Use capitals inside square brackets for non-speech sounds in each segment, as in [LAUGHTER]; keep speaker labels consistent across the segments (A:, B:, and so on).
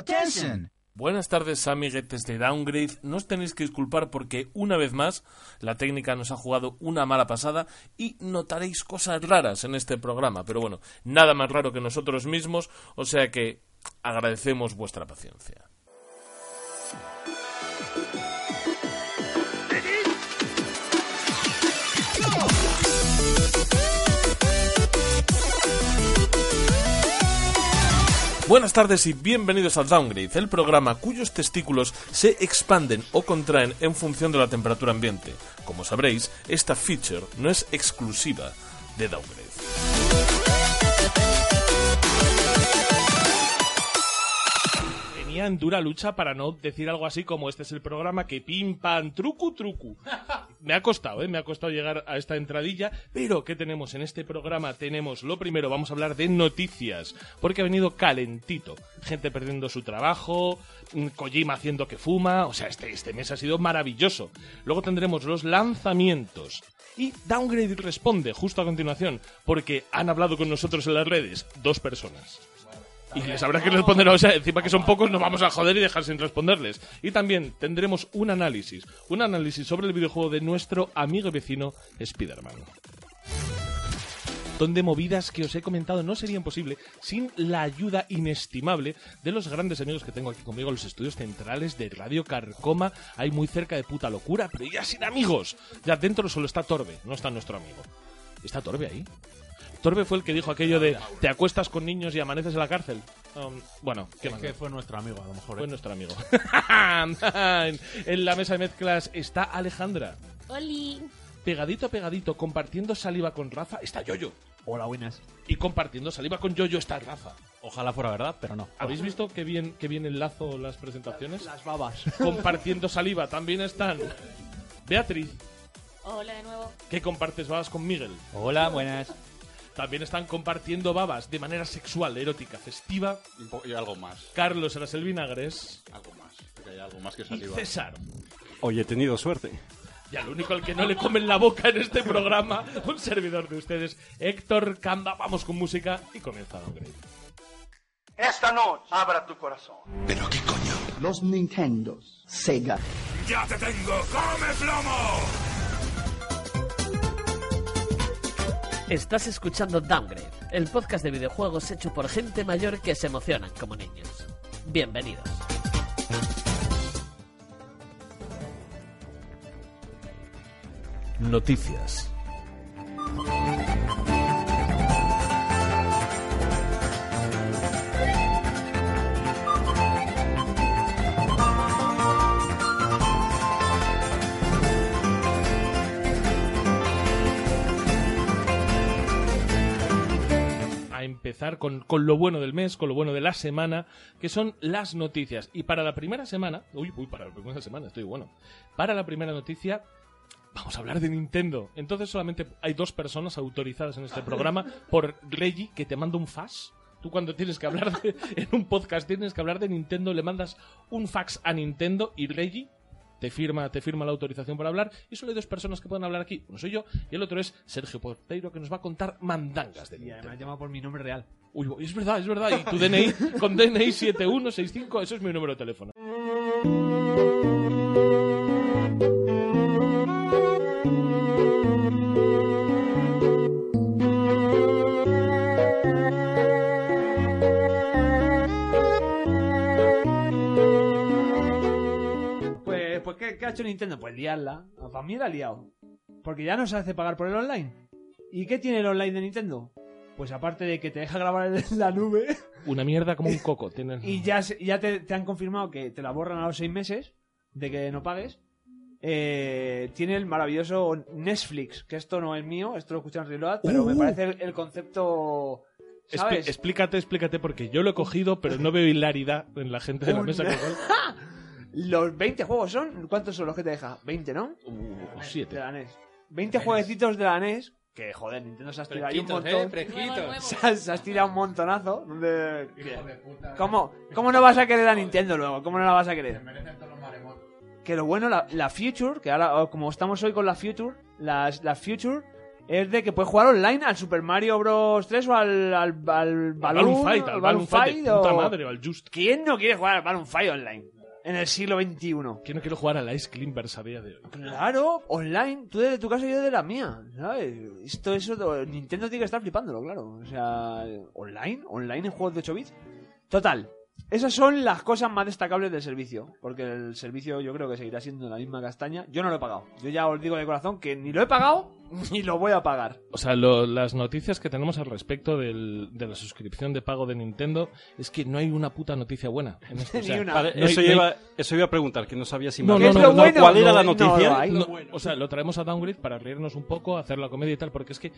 A: Attention!
B: Buenas tardes amiguetes de Downgrade, no os tenéis que disculpar porque una vez más la técnica nos ha jugado una mala pasada y notaréis cosas raras en este programa, pero bueno, nada más raro que nosotros mismos, o sea que agradecemos vuestra paciencia. Buenas tardes y bienvenidos al Downgrade, el programa cuyos testículos se expanden o contraen en función de la temperatura ambiente. Como sabréis, esta feature no es exclusiva de Downgrade.
C: Tenía en dura lucha para no decir algo así como este es el programa que pim pam trucu trucu. Me ha costado, ¿eh? me ha costado llegar a esta entradilla, pero ¿qué tenemos en este programa? Tenemos lo primero, vamos a hablar de noticias, porque ha venido calentito. Gente perdiendo su trabajo, mm, Kojima haciendo que fuma, o sea, este, este mes ha sido maravilloso. Luego tendremos los lanzamientos. Y Downgrade responde justo a continuación, porque han hablado con nosotros en las redes dos personas. Y les habrá que responder, o sea, encima que son pocos, nos vamos a joder y dejar sin responderles. Y también tendremos un análisis, un análisis sobre el videojuego de nuestro amigo y vecino Spider-Man. Donde movidas que os he comentado no serían posible sin la ayuda inestimable de los grandes amigos que tengo aquí conmigo, los estudios centrales de Radio Carcoma, ahí muy cerca de puta locura, pero ya sin amigos. Ya dentro solo está Torbe, no está nuestro amigo. ¿Está Torbe ahí? Torbe fue el que dijo aquello de te acuestas con niños y amaneces en la cárcel. Um, bueno, qué
D: Es
C: manga.
D: que fue nuestro amigo, a lo mejor. eh.
C: Fue nuestro amigo. en, [LAUGHS] en la mesa de mezclas está Alejandra.
E: Oli.
C: Pegadito a pegadito, compartiendo saliva con Rafa, está Yoyo.
D: Hola, buenas.
C: Y compartiendo saliva con Yoyo está Rafa.
D: Ojalá fuera verdad, pero no.
C: ¿Habéis visto qué bien, qué bien enlazo las presentaciones?
D: Las babas.
C: Compartiendo saliva también están Beatriz,
E: Hola de nuevo.
C: que compartes babas con Miguel.
D: Hola, buenas.
C: También están compartiendo babas de manera sexual, erótica, festiva.
F: Un po- y algo más,
C: Carlos eras el vinagres.
F: algo más. Que hay algo más que
C: Y
F: saliva.
C: César.
G: Hoy he tenido suerte.
C: Y al único al que no le comen la boca en este programa, un servidor de ustedes, Héctor Camba. Vamos con música y comienza Downgrade.
H: Esta noche abra tu corazón.
I: los Nintendos, Sega.
J: Estás escuchando Downgrade, el podcast de videojuegos hecho por gente mayor que se emocionan como niños. Bienvenidos.
B: Noticias.
C: A empezar con, con lo bueno del mes, con lo bueno de la semana, que son las noticias. Y para la primera semana, uy, uy, para la primera semana, estoy bueno. Para la primera noticia, vamos a hablar de Nintendo. Entonces solamente hay dos personas autorizadas en este programa por Reggie, que te manda un fax. Tú cuando tienes que hablar de- [LAUGHS] en un podcast, tienes que hablar de Nintendo, le mandas un fax a Nintendo y Reggie te firma, te firma la autorización para hablar. Y solo hay dos personas que pueden hablar aquí. Uno soy yo y el otro es Sergio Porteiro, que nos va a contar mandangas de
D: Y
C: Nintendo.
D: además llama por mi nombre real.
C: Uy, es verdad, es verdad. Y tu DNI con DNI 7165, eso es mi número de teléfono.
D: Pues, pues ¿qué, qué ha hecho Nintendo? Pues liarla. Para mí la ha liado. Porque ya no se hace pagar por el online. ¿Y qué tiene el online de Nintendo? Pues aparte de que te deja grabar en la nube [LAUGHS]
C: Una mierda como un coco. Tienes...
D: y ya, se- ya te, te han confirmado que te la borran a los seis meses de que no pagues, eh, tiene el maravilloso Netflix, que esto no es mío, esto lo escuché en Reload, pero me parece el, el concepto...
C: Expli-
D: ¿Sabes?
C: explícate, explícate, porque yo lo he cogido, pero no veo hilaridad en la gente de la
D: Un-
C: mesa.
D: [LAUGHS] Los 20 juegos son. ¿Cuántos son los que te deja? 20, ¿no?
C: Uh,
D: De
C: siete.
D: la NES. 20 jueguecitos de la E NES. Que joder, Nintendo se ha estirado ahí un
F: Fresquitos,
D: montón.
F: eh, fresquitos.
E: Nuevo, nuevo.
D: se, ha, se ha estirado un montonazo. donde- ¿Cómo, ¿Cómo no vas a querer a Nintendo luego? ¿Cómo no la vas a querer? oh, Que lo bueno, la, la Future, que ahora, como estamos hoy con la Future, las, la Future es de que puedes jugar online al Super Mario Bros. 3 o al, al, al Balloon,
C: Balloon Fight, al Balloon Fight, de
D: o-
C: puta madre, o al Just.
D: ¿Quién no quiere jugar al Balloon Fight online? En el siglo XXI.
C: Que no quiero jugar a la Ice Climbers a día de hoy.
D: Claro, online, tú desde tu casa y yo de la mía, ¿sabes? Esto, eso, to- Nintendo tiene que estar flipándolo, claro. O sea, online, online en juegos de 8 bits. Total, esas son las cosas más destacables del servicio, porque el servicio yo creo que seguirá siendo la misma castaña. Yo no lo he pagado, yo ya os digo de corazón que ni lo he pagado [LAUGHS] ni lo voy a pagar.
C: O sea, lo- las noticias que tenemos al respecto del- de la suscripción de pago de Nintendo es que no hay una puta noticia buena. En esto. O
D: [LAUGHS] Ni
C: sea,
D: una.
C: para- no hay-
G: eso,
C: no hay-
G: iba, eso iba a preguntar, que no sabía si
C: No,
G: me
C: no,
G: habías
C: no,
G: preguntado
D: no,
G: cuál
D: no,
G: era la
D: no,
G: noticia.
D: no hay.
C: no, o sea, lo traemos a Downgrade para reírnos un poco, hacer la comedia y tal, porque es que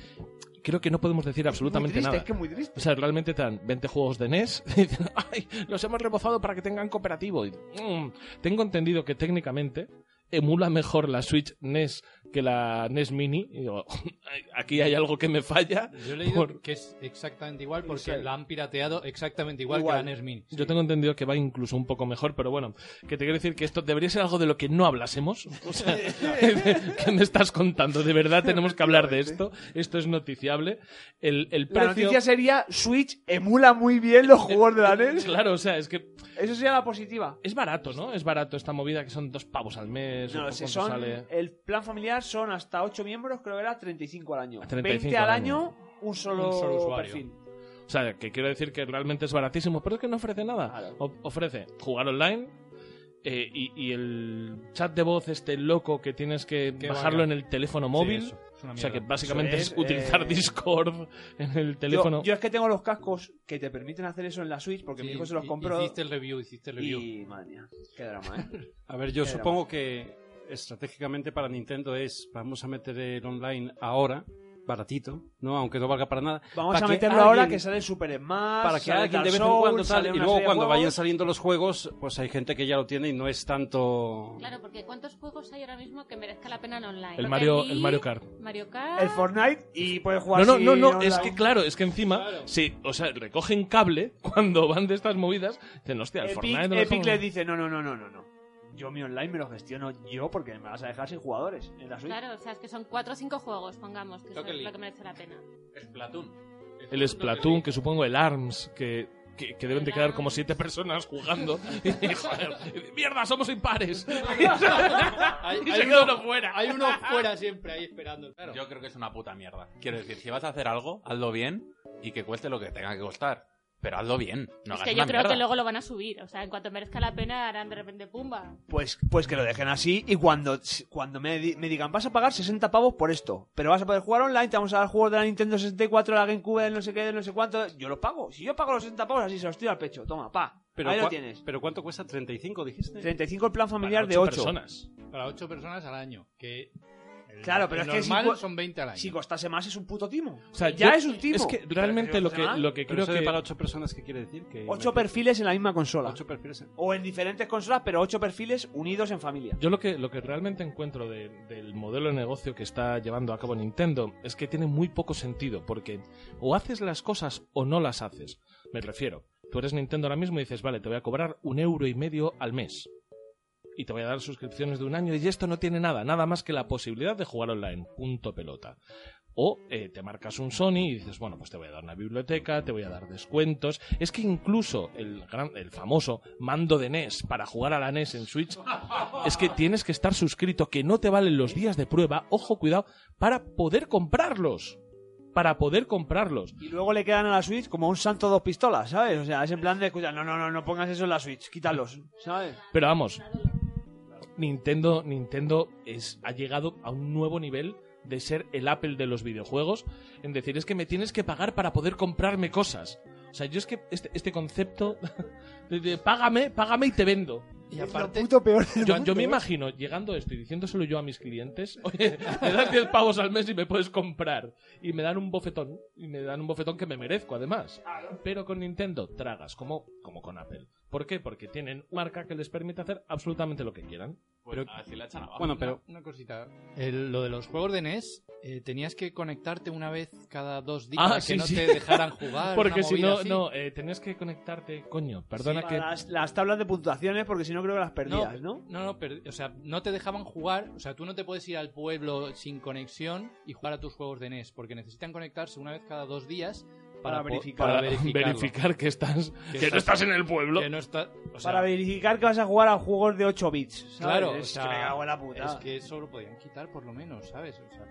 C: creo que no podemos decir absolutamente
D: muy triste,
C: nada.
D: Es que muy triste.
C: O sea, realmente te dan 20 juegos de NES y [LAUGHS] dicen, ¡ay! Los hemos rebozado para que tengan cooperativo. Y, mm, tengo entendido que técnicamente emula mejor la Switch NES que la NES Mini. Y digo, [LAUGHS] aquí hay algo que me falla.
A: Yo he leído
C: Por-
A: que es exactamente igual porque
D: Sí.
A: la han pirateado exactamente igual,
D: Igual.
A: que la NES Mini.
C: Yo tengo entendido que va incluso un poco mejor, pero bueno, que te quiero decir que esto debería ser algo de lo que no hablásemos. O sea, [LAUGHS] ¿qué me estás contando? ¿De verdad tenemos que hablar de esto? Esto es noticiable. El, el
D: La
C: precio...
D: noticia sería Switch emula muy bien
C: [LAUGHS]
D: los juegos de la E NES.
C: Claro, o sea, es que
D: Eso sería la positiva.
C: es barato, ¿no? Es barato esta movida que son dos pavos al mes. o
D: No,
C: por
D: si
C: cuánto
D: son,
C: sale.
D: el plan familiar son hasta 8 miembros, creo que era 35 al año.
C: 35
D: 20 al
C: al
D: año,
C: año.
D: un solo,
A: Un solo usuario.
D: perfil.
C: O sea, que quiero decir que realmente es baratísimo, pero es que no ofrece nada.
D: Claro.
C: O- ofrece jugar online eh, y, y el chat de voz este loco que tienes que
A: Qué
C: bajarlo
A: vaga.
C: en el teléfono móvil.
A: Sí, eso. Es una
C: O sea que
A: mierda.
C: básicamente
D: Eso
C: es,
D: es,
C: utilizar
D: eh,
C: Discord en el
D: Yo-
C: teléfono.
D: Yo, es que tengo los cascos que te permiten hacer eso en la Switch porque mi hijo se los
A: hi-
D: compró.
A: Hiciste el review, hiciste el
D: [LAUGHS]
A: review.
D: Y madre mía, qué drama,
C: [LAUGHS]
D: ¿eh?
G: A ver, yo
D: Era.
G: supongo que estratégicamente para Nintendo es vamos a meter el online ahora, baratito, no, aunque no valga para nada.
D: Vamos
G: para
D: a
G: que
C: Ah,
D: meterlo ahora
G: alguien-
D: que sale el Super Smash.
G: para que
D: sale
G: alguien de vez
D: Dark
G: en
D: Souls,
G: cuando tal,
D: sale
G: y
D: una
G: luego
D: serie de
G: cuando
D: juegos.
G: vayan saliendo los juegos, pues hay gente que ya lo tiene y no es tanto.
E: Claro, porque ¿cuántos juegos hay ahora mismo que merezca la pena en online?
C: El
E: Porque
C: Mario-
E: aquí,
C: el Mario Kart.
E: Mario Kart.
D: El Fortnite y puedes
C: No,
D: jugar
C: no,
D: así
C: no, no,
D: online.
C: es que claro, es que encima, sí, o sea, recogen cable [LAUGHS] cuando van de estas movidas, dicen, hostia, el
D: Epic,
C: Fortnite... no lo
D: Epic
C: dejamos".
D: les dice, no, no, no, no, no, no. Yo mi online me lo gestiono yo porque me vas a dejar sin jugadores en
G: ¿Ah,
D: la Switch.
E: Claro, o sea, es que son cuatro o cinco juegos, pongamos, que son
A: Rocket
E: lo
A: League.
E: que merece la pena.
C: [LAUGHS] El Splatoon, que supongo el ARMS, que, que, que deben de
E: El
C: quedar
E: Arms.
C: como siete personas jugando. Y, joder, ¡Mierda, somos impares!
A: Hay,
C: [LAUGHS]
A: [LAUGHS]
C: Y
A: hay
C: se queda
A: uno,
C: uno fuera.
A: hay uno fuera siempre ahí esperando. Claro.
F: Yo creo que es una puta mierda. Quiero decir, si vas a hacer algo, hazlo bien y que cueste lo que tenga que costar. Pero hazlo bien. No
E: es
F: hagas
E: que yo
F: una
E: creo
F: mierda.
E: que luego lo van a subir. O sea, en cuanto merezca la pena harán de repente pumba.
D: Pues, pues que lo dejen así y cuando, cuando me, di- me digan vas a pagar 60 pavos por esto, pero vas a poder jugar online, te vamos a dar juegos de la Nintendo 64, de la GameCube, de no sé qué, de no sé cuánto, yo los pago. Si yo pago los 60 pavos así se los tiro al pecho, toma, pa.
G: Pero
D: ahí lo
G: cua-
D: tienes.
G: Pero ¿cuánto cuesta? 35 dijiste.
D: 35 el plan familiar
C: Para
D: de 8.
C: personas.
A: Para ocho personas al año. Que el-
D: Claro, pero
A: el
D: es que si
A: normal
D: cu-
A: son 20 al año.
D: Si costase más es un puto timo.
C: O sea,
D: ya
C: yo-
D: es un timo.
C: Es que
D: Pero
C: realmente
D: si
C: lo que,
D: costase más,
C: lo que
G: Pero
C: creo
G: eso de
C: que...
G: para ocho personas qué quiere decir que
D: Ocho
G: me-
D: perfiles en la misma consola.
G: ocho perfiles.
D: O en diferentes consolas, pero ocho perfiles unidos en familia.
C: Yo lo que, lo que realmente encuentro de- del modelo de negocio que está llevando a cabo Nintendo es que tiene muy poco sentido, porque o haces las cosas o no las haces. Me refiero, tú eres Nintendo ahora mismo y dices, vale, te voy a cobrar un euro y medio al mes. Y te voy a dar suscripciones de un año y esto no tiene nada, nada más que la posibilidad de jugar online. Punto pelota. O eh, te marcas un Sony y dices, bueno, pues te voy a dar una biblioteca, te voy a dar descuentos. Es que incluso el, gran, el famoso mando de NES para jugar a la NES en Switch es que tienes que estar suscrito, que no te valen los días de prueba, ojo, cuidado, para poder comprarlos. Para poder comprarlos.
D: Y luego le quedan a la Switch como un santo dos pistolas, ¿sabes? O sea, es en plan de, escucha, no, no, no, no pongas eso en la Switch, quítalos, ¿sabes?
C: Pero vamos, Nintendo, Nintendo es, ha llegado a un nuevo nivel de ser el Apple de los videojuegos, en decir, es que me tienes que pagar para poder comprarme cosas. O sea, yo es que este, este concepto [LAUGHS] de, de págame, págame y te vendo.
A: y aparte, [LAUGHS]
C: Yo, yo me imagino llegando esto y diciéndoselo yo a mis clientes, [LAUGHS] oye, me das 10 pavos al mes y me puedes comprar. Y me dan un bofetón, y me dan un bofetón que me merezco además. Pero con Nintendo tragas, como, como con Apple. ¿Por qué? Porque tienen marca que les permite hacer absolutamente lo que quieran.
F: Pero- así la echan abajo.
C: Bueno, pero
A: Una cosita. El- lo de los juegos de NES, eh, tenías que conectarte una vez cada dos días
C: Ah,
A: para
C: sí,
A: que no
C: sí.
A: te dejaran
C: [LAUGHS]
A: jugar.
C: Porque
A: una
C: si
A: movida
C: no,
A: así.
C: no, eh, tenías que conectarte, coño, perdona
A: Sí,
C: que...
A: para
D: Las, las tablas de puntuaciones, porque si no creo que las perdías, ¿no?
A: No, no, pero, o sea, no te dejaban jugar. O sea, tú no te puedes ir al pueblo sin conexión y jugar a tus juegos de NES, porque necesitan conectarse una vez cada dos días para,
D: Para
A: po-
D: verificar.
A: para
C: para
A: verificarlo.
C: [LAUGHS] verificar que estás... Que, no
A: estás-
C: estás en el pueblo.
A: Que no está- o sea,
D: Para verificar que vas a jugar a juegos de 8 bits. ¿sabes?
A: claro,
D: es
A: o sea,
D: que me cago en la puta.
A: es que eso lo podían quitar por lo menos, ¿sabes? O sea,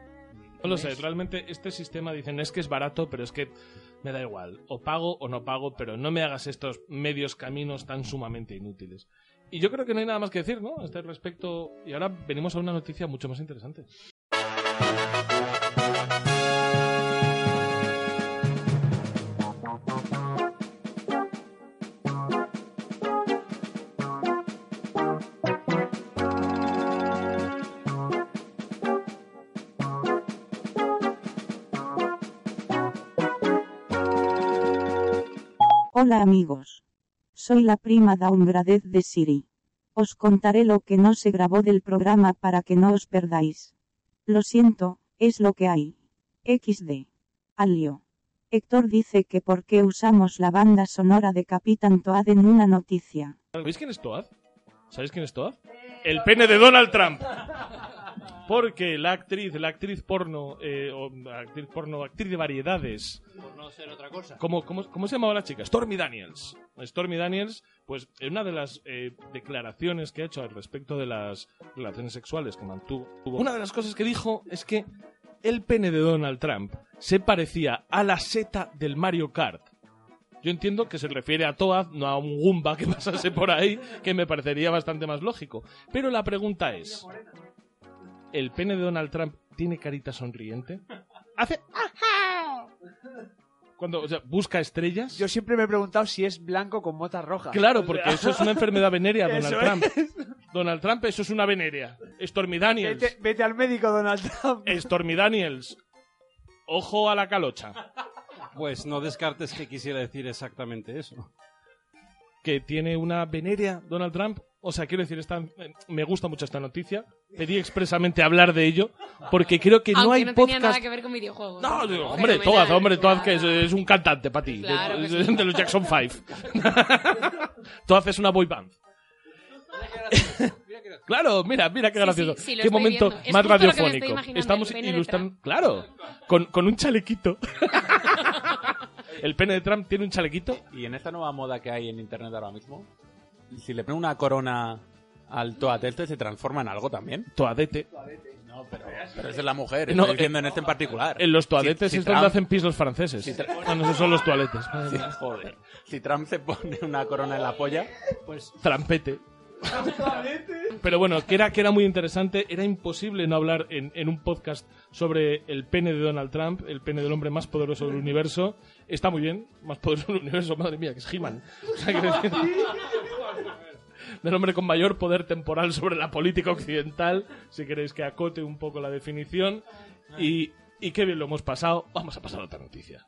C: No lo sé,
A: NES.
C: realmente este sistema dicen es que es barato, pero es que me da igual, o pago o no pago, pero no me hagas estos medios caminos tan sumamente inútiles. Y yo creo que no hay nada más que decir, ¿no? A este respecto. Y ahora venimos a una noticia mucho más interesante.
K: Hola amigos. Soy la prima Daumbradez de Siri. Os contaré lo que no se grabó del programa para que no os perdáis. Lo siento, es lo que hay. XD. Alio. Héctor dice que por qué usamos la banda sonora de Capitán Toad en una noticia.
C: ¿Sabéis quién es Toad? ¿Sabéis quién es Toad? El pene de Donald Trump. Porque la actriz, la actriz porno, eh, o actriz porno, actriz de variedades,
A: [LAUGHS] Por no ser otra cosa.
C: ¿Cómo, cómo, cómo se llamaba la chica? Stormy Daniels. Stormy Daniels, pues en una de las eh, declaraciones que ha hecho al respecto de las relaciones sexuales que mantuvo, tuvo- una de las cosas que dijo es que el pene de Donald Trump se parecía a la seta del Mario Kart. Yo entiendo que se refiere a Toad, no a un Goomba que [LAUGHS] pasase por ahí, que me parecería bastante más lógico. Pero la pregunta es, ¿el pene de Donald Trump tiene carita sonriente? Hace... Cuando, o sea, busca estrellas.
D: Yo siempre me he preguntado si es blanco con motas rojas.
C: Claro, porque eso
D: [LAUGHS]
C: es una enfermedad venérea,
D: Eso
C: Donald Trump. Donald Trump, eso es una venérea. Stormy Daniels.
D: Vete, vete al médico, Donald
C: [LAUGHS]
D: Trump.
C: Stormy Daniels. Ojo a la calocha.
G: Pues no descartes que quisiera decir exactamente eso.
C: Que tiene una venérea, Donald Trump. O sea, quiero decir, esta- eh, me gusta mucho esta noticia. Pedí expresamente hablar de ello, porque creo que no
L: Aunque
C: hay
L: no tenía nada
C: podcast.
L: que ver con videojuegos.
C: No,
L: Fenomenal.
C: hombre, Toad, hombre, Toad, que es, es un cantante para ti.
L: Claro
C: de,
L: que sí.
C: de los Jackson 5. Toad es una
L: [LAUGHS]
C: boy band. Claro, mira, mira qué
L: Sí,
C: gracioso.
L: sí, sí, lo
C: qué
L: estoy
C: momento
L: viendo. Es
C: más
L: justo lo que me estoy
C: radiofónico.
L: imaginando,
C: Estamos
L: el pene de
C: ilustrando, claro, con, con un chalequito. el pene de Trump tiene un chalequito.
F: Y en esta nueva moda que hay en internet ahora mismo, si le ponen una corona al Toad este, ¿se transforma en algo también?
C: Toadete.
F: No, pero, pero es de la mujer,
C: No, eh,
F: estoy diciendo en este en particular.
C: En los toaletes
F: Si- si
C: es donde
F: Trump-
C: hacen pis los franceses.
F: si Trump-
C: Ah, no, esos son los toaletes. Madre
F: si-
C: mía.
F: joder. Si Trump se pone una corona en la polla,
A: pues
C: Trampete. Pero bueno, que era, que era muy interesante. Era imposible no hablar en, en un podcast sobre el pene de Donald Trump, el pene del hombre más poderoso del universo. Está muy bien, más poderoso del universo, madre mía, que es He-Man. O sea, quiero decir, del hombre con mayor poder temporal sobre la política occidental, si queréis que acote un poco la definición. Y, y qué bien lo hemos pasado. Vamos a pasar a otra noticia.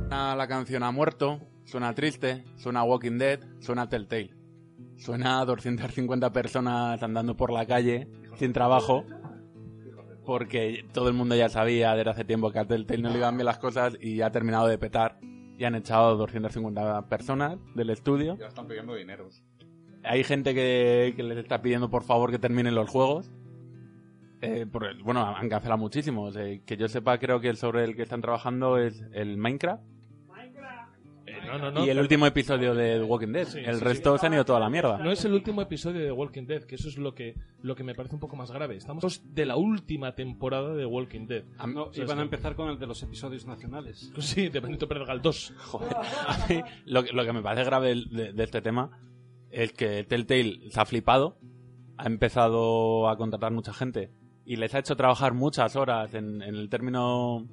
F: suena la canción ha muerto, suena triste, suena Walking Dead, suena Telltale. Suena a 250 personas andando por la calle sin trabajo. Porque todo el mundo ya sabía desde hace tiempo que a Telltale no le iban bien las cosas y ha terminado de petar. Y han echado 250 personas del estudio.
M: Ya están pidiendo dineros.
F: Hay gente que, que les está pidiendo por favor que terminen los juegos. Eh, por el- bueno, han cancelado muchísimos. Eh, que yo sepa, creo que el sobre el que están trabajando es el Minecraft
C: Eh, no, no, no,
F: y el
C: pero-
F: último episodio de The Walking Dead.
C: Sí,
F: el
C: sí,
F: resto
C: sí.
F: se han ido toda la mierda.
C: No es el último episodio de Walking Dead, que eso es lo que, lo que me parece un poco más grave. Estamos de la última temporada de Walking Dead.
G: Ah, No, y van a empezar con el de los episodios nacionales.
C: [LAUGHS] Sí, de Benito Pérez Galdós.
F: Joder. A mí, lo, que- lo que me parece grave del- de, de este tema es que Telltale se ha flipado, ha empezado a contratar mucha gente y les ha hecho trabajar muchas horas en, en el término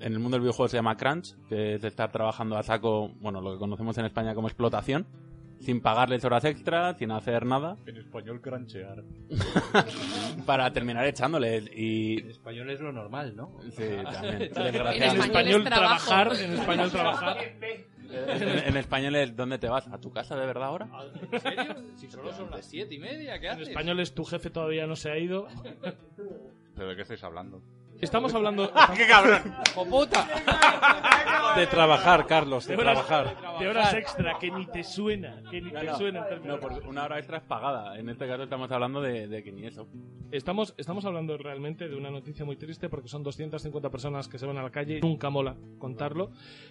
F: en el mundo del videojuego se llama crunch, que es estar trabajando a saco, bueno, lo que conocemos en España como explotación, sin pagarles horas extra, sin hacer nada,
L: En español, cranchear.
F: [LAUGHS] para terminar echándoles y
L: En español es lo normal, ¿no? [LAUGHS]
F: Sí, también.
C: En español trabajar, en español trabajar.
F: En, en español es ¿dónde te vas? ¿A tu casa de verdad ahora?
C: Ah,
A: ¿En serio? Si solo son las siete y media, ¿qué
C: En
A: haces?
C: español es tu jefe todavía no se ha ido.
G: [LAUGHS]
L: ¿Pero de qué estáis hablando?
C: Estamos
G: [LAUGHS]
C: hablando.
G: Ah,
F: ¡Qué cabrón!
G: De trabajar, Carlos, de,
C: De horas-
G: trabajar.
C: De horas extra, que ni te suena, que ni
F: No,
C: te
F: no.
C: suena.
F: No, porque una hora extra es pagada. En este caso estamos hablando de, de que ni eso.
C: Estamos, estamos hablando realmente de una noticia muy triste porque son 250 personas que se van a la calle. Nunca mola contarlo.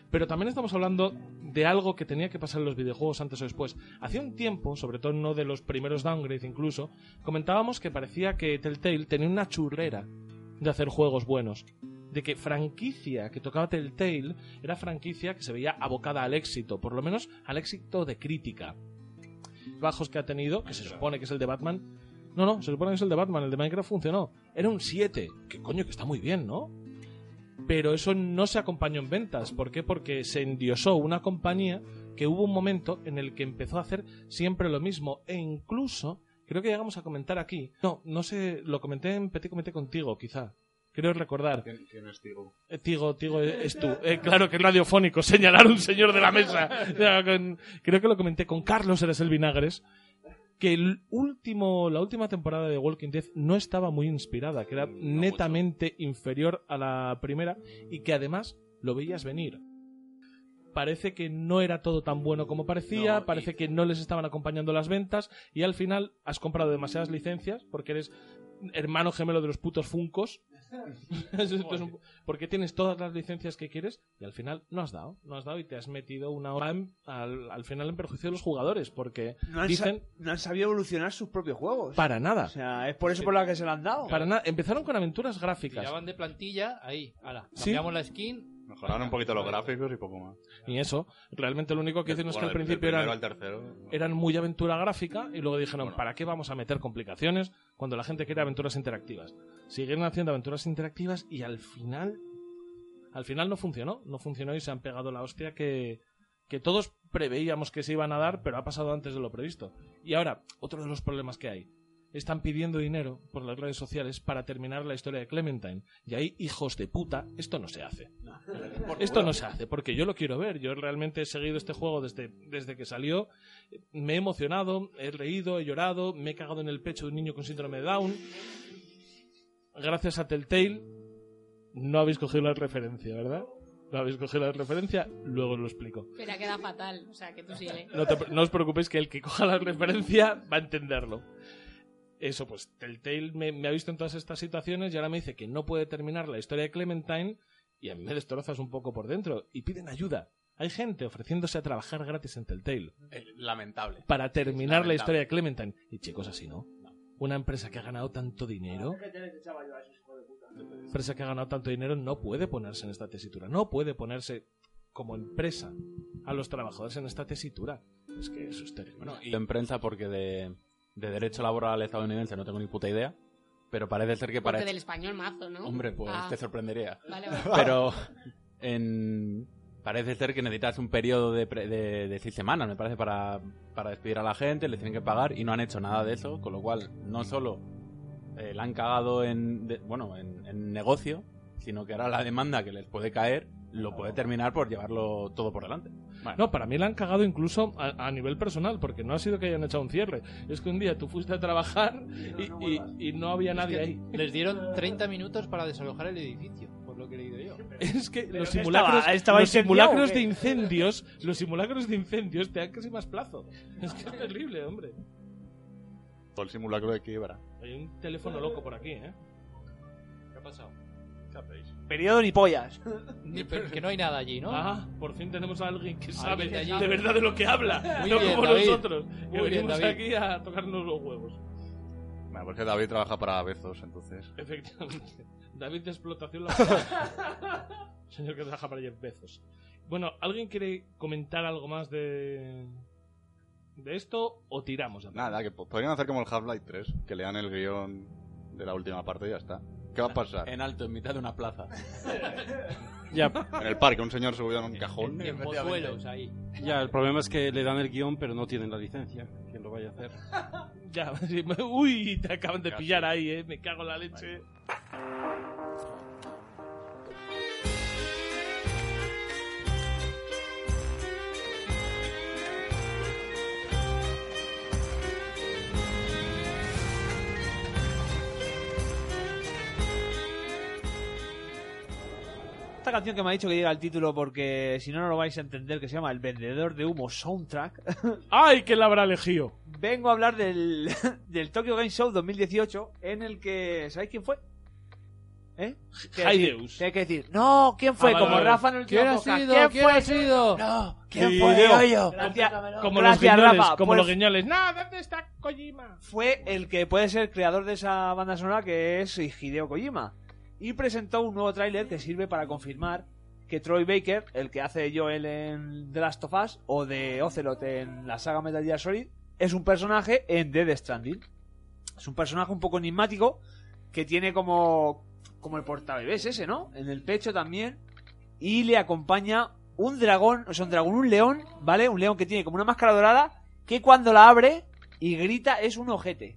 C: Pero también estamos hablando de algo que tenía que pasar en los videojuegos antes o después. Hace un tiempo, sobre todo en uno de los primeros downgrades incluso, comentábamos que parecía que Telltale tenía una churrera de hacer juegos buenos. De que franquicia que tocaba Telltale era franquicia que se veía abocada al éxito, por lo menos al éxito de crítica. Bajos que ha tenido, que se supone que es el de Batman, no, no, se supone que es el de Batman, el de Minecraft funcionó. Era un 7, que coño, que está muy bien, ¿no? Pero eso no se acompañó en ventas. ¿Por qué? Porque se endiosó una compañía que hubo un momento en el que empezó a hacer siempre lo mismo. E incluso, creo que llegamos a comentar aquí. No, no sé, lo comenté en Petit Comité contigo, quizá. Creo recordar.
L: ¿Quién es Tigo?
C: Eh, Tigo, Tigo, eh, es tú. Eh, claro que es radiofónico, [LAUGHS] señalar a un señor de la mesa. Ya, con- Creo que lo comenté con Carlos Eres el Vinagres, que el último, la última temporada de Walking Dead no estaba muy inspirada, que era netamente inferior a la primera y que además lo veías venir. Parece que no era todo tan bueno como parecía,
F: No, y-
C: parece que no les estaban acompañando las ventas y al final has comprado demasiadas licencias porque eres hermano gemelo de los putos Funcos. [LAUGHS] pues, porque tienes todas las licencias que quieres y al final no has dado, no has dado y te has metido una hora en- al, al final en perjuicio de los jugadores porque
D: No han, sa-
C: dicen
D: no han sabido evolucionar sus propios juegos.
C: para nada,
D: O sea, es por eso por la que se la han dado.
C: para nada. Empezaron con aventuras gráficas
A: Tiraban de plantilla, ahí, ala.
C: Sí.
A: Cambiamos la skin.
L: Mejoraron un poquito los gráficos y poco más.
C: y eso realmente lo único que hicieron es que
L: Bueno,
C: al
L: del- del
C: principio
L: primero
C: eran
L: al tercero.
C: eran muy aventura gráfica y luego dijeron, ¿para qué vamos a meter complicaciones cuando la gente quiere aventuras interactivas? Siguieron haciendo aventuras interactivas y al final, al final no funcionó, no funcionó y se han pegado la hostia que, que todos preveíamos que se iban a dar, pero ha pasado antes de lo previsto. Y ahora, otro de los problemas que hay. Están pidiendo dinero por las redes sociales para terminar la historia de Clementine. Y ahí, hijos de puta, esto no se hace. Esto no se hace, porque yo lo quiero ver. Yo realmente he seguido este juego desde, desde que salió. Me he emocionado, he reído, he llorado, me he cagado en el pecho de un niño con síndrome de Down. Gracias a Telltale, no habéis cogido la referencia, ¿verdad? No habéis cogido la referencia, luego os lo explico.
E: Pero queda fatal, o sea, que tú sigue.
C: No, te- no os preocupéis que el que coja la referencia va a entenderlo. Eso, pues Telltale me, me ha visto en todas estas situaciones y ahora me dice que no puede terminar la historia de Clementine y a mí me destrozas un poco por dentro y piden ayuda. Hay gente ofreciéndose a trabajar gratis en Telltale
F: Eh, Lamentable.
C: para terminar la
F: lamentable.
C: historia de Clementine. Y chicos, así no. Una empresa que ha ganado tanto dinero, empresa que ha ganado tanto dinero, no puede ponerse en esta tesitura. No puede ponerse como empresa a los trabajadores en esta tesitura. Es que eso es terrible.
F: Bueno, y en prensa porque de, de derecho laboral estadounidense no tengo ni puta idea, pero parece ser que
E: Porque
F: para...
E: del español mazo, ¿no?
F: Hombre, pues
E: Ah,
F: te sorprendería.
C: [LAUGHS]
E: Vale, vale.
F: Pero en- parece ser que necesitas un periodo de, pre- de- de seis semanas, me parece, para, para despedir a la gente, les tienen que pagar y no han hecho nada de eso, con lo cual no solo eh, la han cagado en, de- bueno, en, en negocio, sino que ahora la demanda que les puede caer lo puede terminar por llevarlo todo por delante.
C: No, para mí la han cagado incluso a, a nivel personal, porque no ha sido que hayan echado un cierre. Es que un día tú fuiste a trabajar y, y- y no había nadie ahí.
A: Les dieron 30 minutos para desalojar el edificio, por lo que he leído yo.
C: Es que [LAUGHS] los
D: qué
C: simulacros,
D: estaba- estaba
C: los
D: incendiado,
C: simulacros de
D: ¿o qué?
C: incendios, los simulacros de incendios te dan casi más plazo. Es
A: [LAUGHS]
C: que es terrible, hombre.
L: Todo el simulacro de quiebra.
C: Hay un teléfono loco por aquí, ¿eh?
A: ¿Qué ha pasado?
L: ¿Qué hacéis?
D: Periodo ni pollas.
A: Ni- pero que no hay nada allí, ¿no?
C: Ah, por fin tenemos a alguien que sabe
A: Alguien de allí.
C: de verdad de lo que habla,
A: Muy
C: no
A: bien,
C: como
A: David.
C: nosotros, que
A: Muy bien,
C: venimos
A: David.
C: aquí a tocarnos los huevos.
L: Bueno, porque David trabaja para Bezos, entonces.
C: Efectivamente. David de explotación
D: [LAUGHS]
C: laboral. Señor que trabaja para Jeff Bezos. Bueno, ¿alguien quiere comentar algo más de, de esto o tiramos? ya?
L: Nada, que po- podrían hacer como el Half-Life 3, que lean el guión de la última parte y ya está. ¿Qué va a pasar?
F: En alto, en mitad de una plaza. [LAUGHS]
L: En el parque, un señor subido en un cajón.
A: En Pozuelos, ahí.
G: Ya, el problema es que le dan el guión, pero no tienen la licencia. ¿Quién lo vaya a hacer?
C: Ya, sí, me- uy, te acaban de pillar ahí, eh. Me cago en la leche.
D: Esta canción que me ha dicho que diga el título porque si no, no lo vais a entender, que se llama El Vendedor de Humo Soundtrack.
C: [LAUGHS] ¡Ay, que la habrá elegido!
D: Vengo a hablar del, [LAUGHS] del Tokyo Game Show 2018 en el que... ¿Sabéis quién fue? ¿Eh? Que
C: Hideus.
D: decir- que Hay que decir, no, ¿quién fue?
C: Ah, vale,
D: Como
C: vale.
D: Rafa en el último
A: ¿Quién ha
D: podcast.
A: sido?
D: ¿Quién,
A: ¿Quién
D: fue?
A: ha sido?
D: No,
C: ¿Quién
D: ¿quién
C: Sí,
D: fue?
C: yo.
D: Oye,
C: Gracias,
D: gracias,
C: Como
D: gracias,
C: los guiñoles,
D: Rafa.
C: como
D: Pues
C: los guiñoles. ¡No, ¿dónde está Kojima?
D: fue el que puede ser creador de esa banda sonora que es Hideo Kojima. Y presentó un nuevo tráiler que sirve para confirmar que Troy Baker, el que hace Joel en The Last of Us o de Ocelot en la saga Metal Gear Solid, es un personaje en Dead Stranding. Es un personaje un poco enigmático que tiene como, como el portabebés ese, ¿no? En el pecho también. Y le acompaña un dragón, o sea, un dragón, un león, ¿vale? Un león que tiene como una máscara dorada que cuando la abre y grita es un ojete.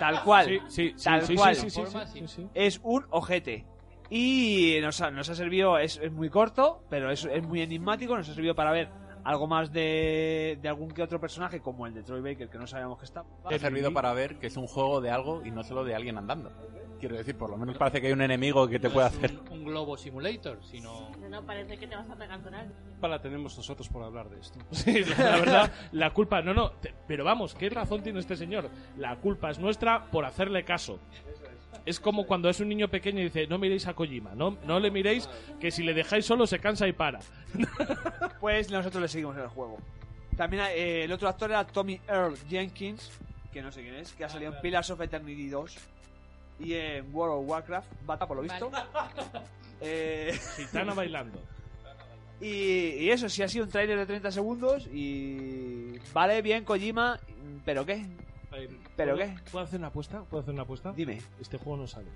D: Tal cual.
C: Sí, sí, sí,
D: tal
C: sí, sí,
D: cual.
C: sí, sí, sí, sí, sí.
D: Es un ojete. Y nos ha, nos ha servido, es, es muy corto, pero es, es muy enigmático, nos ha servido para ver algo más de, de algún que otro personaje, como el de Troy Baker, que no sabíamos que está.
F: Ha servido para ver que es un juego de algo y no solo de alguien andando. Quiero decir, por lo menos parece que hay un enemigo que te
A: No
F: puede
A: es
F: hacer.
A: Un, un globo simulator, sino.
E: No, no, parece que te vas a pegar con alguien.
G: Para tenemos nosotros por hablar de esto.
C: [LAUGHS] Sí, la, la verdad, la culpa, no, no, te- pero vamos, ¿qué razón tiene este señor? La culpa es nuestra por hacerle caso. Es como cuando es un niño pequeño y dice, no miréis a Kojima, no, no le miréis, que si le dejáis solo se cansa y para.
D: Pues nosotros le seguimos en el juego. También eh, el otro actor era Tommy Earl Jenkins, que no sé quién es, que ha
C: Ah,
D: salido en Pillars of Eternity 2 y en World of Warcraft, Bata por lo visto. [LAUGHS] Eh,
C: Gitana bailando.
D: Y, y eso, sí ha sido un tráiler de 30 segundos y... Vale, bien, Kojima, pero ¿qué? ¿Pero
C: ¿Puedo-
D: qué?
C: ¿Puedo hacer una apuesta? ¿Puedo hacer una apuesta?
D: Dime.
C: Este juego no sale.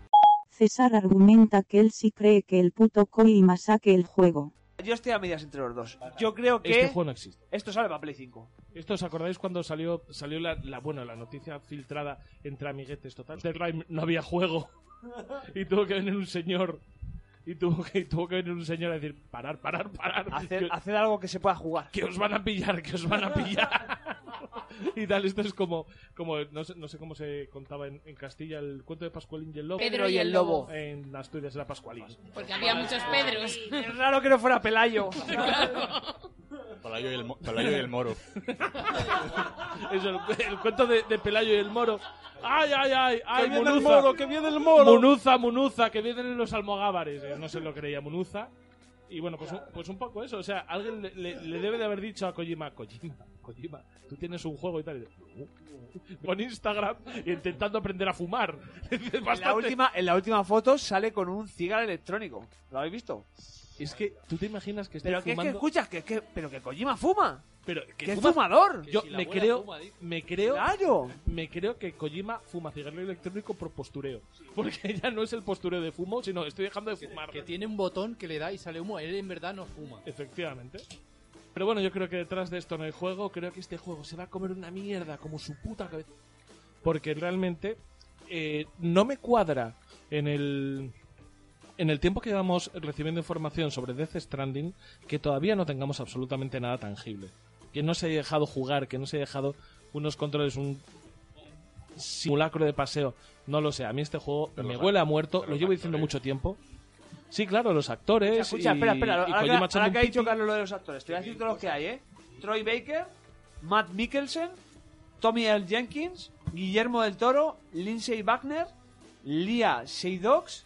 K: César argumenta que él sí cree que el puto Kojima saque el juego.
D: Yo estoy a medias entre los dos. Yo creo que
C: Este juego no existe.
D: esto sale para Play 5.
C: ¿Esto os acordáis cuando salió, salió la, la- bueno, la noticia filtrada entre amiguetes total? De Rime no había juego. Y tuvo que venir un señor. Y tuvo que, y tuvo que venir un señor a decir, parar, parar, parar.
D: Hacer,
C: que,
D: hacer algo que se pueda jugar.
C: que os van a pillar, que os van a pillar. [LAUGHS] y tal, esto es como, como no, sé, no sé cómo se contaba en, en Castilla el cuento de Pascualín y el Lobo.
E: Pedro y el Lobo.
C: En Asturias era Pascualín.
E: Porque había muchos Pedros.
D: Es raro que no fuera Pelayo.
E: [LAUGHS]
C: [LAUGHS]
L: Pelayo y el, mo- Pelayo y el moro.
C: [LAUGHS] Es el, el cuento de, de Pelayo y el Moro. ¡Ay, ay, ay! ay
G: viene el
C: Munuza!
G: moro, que viene el moro.
C: Munuza, Munuza, que vienen los almogávares. Eh, No se lo creía Munuza. Y bueno, pues, un- pues un poco eso. O sea, alguien le, le- le debe de haber dicho a Kojima, Kojima, Kojima, tú tienes un juego y tal. Y dice, "No". Con Instagram intentando aprender a fumar. [LAUGHS] Dice,
D: En la,
C: "Bastante".
D: última, en la última foto sale con un cigarro electrónico. ¿Lo habéis visto?
C: Es que, ¿tú te imaginas que estoy
D: Pero que es que
C: fumando?
D: escuchas, que, que- pero que Kojima fuma.
C: pero
D: Que,
C: que
D: es
C: fuma-
D: fumador.
C: Yo me creo, me creo
D: Claro.
C: me creo que Kojima fuma cigarro electrónico por postureo. Porque [LAUGHS] ya no es el postureo de fumo, sino estoy dejando de fumar.
A: Que tiene un botón que le da y sale humo. Él en verdad no fuma.
C: Efectivamente. Pero bueno, yo creo que detrás de esto no hay juego. Creo que este juego se va a comer una mierda como su puta cabeza. Porque realmente eh, no me cuadra en el. En el tiempo que vamos recibiendo información sobre Death Stranding, que todavía no tengamos absolutamente nada tangible. Que no se haya dejado jugar, que no se haya dejado unos controles, un simulacro de paseo. No lo sé, a mí este juego me
L: los
C: huele a
L: act-
C: muerto,
L: pero
C: lo
L: los
C: llevo diciendo
L: actores.
C: mucho tiempo. Sí, claro, los actores.
D: Escucha,
C: y-
D: espera, espera.
C: y
D: Ahora, que,
C: Kojima echando
D: ahora
C: un
D: que ha dicho
C: piti.
D: Carlos lo de los actores, te voy a decir todos los que hay, ¿eh? Troy Baker, Matt Mikkelsen, Tommy L. Jenkins, Guillermo del Toro, Lindsay Wagner, Lia Seydoux,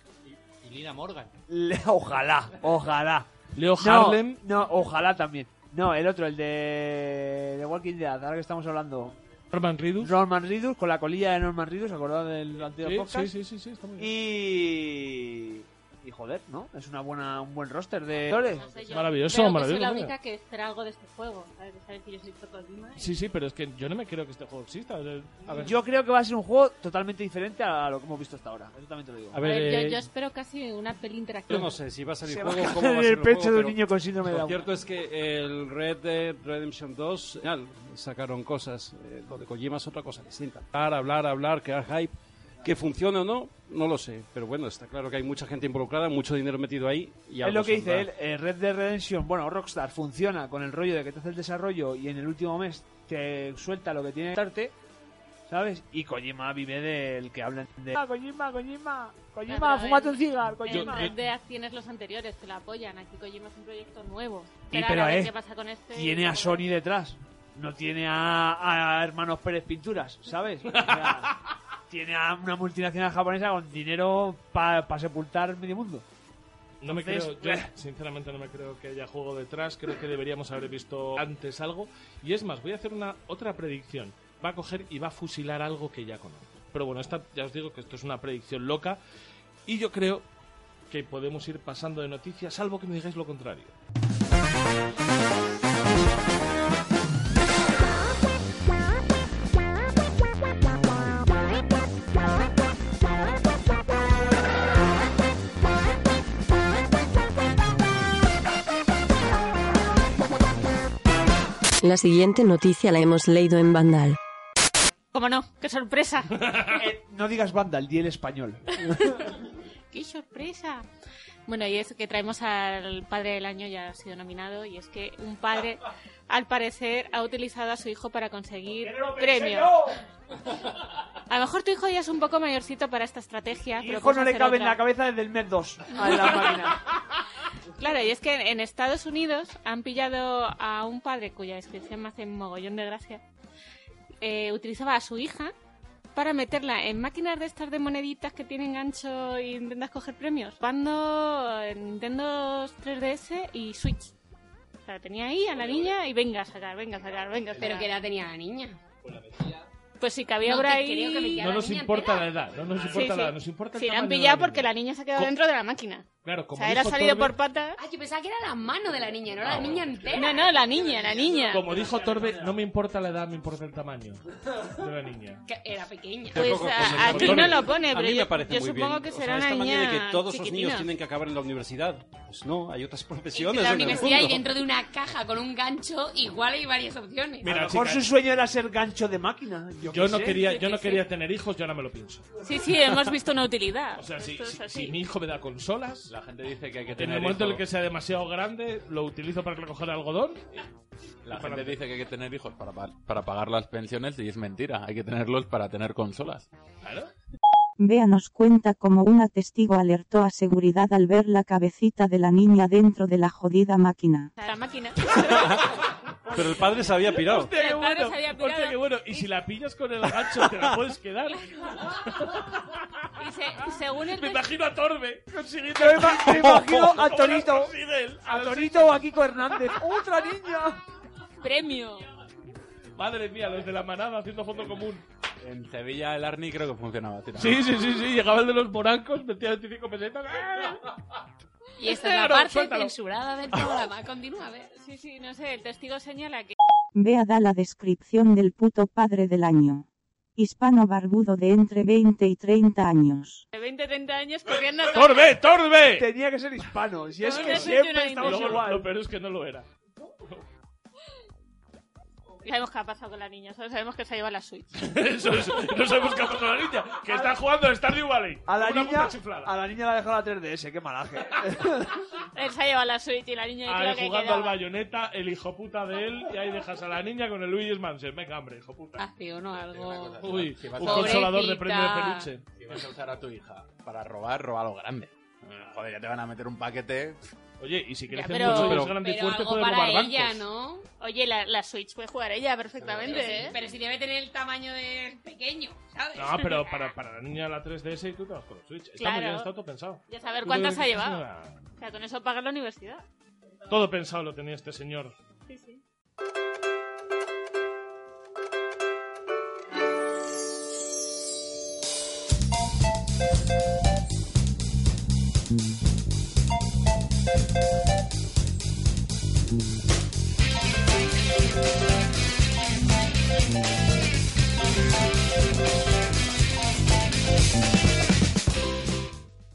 A: Y Lina Morgan.
D: Le- [LAUGHS] ojalá, ojalá.
C: Leo
D: No,
C: Harlem.
D: No, ojalá también. No, el otro, el de, de Walking Dead, ahora que estamos hablando.
C: Norman Reedus.
D: Norman Reedus, con la colilla de Norman Reedus, ¿acordado del anterior
C: Sí,
D: podcast?
C: sí, sí, sí, sí, está muy bien.
D: Y. Y joder, ¿no? Es una buena, un buen roster de actores.
E: No sé yo.
C: Maravilloso,
E: Creo que
C: maravilloso,
E: Soy la
C: mira.
E: única que espera algo de este juego. ¿sabes? Saber que yo soy Tocodima.
C: Sí, sí, pero es que yo no me creo que este juego exista. o sea, a ver.
D: Yo creo que va a ser un juego totalmente diferente a lo que hemos visto hasta ahora. Eso también te lo digo.
C: A ver,
E: A ver, yo-
C: eh,
E: yo, espero casi una peli interactiva.
G: Yo no sé si va a salir
D: Se
G: juego
D: va a
G: cómo va a
D: caer
G: ser
D: el
G: el
D: pecho
G: juego,
D: de un
G: pero
D: niño con síndrome de
G: Lo
D: Down.
G: cierto es que el Red Dead Redemption 2 al final, sacaron cosas. eh, Lo de Kojima es otra cosa distinta. Hablar, hablar, hablar, crear hype. Que funcione o no, no lo sé. Pero bueno, está claro que hay mucha gente involucrada, mucho dinero metido ahí. Y
D: es
G: algo
D: lo que dice
G: saldrá.
D: él, eh, Red Dead Redemption, bueno, Rockstar funciona con el rollo de que te hace el desarrollo y en el último mes te suelta lo que tiene que darte, ¿sabes? Y Kojima vive del que hablan de... Ah, Kojima, Kojima,
E: Pero, a
D: Kojima,
E: ver,
D: fúmate un cigarro,
E: En
D: Kojima.
E: Red Dead tienes los anteriores que lo apoyan. Aquí Kojima es un proyecto nuevo.
D: Y
E: Esperar
D: pero,
E: a ver
D: eh,
E: qué pasa con este.
D: Tiene a Sony detrás, no tiene a, a Hermanos Pérez Pinturas, ¿sabes? O sea, tiene a una multinacional japonesa con dinero para sepultar medio mundo.
C: No me
D: Entonces,
C: creo, yo, sinceramente no me creo que haya juego detrás, creo que deberíamos haber visto antes algo. Y es más, voy a hacer una otra predicción. Va a coger y va a fusilar algo que ya conozco. Pero bueno, esta, ya os digo que esto es una predicción loca. Y yo creo que podemos ir pasando de noticias, salvo que me digáis lo contrario.
M: La siguiente noticia la hemos leído en Vandal.
E: ¿Cómo no? ¡Qué sorpresa!
D: [LAUGHS] Eh, no digas banda, el el español.
E: ¡Qué sorpresa! Bueno, y eso que traemos al padre del año ya ha sido nominado y es que un padre, al parecer, ha utilizado a su hijo para conseguir premio. A lo mejor tu hijo ya es un poco mayorcito para esta estrategia.
D: Mi
E: pero
D: hijo
E: puedes
D: no le
E: hacer
D: cabe en
E: otra.
D: la cabeza desde el mes 2 a la máquina.
E: Claro, y es que en Estados Unidos han pillado a un padre cuya descripción me hace mogollón de gracia. Eh, utilizaba a su hija para meterla en máquinas de estas de moneditas que tienen gancho e intentas coger premios. Cuando Nintendo 3DS y Switch. O sea, tenía ahí a la niña y venga a sacar, venga a sacar, venga a sacar.
N: Pero que edad tenía la niña.
E: Pues sí, que había
N: No,
E: por
N: que
E: ahí...
N: creo que metía a
C: No nos importa la edad, no nos
E: Sí,
C: importa
E: sí.
C: la edad, nos importa el
E: Sí, la han
C: tamaño de la
E: pillado
C: niña.
E: porque la niña se ha quedado
C: Co-
E: dentro de la máquina.
C: Claro,
E: O
C: como
E: sea, era
C: dijo Ah,
E: salido
C: Torbe-
E: por patas.
N: Ah, yo pensaba que era la mano de la niña, no la niña entera.
E: No, no, la niña, la niña.
C: Como dijo Torbe, no me importa la edad, me importa el tamaño de la niña.
N: Que era pequeña.
E: Pues
G: Tampoco
E: a-
G: con el
E: aquí
G: control.
E: no lo pone,
G: A
E: pero
G: mí
E: yo-
G: me parece
E: yo
G: muy
E: supongo
G: bien.
E: que
G: O sea,
E: será una
G: esta manía de
E: niña
G: que todos los
E: chiquitina.
G: niños tienen que acabar en la universidad. Pues no, hay otras profesiones.
N: Entre la
G: en el
N: universidad y
G: mundo.
N: dentro de una caja con un gancho, igual hay varias opciones.
D: a lo mejor su sueño era ser gancho de máquina. Yo,
C: Yo
D: qué
C: no
D: sé.
C: quería, yo no quería tener hijos, yo ahora me lo pienso.
E: Sí, sí, hemos visto una utilidad.
C: O sea, si,
E: Esto es
C: si-
E: así.
C: si mi hijo me da consolas,
L: La gente dice que hay que
C: en
L: tener
C: el momento en el
L: hijos.
C: que sea demasiado grande, lo utilizo para recoger algodón.
L: La gente dice que hay que tener hijos para, pa- para pagar las pensiones y es mentira. Hay que tenerlos para tener consolas.
K: Bea nos cuenta como una testigo alertó a seguridad al ver la cabecita de la niña dentro de la jodida máquina.
C: [LAUGHS]
E: La máquina. [LAUGHS]
G: Pero el padre se había pirado.
C: Hostia, qué
E: El padre
C: bueno.
E: se había
C: hostia,
E: pirado.
C: qué bueno. Y si la pillas con el gancho, te la puedes
E: [LAUGHS]
C: quedar.
E: Y se- según el
C: Me imagino a Torbe consiguiendo.
D: Yo me ima- me imagino a
C: [LAUGHS] ¿Cómo las
D: Torito.
C: consigue él?
D: A Torito o a Kiko Hernández. ¡Otra niña!
E: premio.
C: Madre mía, los de la manada haciendo fondo común.
L: En Sevilla el Arni creo que funcionaba así
C: Sí,
L: también.
C: sí, sí, sí. Llegaba el de los morancos, metía 25 pesetas.
N: Y esta es la
E: Claro,
N: parte
E: suéltalo.
N: censurada del programa.
E: [LAUGHS]
N: Continúa, a ver.
E: Sí, sí, no sé, el testigo señala que
K: Bea da la descripción del puto padre del año. Hispano barbudo de entre 20 y 30 años.
E: de 20, 30 años
C: [LAUGHS]
E: corriendo... a-
C: ¡Torbe, Torbe!
D: Tenía que ser hispano. Si es
E: Torbe
D: que
E: es una
D: siempre
E: niña.
D: estamos
E: Luego,
D: igual.
C: Lo peor es que no lo era.
E: Sabemos qué ha pasado con la niña, solo sabemos que se ha llevado la Switch.
C: [LAUGHS]
N: [LAUGHS]
C: Eso es. No
E: [LAUGHS]
C: sabemos qué ha pasado a la niña. Que está jugando a Stardew Valley.
D: A la,
C: Una
D: niña,
C: puta chiflada.
D: a la niña la ha dejado la 3DS, qué malaje.
E: Él se ha llevado la Switch y la niña yo
C: Ahí
E: creo que
C: jugando al
E: quedaba.
C: bayoneta, el hijo puta de él, y ahí dejas a la niña con el Luigi's Mansion. Venga, hombre, hijo puta.
N: Hace uno algo.
C: Uy,
L: Si
C: un
L: vas a-
C: consolador de premio de
N: Pobrecita.
C: peluche.
L: Si vas a usar a tu hija para robar, roba lo grande. Eh, Joder, ya te van a meter un paquete.
C: Oye, y si
L: quieres
E: pero-
L: mucho
C: pero- grande
N: Pero algo para ella, ¿no?
E: Oye, la, la Switch puede jugar ella
N: Pero
E: perfectamente,
N: sí,
E: ¿eh?
N: pero sí debe tener el tamaño del pequeño, ¿sabes?
C: No, pero para, para la niña la 3DS y tú te vas con el Switch. Está muy
E: Claro.
C: bien, está todo pensado.
E: Ya saber
C: Tú
E: cuántas
C: lo
E: ha
C: dices,
E: llevado.
C: nada.
E: O sea, con eso pagar la universidad.
C: Todo pensado lo tenía este señor.
E: Sí, sí.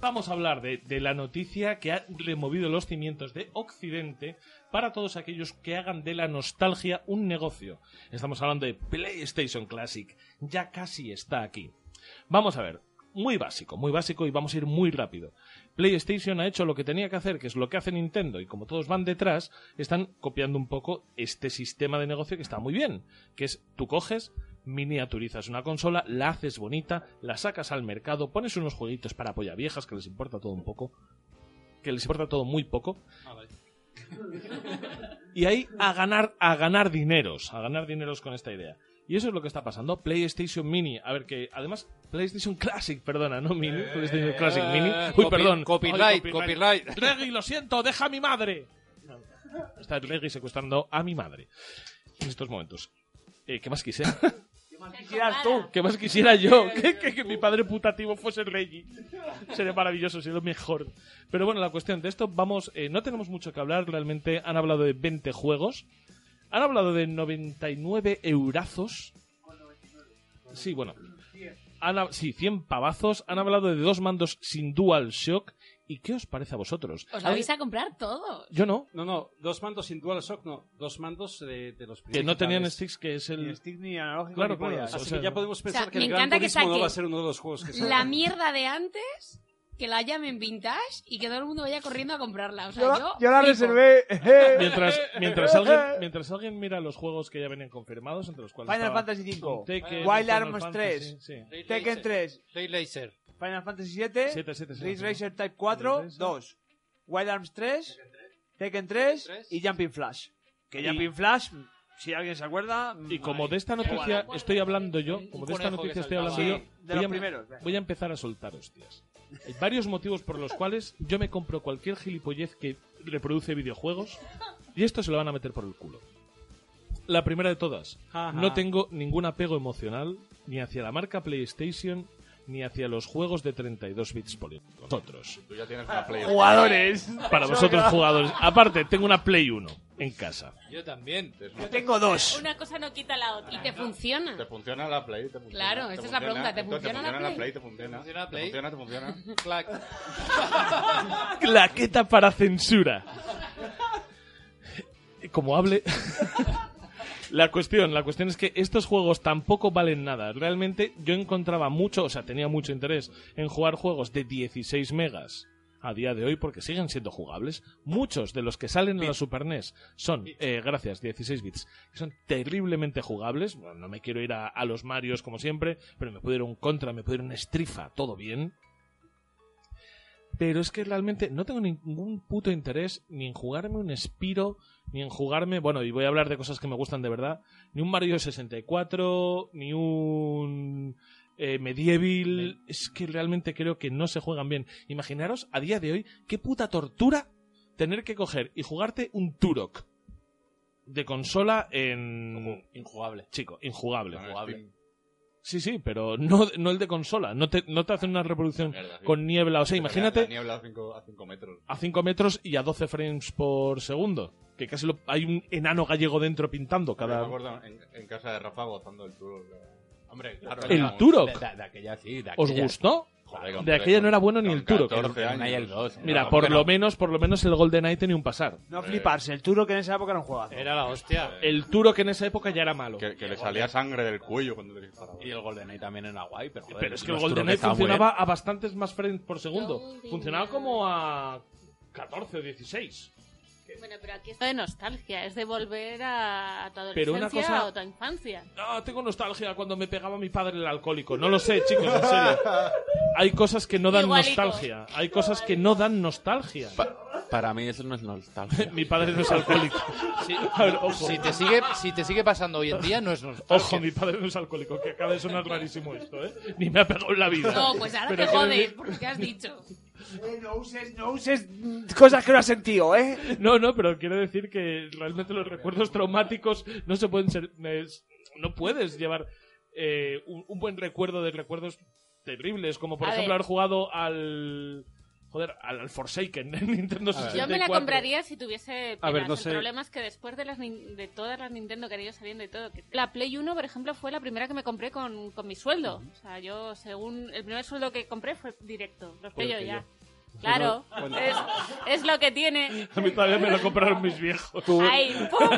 C: Vamos a hablar de, de la noticia que ha removido los cimientos de Occidente para todos aquellos que hagan de la nostalgia un negocio. Estamos hablando de PlayStation Classic. Ya casi está aquí. Vamos a ver. Muy básico, muy básico y vamos a ir muy rápido. PlayStation ha hecho lo que tenía que hacer, que es lo que hace Nintendo, y como todos van detrás, están copiando un poco este sistema de negocio que está muy bien, que es tú coges, miniaturizas una consola, la haces bonita, la sacas al mercado, pones unos jueguitos para viejas que les importa todo un poco, que les importa todo muy poco, y ahí a ganar, a ganar dineros, a ganar dineros con esta idea. Y eso es lo que está pasando. PlayStation Mini. A ver, que además, PlayStation Classic, perdona, no Mini. PlayStation [LAUGHS] Classic
A: eh,
C: Mini.
A: eh,
C: Uy,
A: copi-
C: perdón.
A: copyright,
C: Ay,
A: copyright.
C: [LAUGHS] Reggie, lo siento, deja a mi madre. Está Reggie secuestrando a mi madre. En estos momentos. Eh, ¿Qué más
A: [LAUGHS]
C: quisiera?
D: Quisieras tú.
C: ¿Qué más quisiera yo? Que, que- que mi padre putativo fuese Reggie. Sería maravilloso, sería lo mejor. Pero bueno, la cuestión de esto, vamos, eh, no tenemos mucho que hablar, realmente han hablado de 20 juegos, han hablado de 99 eurazos. Sí, bueno. Han hab- sí, 100 pavazos, han hablado de dos mandos sin dual shock. ¿Y qué os parece a vosotros?
N: Os lo vais a comprar todo.
C: Yo no.
G: No, no, dos mandos sin DualShock, no. Dos mandos eh, de, de los
C: Que no tenían
G: principales.
C: sticks, que es el...
D: Ni stick ni analógico
C: Claro,
D: ni polla.
C: claro,
G: Así
C: o sea,
G: que ya podemos pensar
N: sea,
G: que
N: me
G: el Gran
N: encanta que
G: Turismo no
N: saquen
G: va a ser uno de los juegos que salga.
N: La mierda de antes, que la llamen vintage y que todo el mundo vaya corriendo a comprarla. O sea,
D: Yo,
N: yo...
D: yo la reservé.
C: [LAUGHS] Mientras, mientras,
D: [LAUGHS]
C: alguien, mientras alguien mira los juegos que ya venían confirmados, entre los cuales.
D: Final
C: estaba
D: Fantasy V,
C: Tekken,
D: Wild
C: Final
D: Arms
C: Fantasy,
D: 3,
C: sí.
D: Tekken 3,
A: Laser.
D: Final Fantasy 7,
C: Siete, siete, sí,
D: Ridge
C: sí.
D: Racer Type 4,
C: Ridge Racer.
D: 2, Wild Arms 3, Tekken 3 y Jumping Flash. Que Jumping Flash, si alguien se acuerda... mm,
C: Y como de esta noticia estoy hablando yo, como de esta
D: conejo que
C: noticia estoy
D: saltaba.
C: hablando yo,
D: Sí, de
C: voy
D: los
C: a, em-
D: primeros, venga.
C: voy a empezar a soltar hostias. Hay varios motivos por los cuales yo me compro cualquier gilipollez que reproduce videojuegos y esto se lo van a meter por el culo. La primera de todas,
G: Ajá.
C: no tengo ningún apego emocional ni hacia la marca PlayStation ni hacia los juegos de 32 bits por nosotros.
L: Tú ya tienes una Play.
D: Jugadores.
C: Para vosotros jugadores. Aparte, tengo una Play 1 en casa.
A: Yo también.
D: Yo tengo dos.
N: Una cosa no quita la otra. Y te funciona.
L: Te funciona la Play, te funciona.
N: Claro,
L: te
N: esa es la
L: funciona,
N: pregunta, ¿te
L: entonces
N: funciona la Play?
L: te funciona.
A: funciona la
L: Te
A: Play?
L: funciona, te funciona.
G: [LAUGHS]
C: Claqueta para censura.
L: [LAUGHS]
C: Como hable. [LAUGHS] La cuestión, la cuestión es que estos juegos tampoco valen nada. Realmente yo encontraba mucho, o sea, tenía mucho interés en jugar juegos de 16 megas a día de hoy porque siguen siendo jugables. Muchos de los que salen en la Super NES son, eh, gracias, 16 bits, que son terriblemente jugables. Bueno, no me quiero ir a, a los Marios como siempre, pero me puedo ir a un Contra, me puedo ir a un Strifa, todo bien. Pero es que realmente no tengo ningún puto interés ni en jugarme un Spiro, ni en jugarme, bueno, y voy a hablar de cosas que me gustan de verdad, ni un Mario 64, ni un eh, Medieval. Es que realmente creo que no se juegan bien. Imaginaros a día de hoy qué puta tortura tener que coger y jugarte un Turok de consola en...
L: Injugable.
C: Chico, injugable.
L: Injugable.
C: Sí, sí, pero no, no el de consola. No te, no te hacen una reproducción
L: Mierda, sí.
C: con niebla. O sea, imagínate
L: La niebla a 5 metros.
C: a 5 metros y a 12 frames por segundo. Que casi lo- hay un enano gallego dentro pintando
L: Yo Me
O: Ah.
C: cada...
L: acuerdo en, en casa de Rafa gozando el Turok. Hombre, claro.
C: ¿El
L: digamos,
C: Turok?
L: De, de- de aquella sí, de
C: ¿Os
L: aquella-
C: gustó?
L: Joder, con-
C: De aquella no era bueno ni
L: con
C: el Turok.
L: 14 años.
C: Mira,
L: No,
C: por
L: hombre,
C: lo
L: no.
C: menos, por lo menos el Golden Eye tenía un pasar.
D: No fliparse, el Turok en esa época era un juegazo.
A: Era la hostia.
O: Eh.
C: El Turok en esa época ya era malo.
L: Que, que le salía sangre del cuello cuando le disparaba. Y el GoldenEye también era guay, pero
C: Pero es que el Golden Eye funcionaba a bastantes más frames por segundo.
N: Golden
C: Funcionaba
N: Eye.
C: como a 14 o 16.
E: Bueno, pero aquí esto de nostalgia, es de volver a, a tu
C: Pero una
E: adolescencia
C: cosa-
E: o tu infancia.
C: No, Ah, tengo nostalgia cuando me pegaba mi padre el alcohólico. No lo sé, chicos, en serio. Hay cosas que no dan
N: Igualico.
C: nostalgia. Hay cosas que no dan nostalgia.
L: Para mí eso no es nostalgia.
C: [LAUGHS] Mi padre no es alcohólico.
A: Si,
C: A ver, ojo.
A: si te sigue, si te sigue pasando hoy en día, no es nostalgia.
C: Ojo, mi padre no es alcohólico, que acaba de sonar rarísimo esto, ¿eh? Ni me ha pegado en [LAUGHS] la vida.
N: No, pues ahora
C: Pero
N: te
C: quiero
N: jodes,
C: decir-
N: por lo que has dicho.
D: Eh, no uses, no uses cosas que no has sentido, ¿eh?
C: No, no, pero quiero decir que realmente los recuerdos traumáticos no se pueden ser... es- No puedes llevar eh, un, un buen recuerdo de recuerdos terribles, como por
E: A
C: ejemplo
E: ver.
C: haber jugado al... Joder, al, al Forsaken en Nintendo 64.
E: Yo me la compraría si tuviese
G: A ver,
E: pelas.
G: no
E: el
G: sé.
E: problema es que después de, las, nin- de todas las Nintendo que han ido saliendo y todo, que- la Play 1, por ejemplo, fue la primera que me compré con, con mi sueldo. O sea, yo, según el primer sueldo que compré fue directo, los
C: Joder,
E: pillo
C: que
E: ya. Claro,
C: Bueno.
E: es, es lo que tiene.
C: A mí todavía me lo compraron mis viejos.
E: Ahí, ¡pumba!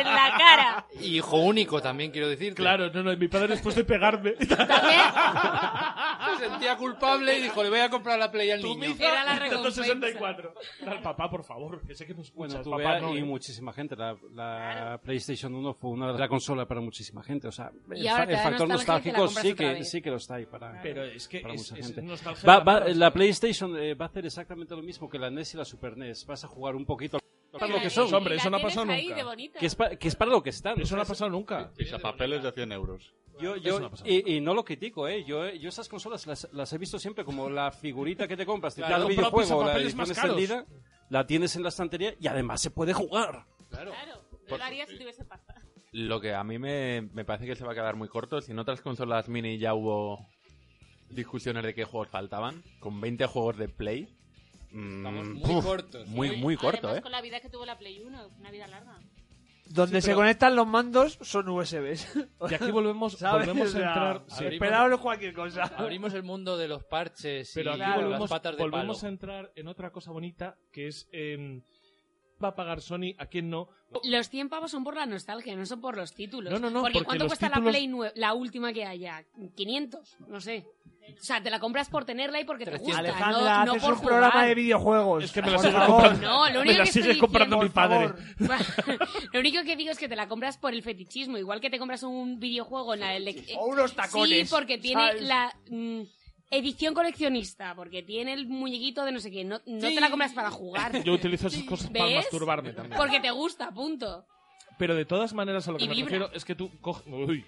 E: En la cara.
A: Hijo único también, quiero decir.
C: Claro, no, no, y mi padre después de pegarme. ah,
A: Se sentía
E: [LAUGHS]
A: culpable y dijo, le voy a comprar la Play al niño.
E: Era la recompensa.
C: 64. Dale, papá, por favor, que sé que no escuchas.
G: Bueno, tú
C: papá,
G: veas,
C: no,
G: y
C: ¿eh?
G: muchísima gente. La, la PlayStation 1 fue una de las consolas para muchísima gente. O sea,
C: Y
G: el,
C: ahora
G: fa-
C: te
G: el
C: da
G: factor
C: nostalgia y te
G: nostálgico
C: la compras
G: sí
C: otra
G: que,
C: vez.
G: sí que lo está ahí para,
C: Pero es que
G: para
C: es-
G: mucha
C: es
G: gente.
C: nostalgia
G: Va-
C: de la
G: va-
C: nostalgia.
G: la PlayStation eh, va a hacer exactamente lo mismo que la NES y la Super NES. Vas a jugar un poquito
C: Pero
G: para lo
C: la-
G: que son.
C: y Hombre, la eso no ha tienes pasado ahí nunca. de bonita.
G: Que es, pa- que es para lo que están.
C: Eso no ha pasado nunca.
L: Pisapapeles de 100 euros.
G: Yo,
L: Eso
G: yo,
L: no ha pasado
G: y, y no lo critico, ¿eh? Yo, yo esas consolas las, las he visto siempre como la figurita que te compras, te
C: Claro,
G: trae el
C: compro
G: videojuego, la
C: pisapapeles
G: edición
C: más caros.
G: extendida, la tienes en la estantería y además se puede jugar.
E: Claro. Yo lo haría si tuviese pasta.
L: Lo que a mí me, me parece que se va a quedar muy corto, si en otras consolas mini ya hubo discusiones de qué juegos faltaban, con 20 juegos de Play. Estamos
A: muy cortos.
L: Muy, muy corto,
E: Además,
L: ¿eh?
E: con la vida que tuvo la Play 1, una vida larga.
D: Donde
L: Sí,
D: se
L: pero-
D: conectan los mandos son USBs.
C: [LAUGHS] Y aquí
D: [LAUGHS]
C: volvemos- volvemos a entrar- sí.
D: Esperaros cualquier cosa.
A: Abrimos el mundo de los parches
C: Pero
A: y
C: aquí
A: las
C: volvemos,
A: patas de
C: volvemos a
A: palo.
C: entrar en otra cosa bonita, que es... em, ¿Va a pagar Sony? ¿A quién no?
N: Los 100 pavos son por la nostalgia, no son por los títulos.
C: No, no, no,
N: Porque,
C: porque
N: ¿cuánto
C: los
N: cuesta la
C: títulos-
N: Play nue- la última que haya? 500, no sé. O sea, te la compras por tenerla y porque te gusta,
D: Alejandra,
N: no, no
D: haces
N: por
D: un programa
N: jugar.
D: de videojuegos. Es que
C: me la
D: por
C: sigue
D: favor.
C: comprando.
N: No, lo único
C: me la
N: que
C: sigue
N: estoy
C: comprando mi
N: diciendo,
C: padre.
N: por Lo único que digo es que te la compras por el fetichismo, igual que te compras un videojuego en la ele-
D: O unos tacones,
N: Sí, porque tiene
D: ¿sabes?
N: la mm, edición coleccionista, porque tiene el muñequito de no sé qué, no, no te la compras para jugar.
C: [LAUGHS] Yo utilizo esas cosas para
N: ¿Ves?
C: masturbarme también.
N: Porque te gusta, punto.
C: Pero de todas maneras, a lo que
N: Y
C: me
N: vibra.
C: refiero es que tú uh, coges. Uy,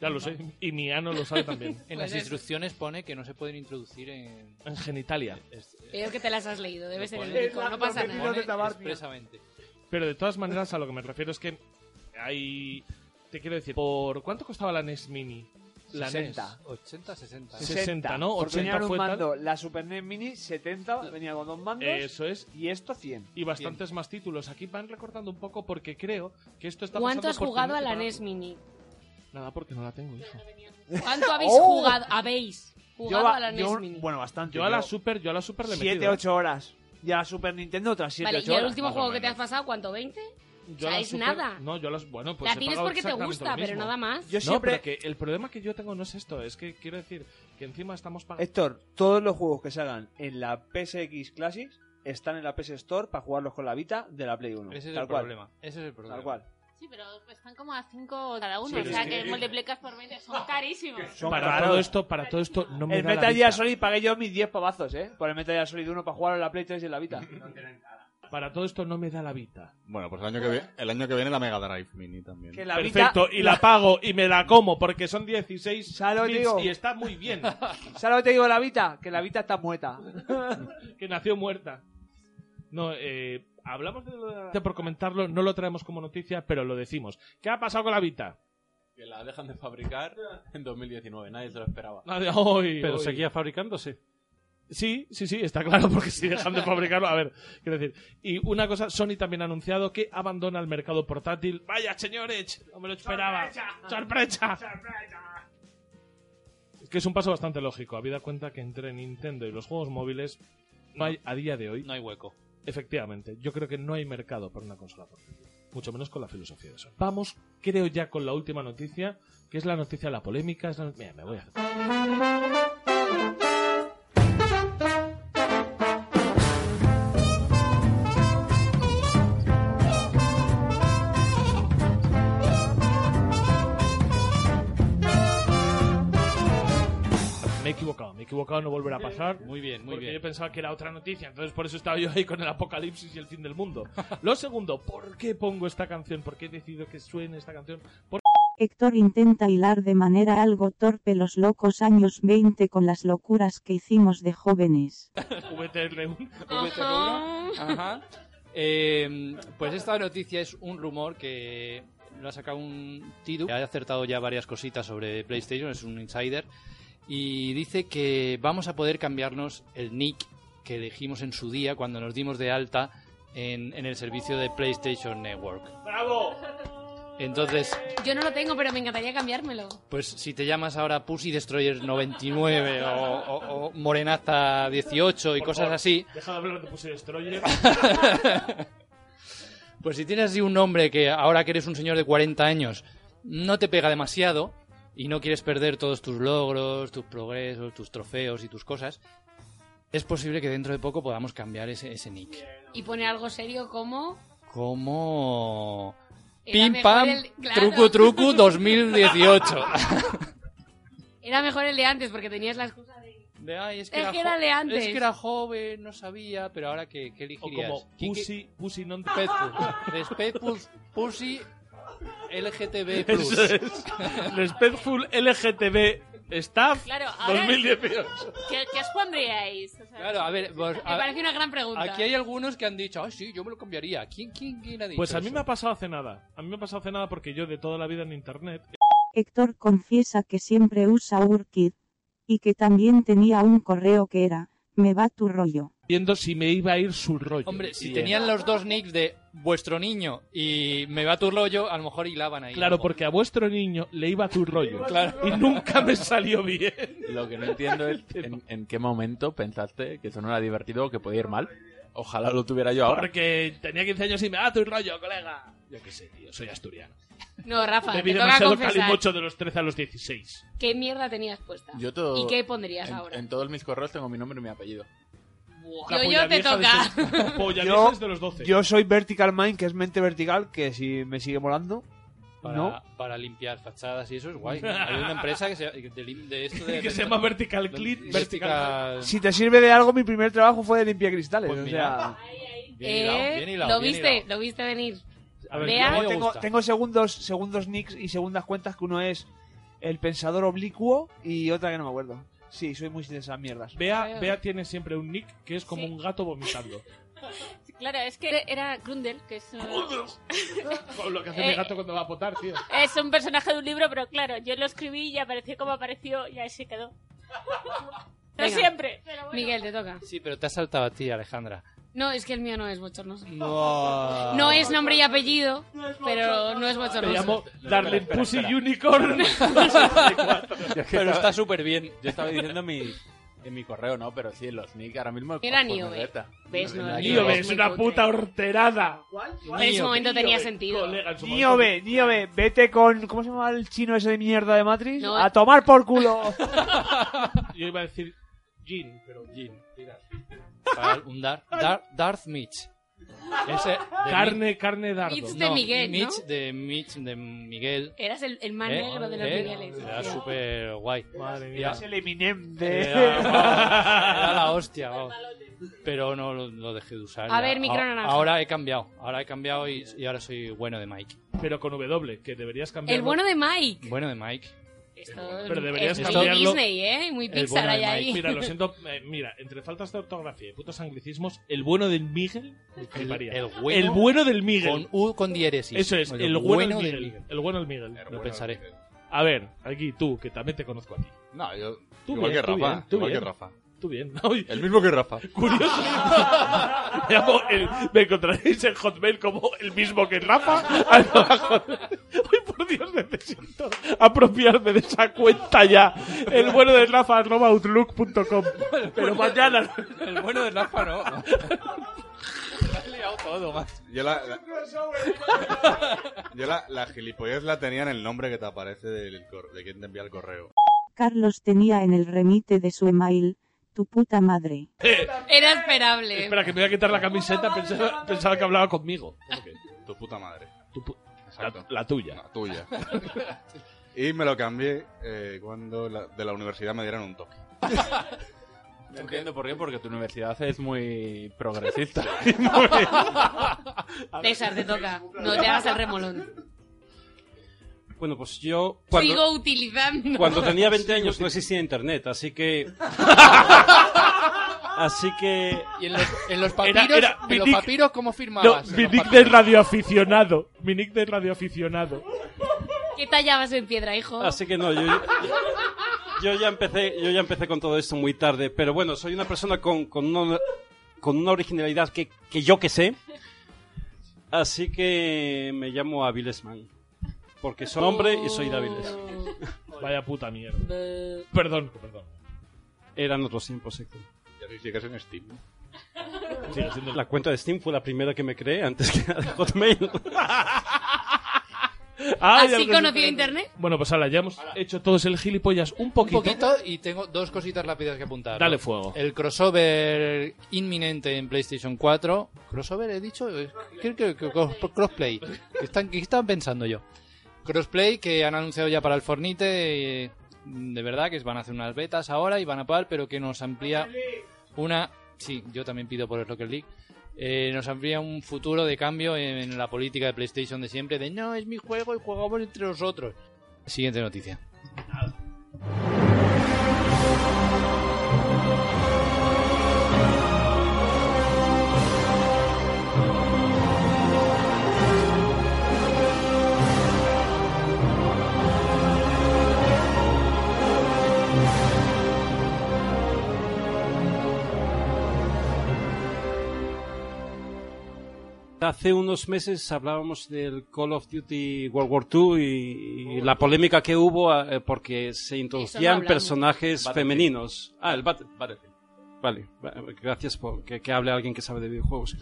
C: ya lo sé. Y mi ano lo sabe también.
A: [LAUGHS] En
N: Pues
A: las instrucciones pone que no se pueden introducir en...
C: En genitalia.
N: Veo que te las has leído, debe ser el
A: Pone-
N: único, no pasa nada.
A: Pone expresamente.
C: Pero de todas maneras, a lo que me refiero es que hay. Te quiero decir, ¿por cuánto costaba la NES Mini? La
A: 60.
C: NES.
A: 80, 60.
C: 60, ¿no?
D: Porque
C: 80
D: venían un
C: fue tal. Eh,
D: mando, la Super NES Mini 70, venía con dos mandos.
C: Eso es.
D: Y esto 100.
C: Y bastantes más títulos. Aquí van recortando un poco porque creo que esto está
N: ¿Cuánto
C: pasando
N: has
C: por
N: jugado a
C: tener
N: la E
C: que
N: NES Mini?
C: pagar- Nada, porque no la tengo, hijo.
N: ¿Cuánto habéis
D: Oh.
N: jugado? ¿Habéis jugado
D: va-
N: a la NES
D: yo-
N: Mini?
D: Bueno, bastante.
C: Yo a la Super, yo a la Super le he
D: 7,
C: metido, ¿eh?
D: 8 horas. Y a la Super Nintendo otras 7,
N: Vale,
D: 8
N: ¿y
D: horas.
N: el último
D: más o
N: juego que te
D: menos.
N: has pasado, cuánto? ¿20?
C: Yo a la
N: ¿Sabes
C: Super-
N: nada?
C: No, yo a las. Bueno, pues.
N: La
C: he
N: tienes
C: pagado
N: porque te
C: exactamente
N: gusta,
C: lo mismo.
N: pero nada más. Yo
C: no,
N: siempre-
C: pero que el problema que yo tengo no es esto. Es que quiero decir que encima estamos pagando.
D: Héctor, todos los juegos que salgan en la PSX Classics están en la PS Store para jugarlos con la Vita de la Play 1.
A: Ese es
D: Tal
A: el
D: cual.
A: problema. Ese es el problema.
D: Tal cual.
E: Sí, pero están como a 5 cada uno.
D: Sí,
E: o sea,
D: sí.
E: que multiplicas por 20 son carísimos.
D: Son
C: para
D: caros.
C: todo esto, para todo esto no me
D: el
C: da la
D: Metal
C: vida.
D: Gear Solid pagué yo mis 10 pavazos, ¿eh? Por el Metal Gear Solid 1 para jugar en la Play 3 y en la
C: [LAUGHS]
D: Vita.
C: Para todo esto no me da la vida.
L: Bueno, pues el año, que vi- el año que viene la Mega Drive Mini también.
D: Que la
C: Perfecto,
D: Vita-
C: y la pago y me la como porque son 16
D: Ya lo
C: bits
D: digo.
C: y está muy bien.
D: [LAUGHS] ¿Sabes lo que te digo la Vita? Que la Vita está muerta.
C: [LAUGHS] que nació muerta. No, eh, hablamos de lo de
D: Ah.
C: la- por comentarlo, no lo traemos como noticia, pero lo decimos. ¿Qué ha pasado con la Vita?
L: Que la dejan de fabricar en 2019, nadie se lo
C: [LAUGHS]
L: esperaba.
C: Nadie- hoy,
G: Pero
C: hoy. [LAUGHS]
G: seguía fabricándose.
C: Sí, sí, sí, está claro, porque si dejan de fabricarlo, a ver, quiero decir. Y una cosa, Sony también ha anunciado que abandona el mercado portátil. Vaya, señores, no me lo esperaba. Sorpresa. Es que es un paso bastante lógico, habida cuenta que entre Nintendo y los juegos móviles no hay a día de hoy.
A: No hay hueco.
C: Efectivamente, yo creo que no hay mercado para una consola portátil, mucho menos con la filosofía de Sony. Vamos, creo ya con la última noticia, que es la noticia de la polémica, es la no- Mira, me voy a Me he equivocado, me he equivocado, no volverá a pasar.
A: Muy bien, muy
C: porque
A: bien.
C: Yo pensaba que era otra noticia, entonces por eso estaba yo ahí con el apocalipsis y el fin del
A: [LAUGHS]
C: mundo. Lo segundo, ¿por qué pongo esta canción? ¿Por qué he decidido que suene esta canción? Por-
K: Héctor intenta hilar de manera algo torpe los locos años 20 con las locuras que hicimos de jóvenes.
C: VTR1.
A: Ajá. Eh, pues esta noticia es un rumor que lo ha sacado un Tidu. que Ha acertado ya varias cositas sobre PlayStation, es un insider. Y dice que vamos a poder cambiarnos el nick que elegimos en su día cuando nos dimos de alta en, en el servicio de PlayStation Network.
C: ¡Bravo!
A: Entonces,
N: Yo no lo tengo, pero me encantaría cambiármelo.
A: pues si te llamas ahora Pussy Destroyer 99 o, o- o Morenaza 18 y
C: Por
A: cosas
C: favor,
A: así,
C: Deja de hablar de Pussy
A: [LAUGHS]
C: Destroyer.
A: pues si tienes así un nombre que ahora que eres un señor de 40 años no te pega demasiado y no quieres perder todos tus logros, tus progresos, tus trofeos y tus cosas, es posible que dentro de poco podamos cambiar ese, ese nick.
N: Y pone algo serio como...
A: Como...
N: Era
A: Pim
N: mejor
A: pam,
N: el- claro.
A: truco truco
N: [LAUGHS]
A: 2018.
N: Era mejor el de antes, porque tenías la excusa de...
A: De, "Ay, es
N: Es
A: era
N: que era
A: jo-
N: de antes".
A: Es que era joven, no sabía, pero ahora que, que elegirías.
C: como
A: ¿Qué- qué-
C: Pussy, Pussy
A: [LAUGHS]
C: non respectful.
A: Respectful Pussy LGTB+.
C: [LAUGHS] Eso es.
A: [LAUGHS]
C: Respectful LGTB Staff
N: Claro, ahora-
C: 2018.
N: ¿Qué, qué os pondríais? O sea,
A: Claro, a ver, vos-
N: me
A: a-
N: parece una gran pregunta.
A: aquí hay algunos que han dicho, ay, sí, yo me lo cambiaría. ¿Quién, quién, quién ha dicho
C: Pues a mí
A: eso?
C: me ha pasado hace nada. A mí me ha pasado hace nada porque yo de toda la vida en internet
K: Héctor confiesa que siempre usa URKID. Y que también tenía un correo que era, me va tu rollo.
C: viendo si me iba a ir su rollo.
A: Hombre, si
C: Y,
A: tenían
C: eh,
A: los dos nicks de vuestro niño y me va tu rollo, a lo mejor hilaban ahí.
C: Claro,
A: ¿no?
C: porque a vuestro niño le iba tu rollo.
A: [LAUGHS] Claro.
C: Y nunca me salió bien.
L: Lo que no entiendo es en, en qué momento pensaste que eso no era divertido o que podía ir mal. Ojalá lo tuviera yo ahora.
C: Porque tenía 15 años y me da tu rollo, colega. Yo qué sé, tío, soy asturiano.
N: No, Rafa, te
C: Bebí
N: toca
C: demasiado
N: confesar.
C: calimocho de los 13 a los 16.
N: ¿Qué mierda tenías puesta?
L: Yo todo-
N: ¿Y qué pondrías
L: en,
N: ahora?
L: en todos mis correos tengo mi nombre y mi apellido.
N: Yo, yo te toca. [LAUGHS]
D: Yo, yo soy Vertical Mind, que es mente vertical, que si me sigue molando.
A: Para,
D: No.
A: para limpiar fachadas y eso es guay. Hay una empresa que se, de, lim- de esto de-
C: [LAUGHS] Que se llama Vertical Clit,
A: Vertical-
C: Vertical-
D: Si te sirve de algo, mi primer trabajo fue de limpiar cristales.
A: Pues
D: o
A: mira.
D: sea,
A: Bien
N: Eh.
A: hilado, bien hilado,
N: ¿Lo
A: bien
N: viste?
A: hilado.
N: ¿Lo viste venir?
A: A ver,
N: Vea.
A: yo me
D: tengo,
A: gusta.
D: tengo segundos, segundos nicks y segundas cuentas que uno es el pensador oblicuo y otra que no me acuerdo. Sí, soy muy de esas mierdas.
C: Bea, Bea tiene siempre un nick que es como un gato vomitando.
E: Claro, es que era Grundel, que es un,
C: Con lo que hace mi
E: Eh,
C: gato cuando va a potar, tío.
E: [LAUGHS] es un personaje de un libro, pero claro, yo lo escribí y apareció como apareció y ahí se
N: [LAUGHS]
E: quedó. No
N: Venga.
E: siempre.
N: Miguel, te toca.
A: Sí, pero te has saltado a ti, Alejandra.
N: No, es que el mío no es bochornoso.
G: Ah.
A: No.
N: No es nombre y apellido, pero no es bochornoso.
C: Me llamo Darling
L: espera,
C: Oh, Pussy
L: espera. [LAUGHS]
C: Unicorn.
A: Pero está súper bien.
L: Yo estaba diciendo mi, en mi correo, ¿no? Pero sí, los nick ahora mismo.
N: Era
L: pues,
N: Niobe.
L: me reta.
N: ¿Ves?
L: No,
N: No,
L: nada que
C: Tío,
L: ver.
C: es una puta horterada.
N: En ese momento tenía
A: eh,
N: sentido.
D: Niobe, Niobe, vete con. ¿Cómo se llama el chino ese de mierda de Matrix?
N: No.
D: A tomar por culo.
C: Yo iba a decir Jean, pero Jean.
A: Para un dar, dar- Darth Mitch. Ese de
C: Carne, carne dardo.
N: Mitch de Miguel, ¿no?
A: Mitch de Mitch de Miguel.
N: Eras el, el más
A: ¿Eh?
N: negro de los
A: ¿Eh?
N: Migueles.
A: Era súper guay.
C: Madre
A: Era-
D: Es el Eminem de.
A: Era, ah, era la hostia, vamos. Pero no lo, lo dejé de usar.
N: A
A: ya.
N: ver, micro
A: Ahora-
N: naranja.
A: Ahora he cambiado. Ahora he cambiado y, y ahora soy bueno de Mike.
C: Pero con W, que deberías cambiar.
N: El bueno de Mike.
A: Bueno de Mike.
N: Esto
C: Pero deberías
N: es muy
C: cambiarlo.
N: Disney, ¿eh? Muy
A: El
N: [LAUGHS] Pixar
A: bueno de
N: hay ahí.
A: Mike.
C: Mira,
N: [LAUGHS]
C: lo siento. eh, mira, entre faltas de ortografía y putos anglicismos, el bueno del Miguel me
A: El,
C: fliparía.
A: el bueno,
C: El bueno del Miguel.
A: Con U con diéresis.
C: Eso es,
A: O
C: el, bueno, del Miguel. El bueno del Miguel.
A: Lo pensaré.
C: A ver, aquí tú, que también te conozco aquí.
L: eh, No, yo.
C: Tú
L: igual
C: bien,
L: que
C: tú
L: Rafa.
C: bien, tú
L: igual
C: bien.
L: que Rafa.
C: Tú bien. ¿no? Oye,
L: El mismo que Rafa.
C: [LAUGHS] Curioso. me, llamo el- me encontraréis en Hotmail como el mismo que Rafa. [LAUGHS] Hoy por Dios necesito apropiarme de esa cuenta ya. El bueno de Rafa arroba outlook.com. [LAUGHS] Pero mañana.
A: El bueno de Rafa no. He liado todo, más.
O: Yo la, la- yo la, la gilipollez la tenía en el nombre que te aparece del cor- de quien te envía el correo.
K: Carlos tenía en el remite de su email, tu puta madre.
N: Era [LAUGHS] esperable.
C: eh, Espera, que me voy a quitar la camiseta. Pensaba, pensaba que hablaba conmigo. ¿Cómo que?
O: Tu puta madre.
C: Tu pu-
O: Exacto.
C: La, tuya.
O: La tuya.
A: [LAUGHS]
O: y me lo cambié eh, cuando la- de la universidad me dieron un
L: [LAUGHS]
O: toque.
L: No entiendo por qué, porque tu universidad es muy
C: [LAUGHS]
L: progresista.
N: César, te toca. No te hagas el remolón.
G: Bueno, pues yo cuando,
N: Sigo
A: [LAUGHS]
N: utilizando.
G: cuando tenía 20
C: pues
G: años no existía internet, así
C: [LAUGHS]
G: que... así que...
A: Y en los, en los
C: Era-
A: papiros,
C: era
A: en los
C: Mitic-
A: papiros ¿cómo
C: No,
A: firmabas? En
C: mi
A: los
C: nick de
A: papiros.
C: radioaficionado. Mi nick de radioaficionado.
N: ¿Qué tallabas en piedra, hijo?
G: Así que no, yo, yo ya empecé, yo ya empecé con todo esto muy tarde, pero bueno, soy una persona con, con una, con una originalidad que, que yo que sé. Así que me llamo Avilesman. Porque soy hombre y soy dáviles.
C: Oh.
G: [LAUGHS]
C: Vaya puta mierda. Perdón, perdón.
G: Eran otros tiempos, Héctor.
O: Ya si sigues en Steam.
G: Sigue siendo- La cuenta de Steam fue la primera que me creé antes que [LAUGHS] la de
N: [LAUGHS]
G: Hotmail.
C: Ay,
N: ¿Así
C: algo
N: conoció
C: diferente.
N: internet?
C: Bueno, pues ahora ya hemos hecho todos el gilipollas un poquito.
A: Un poquito y tengo dos cositas rápidas que apuntar.
C: Dale fuego.
A: El crossover inminente en PlayStation 4. ¿Crossover he dicho? Eh, Creo que que- que- crossplay. ¿Qué están, qué están pensando yo? Crossplay que han anunciado ya para el Fornite. eh, De verdad que van a hacer unas betas ahora y van a par, pero que nos amplía una... Sí, yo también pido por el Rocket League. Eh, nos amplía un futuro de cambio en, en la política de PlayStation de siempre, de no, es mi juego y jugamos entre nosotros. Siguiente noticia.
G: Hace unos meses hablábamos del Call of Duty World War II y, y la polémica que hubo eh, porque se introducían
L: hablamos.
G: personajes
L: Battlefield.
G: femeninos. Ah, el Bat- Vale, va- gracias por que, que hable alguien que sabe de videojuegos.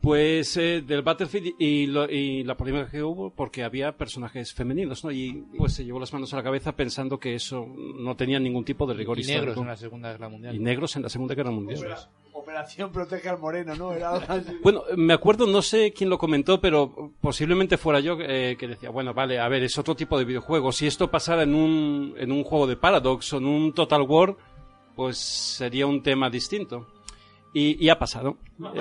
G: Pues eh, del Battlefield y, lo- y la polémica que hubo porque había personajes femeninos, ¿no? Y pues se llevó las manos a la cabeza pensando que eso no tenía ningún tipo de rigor
A: Y
G: histórico.
A: negros en la Segunda Guerra Mundial.
G: Y negros en la Segunda Guerra Mundial.
D: Operación Protege al Moreno, ¿no? Era algo así.
G: Bueno, me acuerdo, no sé quién lo comentó, pero posiblemente fuera yo eh, que decía, bueno, vale, a ver, es otro tipo de videojuego. Si esto pasara en un, en un juego de Paradox o en un Total War, pues sería un tema distinto. Y, y ha
O: [LAUGHS]
G: pasado.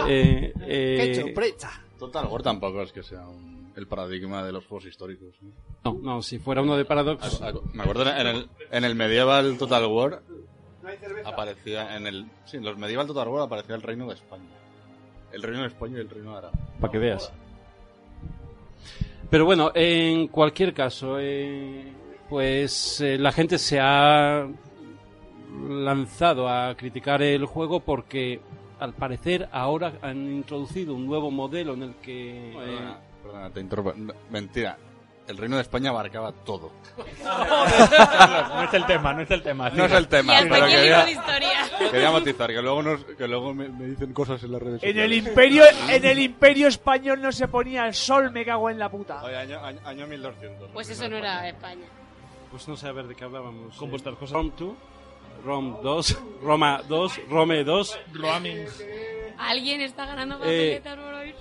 G: Eh, eh,
O: Total War tampoco es que sea un- el paradigma de los juegos históricos. ¿no?
G: no, no, si fuera uno de Paradox.
O: A- a- Me acuerdo en el, en el medieval Total War aparecía en el sí, en los medieval Total War aparecía el reino de España. El reino de España y el reino de Aragón.
G: Para que veas. Pero bueno, en cualquier caso, eh, pues eh, la gente se ha lanzado a criticar el juego porque al parecer ahora han introducido un nuevo modelo en el que... eh,
O: Perdona, perdona, te interrumpo. No, Mentira. El reino de España abarcaba todo.
L: [LAUGHS] No es el tema, no es el tema.
O: No es el tema,
L: Y hasta
O: pero
L: aquí el libro
O: quería,
L: de historia.
O: quería matizar, que luego, nos- que luego me, me dicen cosas en las redes
D: En
O: sociales.
D: el imperio, en el imperio español no se ponía el sol, me cago en la puta.
O: Oye, año, año, año 1200.
N: Pues eso no era España.
G: Pues no sé a ver de qué hablábamos. eh. Con vuestras cosas. Rom 2, Rom 2, Roma 2, Rome 2.
N: ¿Alguien está ganando
G: Eh,
N: papeletas por hoy?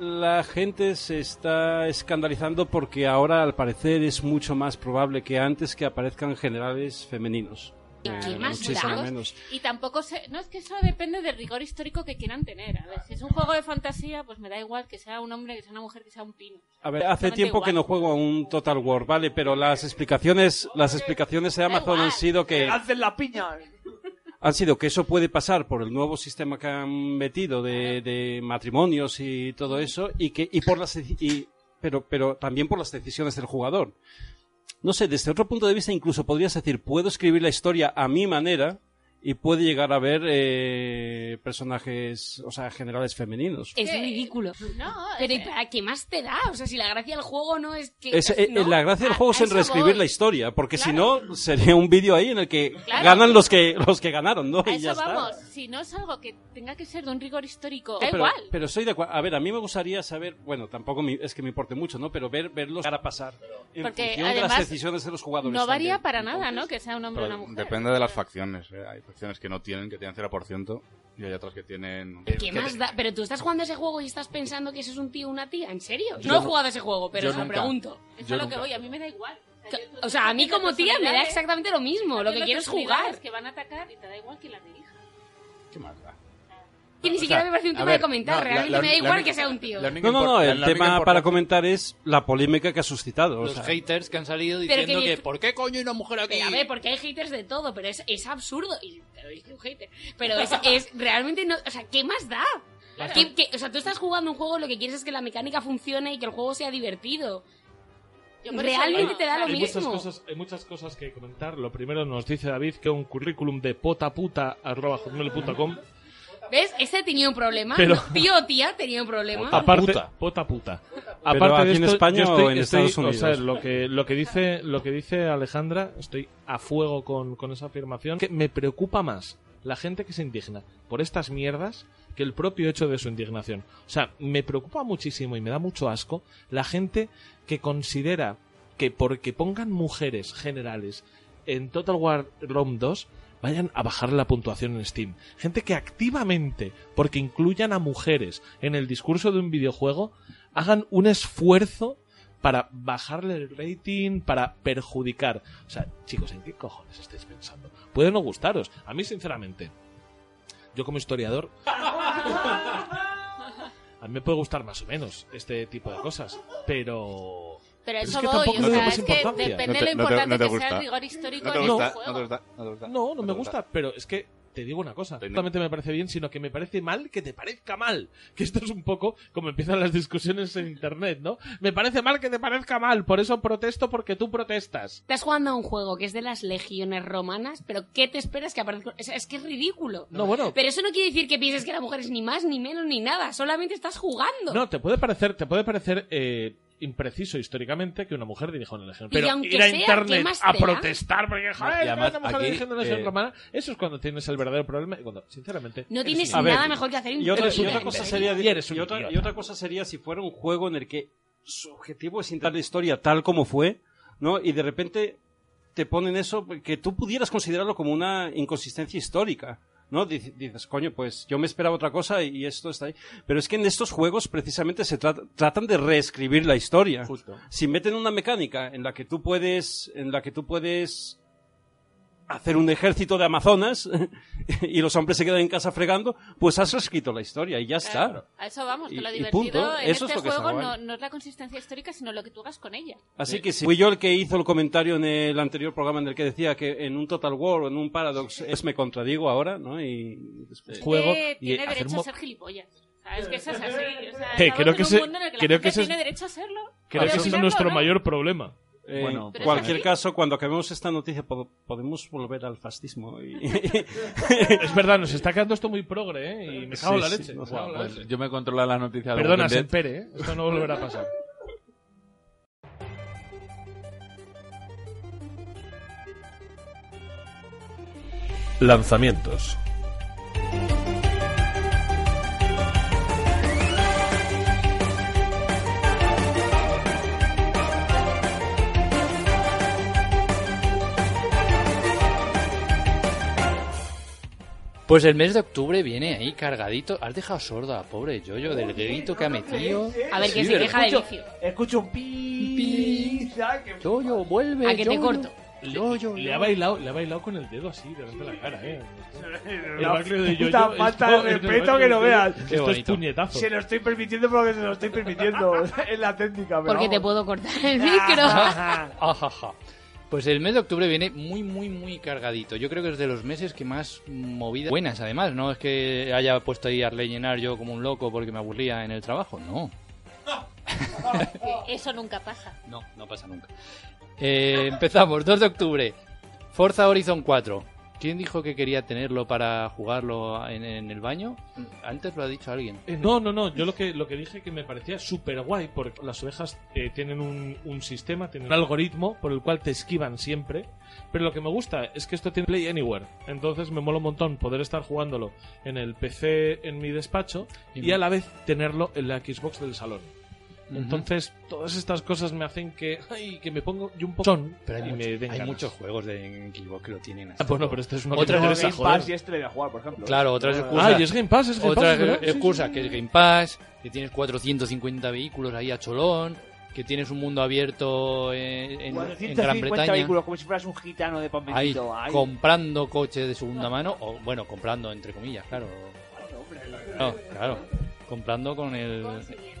G: La gente se está escandalizando porque ahora al parecer es mucho más probable que antes que aparezcan generales femeninos. Eh,
E: ¿Quién más
G: muchísimo
E: dados?
G: menos.
E: Y tampoco sé, no es que eso depende del rigor histórico que quieran tener. A ver, si es un juego de fantasía, pues me da igual que sea un hombre, que sea una mujer, que sea un pino.
G: A ver, hace
E: Exactamente
G: tiempo que
E: igual.
G: no juego a un Total War, vale, pero las explicaciones, las explicaciones de Amazon han sido que
D: Hacen la piña.
G: han sido que eso puede pasar por el nuevo sistema que han metido de, de matrimonios y todo eso y que y por las deci- y- pero pero también por las decisiones del jugador no sé desde otro punto de vista incluso podrías decir puedo escribir la historia a mi manera y puede llegar a haber eh, personajes o sea generales femeninos
N: Es ridículo. Pero ¿y para qué más te da? O sea, si la gracia del juego no es que...
G: Es- eh,
N: ¿no?
G: la gracia del juego
N: A-
G: es
N: a
G: en
N: eso
G: reescribir
N: voy.
G: la historia porque si no sería un vídeo ahí en el que
E: Claro.
G: ganan los que los que ganaron no
E: A
G: y ya
E: eso
G: está.
E: vamos, si no es algo que tenga que ser de un rigor histórico, da
G: pero,
E: igual.
G: pero soy de acuerdo. A ver, a mí me gustaría saber, bueno, tampoco me- es que me importe mucho, ¿no? Pero ver verlos para pasar. En
E: Porque
G: función de las
E: además
G: decisiones de los jugadores.
E: No varía
G: también.
E: para nada, ¿no? Que sea un hombre o
O: Pero
E: una mujer.
O: depende de las facciones. ¿eh? Hay facciones que no tienen, que tienen 0%, y hay otras que tienen...
N: ¿Qué más da? Pero tú estás jugando ese juego y estás pensando que eso es un tío o una tía, ¿en serio?
O: Yo
N: no he
O: nu-
N: jugado a ese juego, pero
O: yo
N: os lo
O: nunca.
N: pregunto.
O: Eso es Yo a lo que nunca. voy,
E: a mí me da igual.
N: O sea, a mí como tía me da
E: personalidades,
N: exactamente lo mismo, lo que
E: Las
N: quiero es
E: unidades
N: jugar.
E: que van a atacar y te da igual que la dirija.
O: ¿Qué más da?
N: Que
G: Pues
N: ni
O: O
N: siquiera
O: sea,
N: me parece un
O: a
N: tema
O: ver,
N: de comentar,
O: no, la-
N: realmente
O: la-
N: me da
O: la
N: igual
O: única-
N: que sea un tío.
O: la única-
G: No, no, no,
O: La-
G: el
O: la
G: tema
O: única
G: para
O: importancia-
G: comentar es la polémica que ha suscitado. o
A: Los
G: sea.
A: haters que han salido
N: Pero
A: diciendo
N: que-
A: que, ¿por qué coño hay una mujer aquí?
N: Pero a ver, porque hay haters de todo, pero es, es absurdo. Y te lo dice un hater. Pero
C: [LAUGHS]
N: es, es realmente no. O sea, ¿qué más da? ¿Qué- qué- o sea, tú estás jugando un juego, lo que quieres es que la mecánica funcione y que el juego sea divertido.
E: Yo por eso
N: Realmente
E: digo,
N: te da lo
C: hay Muchas
N: mismo.
C: cosas, hay muchas cosas que comentar. Lo primero nos dice David que un currículum de potapputa.com
N: ¿Ves? Ese tenía un problema.
C: Pero-
N: [LAUGHS] Tío o tía tenía un problema.
C: aparte, pota puta.
G: Pero
C: Aparte
G: aquí
C: de
G: en
C: esto,
G: España
C: yo estoy-
G: o en
C: estoy-
G: Estados Unidos.
C: O sea, lo que, lo, que dice, lo que dice Alejandra, estoy a fuego con, con esa afirmación. Que me preocupa más la gente que se indigna por estas mierdas que el propio hecho de su indignación. O sea, me preocupa muchísimo y me da mucho asco la gente que considera que porque pongan mujeres generales en Total War Rome 2 vayan a bajar la puntuación en Steam. Gente que activamente, porque incluyan a mujeres en el discurso de un videojuego, hagan un esfuerzo para bajarle el rating, para perjudicar. O sea, chicos, ¿en qué cojones estáis pensando? Puede no gustaros. A mí, sinceramente, yo como historiador, a mí me puede gustar más o menos este tipo de cosas, pero...
E: Pero
C: es
E: eso
C: que
E: voy,
C: tampoco
E: o
C: le
E: sea,
C: damos
E: es que
C: importancia.
E: depende
O: No te-
E: lo
O: no te- no
E: importante
O: te
E: que sea el
O: gusta.
E: rigor histórico
O: No te
E: en
O: gusta,
E: el
O: no
E: juego.
O: te gusta, no te gusta.
C: No, no me
O: te
C: gusta, pero es que te digo una cosa, no solamente me parece bien, sino que me parece mal que te parezca mal. Que esto es un poco como empiezan las discusiones en internet, ¿no? Me parece mal que te parezca mal, por eso protesto porque tú protestas.
N: Estás jugando a un juego que es de las legiones romanas, pero ¿qué te esperas que aparezca? O sea, es que es ridículo.
C: No, bueno.
N: Pero eso no quiere decir que pienses que la mujer es ni más, ni menos, ni nada. Solamente estás jugando.
C: No, te puede parecer, te puede parecer eh, impreciso históricamente que una mujer dirija una legión.
N: Y
C: Pero
N: aunque
C: ir a
N: sea, ¿qué
C: internet
N: más
C: a
N: te da?
C: protestar porque, joder,
L: No, y además
C: una mujer
L: aquí,
C: dirige una legión
L: eh,
C: romana, eso es cuando tienes el verdadero problema. y cuando, sinceramente,
N: No
C: eres
N: tienes
C: un idiota.
N: nada mejor que hacer
C: Eres
G: Y otra,
C: un
G: y otra
C: idiota.
G: cosa sería,
C: Y eres un
G: y otra,
C: idiota.
G: y otra cosa sería si fuera un juego en el que su objetivo es intentar la historia tal como fue, ¿no? Y de repente te ponen eso que tú pudieras considerarlo como una inconsistencia histórica. ¿No? Dic- Dices, coño, pues yo me esperaba otra cosa y esto está ahí. Pero es que en estos juegos precisamente se trata- tratan de reescribir la historia.
L: Justo.
G: Si meten una mecánica en la que tú puedes, en la que tú puedes hacer un ejército de amazonas [LAUGHS] y los hombres se quedan en casa fregando, pues has reescrito la historia y ya está.
E: A eso vamos, que
G: Y-
E: lo
G: y
E: divertido
G: punto.
E: en
G: Eso es
E: este
G: lo que está
E: juego no,
G: mal.
E: no es la consistencia histórica, sino lo que tú hagas con ella.
G: Así
C: Eh,
G: que si fui yo el que hizo el comentario en el anterior programa en el que decía que en un Total War o en un Paradox es me contradigo ahora, ¿no? Y después
E: Es que Eh, tiene derecho a ser gilipollas. ¿Sabes que eso es así? O sea,
C: Eh,
E: estamos
C: creo
E: en
C: que
E: un
C: ese-
E: mundo en el que la
C: creo
E: gente
C: que ese es-
E: tiene derecho a serlo.
C: Creo que
E: Pero
C: ese es
E: serlo,
C: nuestro
E: ¿no?
C: mayor problema.
G: Eh,
E: Bueno,
G: en
E: pues
G: cualquier
E: aquí-
G: caso, cuando acabemos esta noticia po- podemos volver al fascismo. [LAUGHS] Y...
C: es verdad, nos está quedando esto muy progre, ¿eh? Y me cago en la
G: Sí, sí,
C: leche.
G: no
C: me
G: sé.
C: cago en la
G: Pues,
C: leche.
L: Yo me controlo la noticia de
C: Perdona,
L: Walking Dead.
C: Sempere, ¿eh? Esto no volverá a pasar.
B: Lanzamientos.
A: Pues el mes de octubre viene ahí cargadito. Has dejado sorda, a pobre Yoyo, del grito que ha metido.
N: A ver, que
A: Sí,
N: se
A: pero
N: queja de
A: escucho-
N: vicio.
D: Escucho un pi. ¿sabes? Que-
A: Yoyo, vuelve.
N: A que te
A: Yoyo.
N: corto.
A: Yoyo,
C: Le ha
A: Yoyo.
C: bailado, le ha bailado con el dedo así, delante de la cara, ¿eh? El
D: La
C: baile de
D: puta
C: yo-yo,
D: [LAUGHS] falta
C: esto- [LAUGHS]
D: de
C: el baile
D: respeto que no
C: de yo-yo,
D: veas. Qué
C: Esto es
A: bonito.
C: puñetazo.
D: Se lo estoy permitiendo porque se lo
A: [LAUGHS]
D: estoy permitiendo. es la técnica, pero
N: Porque te
D: vamos.
N: puedo cortar
C: [LAUGHS]
N: el micro.
A: Ajaja. Pues el mes de octubre viene muy, muy, muy cargadito. Yo creo que es de los meses que más movidas buenas, además. No es que haya puesto ahí a rellenar yo como un loco porque me aburría en el trabajo. No,
E: Que Eso nunca pasa.
A: no, no pasa nunca. Eh, empezamos, 2 de octubre. Forza Horizon 4. ¿Quién dijo que quería tenerlo para jugarlo en, en el baño? Antes lo ha dicho alguien.
C: Eh, No, no, no. Yo lo que, lo que dije que me parecía súper guay, porque las ovejas eh, tienen un, un sistema, tienen un algoritmo por el cual te esquivan siempre. Pero lo que me gusta es que esto tiene Play Anywhere. Entonces me mola un montón poder estar jugándolo en el PC en mi despacho y, a la vez tenerlo en la Xbox del salón.
A: Ujú.
C: Entonces, todas estas cosas me hacen que, ay, que me pongo yo un pochón.
A: Pero hay,
C: y
A: mucho-
C: me den
A: hay
C: ganas.
A: muchos juegos de Xbox que lo tienen así.
C: Ah, bueno, pero este es uno que
A: Otra
C: me
A: es
C: interesa,
A: Game
D: Game
A: joder.
D: Pass y este le voy a jugar, por ejemplo.
A: Claro, otra
D: Eh,
A: excusa.
C: Ah, y es Game Pass, es Game
A: otra
C: Pass, ¿verdad? Sí,
A: excusa
C: sí, sí.
A: que es Game Pass, que tienes 450 vehículos ahí a cholón, que tienes un mundo abierto en, en- en
D: 450
A: Gran Bretaña.
D: vehículos, como si fueras un gitano de pan
A: Ahí,
D: bendito. Ay,
A: comprando coches de segunda mano, o bueno, comprando entre comillas, claro. No, claro. Comprando con el.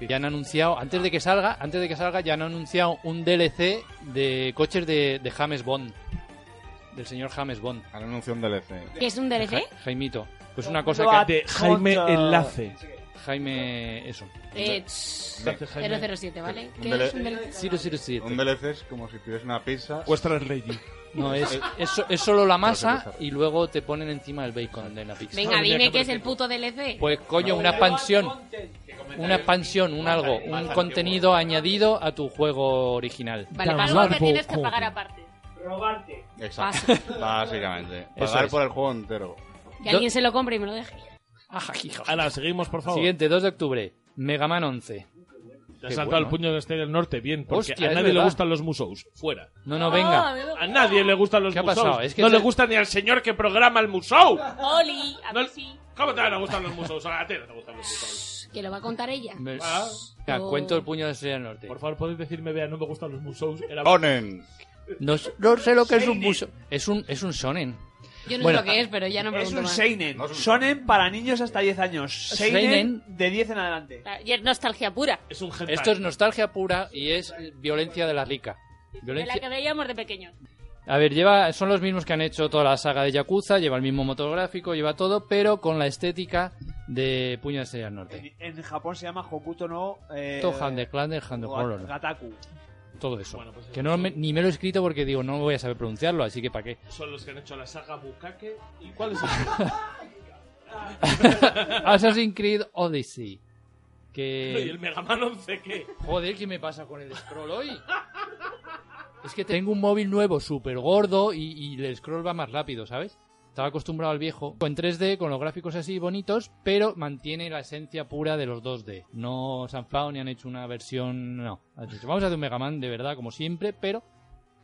A: Ya han anunciado, antes de que salga, antes de que salga, ya han anunciado un DLC de coches de, de James Bond. Del señor James Bond.
O: Han anunciado un DLC.
N: ¿Qué es un DLC?
A: Ja- Jaimito. Pues una cosa
D: Nueva
A: que.
C: De Jaime
D: Concha.
C: Enlace.
A: Jaime, eso.
N: Eh,
A: Gracias, Jaime.
N: 007, ¿vale?
O: Un
N: ¿Qué
O: DL
N: es un DLC?
A: 007.
O: Un DLC es como si pides una pizza. Eh,
C: Vuestra
O: [LAUGHS]
C: es Reggie.
A: No, es, es, so- es solo la masa y luego te ponen encima el bacon de la pizza.
N: Venga, dime qué es el puto DLC.
A: Pues coño, una expansión. Una expansión, un algo, un contenido añadido a tu juego original.
N: Vale, algo que tienes que pagar aparte.
D: Robarte.
O: Exacto. Básicamente.
A: Eso
O: Pagar
A: es.
O: por el juego entero.
N: Que alguien se lo compre y me lo deje.
C: Ah, Ahora, seguimos, por favor.
A: Siguiente, 2 de octubre. Mega Man 11.
C: Te has
A: Qué
C: saltado
A: bueno,
C: el puño de este del norte, bien, porque
A: Hostia,
C: a
A: es
C: nadie le
A: verdad.
C: gustan los museos. Fuera.
A: No, no, venga.
N: a mí me
C: A nadie le gustan los
A: ¿Qué ha
C: museos.
A: pasado? Es que
C: no
A: te-
C: le gusta ni al señor que programa el museo.
N: Oli, a
C: No-
N: mí sí.
C: ¿Cómo te van a gustar los museos? A ti no te gustan los museos.
N: Que lo va a contar ella.
A: Me-
C: Ah.
A: Venga, cuento el puño de Estrella del Norte. Oh.
C: Por favor, podéis decirme, vea, no me gustan los museos. Era-
O: Ponen.
A: No, s- no sé lo que es un buzo. Es un, es un shonen.
N: Yo no
A: Bueno.
N: sé lo que es, pero ya no
C: Eh,
D: Es
N: pregunto
D: un
N: más.
D: Seinen. Shonen para niños hasta 10 años. Seinen
A: Seinen.
D: de 10 en adelante.
N: Y es nostalgia pura.
C: Es un hentai.
A: Esto es nostalgia pura y es violencia de la rica.
N: De la
A: Violencia...
N: que veíamos
D: [LAUGHS]
N: de pequeño.
A: A ver, lleva, son los mismos que han hecho toda la saga de Yakuza, lleva el mismo motor gráfico, lleva todo, pero con la estética de Puño de Estrella del Norte.
D: En Japán se llama Hokuto no... Eh,
A: Tohan de Clan de Hand of
D: o
A: Horror,
D: Gataku.
A: todo
D: ah,
A: eso. que no me- ni me lo he escrito porque digo, no voy a saber pronunciarlo, así que ¿para qué?
C: Son los que han hecho la saga Bukake. ¿Y cuál es
A: [LAUGHS]
C: el Ah.
A: Assassin's Creed Odyssey.
C: [LAUGHS] ¿Y
A: Que...
C: el Mega Man 11 qué?
A: Joder, ¿qué me pasa con el scroll hoy? Es que tengo un móvil nuevo súper gordo y, y el scroll va más rápido, ¿sabes? Estaba acostumbrado al viejo. En 3D, con los gráficos así bonitos, pero mantiene la esencia pura de los 2D. No se han fao ni han hecho una versión... No. Han dicho, Vamos a hacer un Mega Man de verdad, como siempre, pero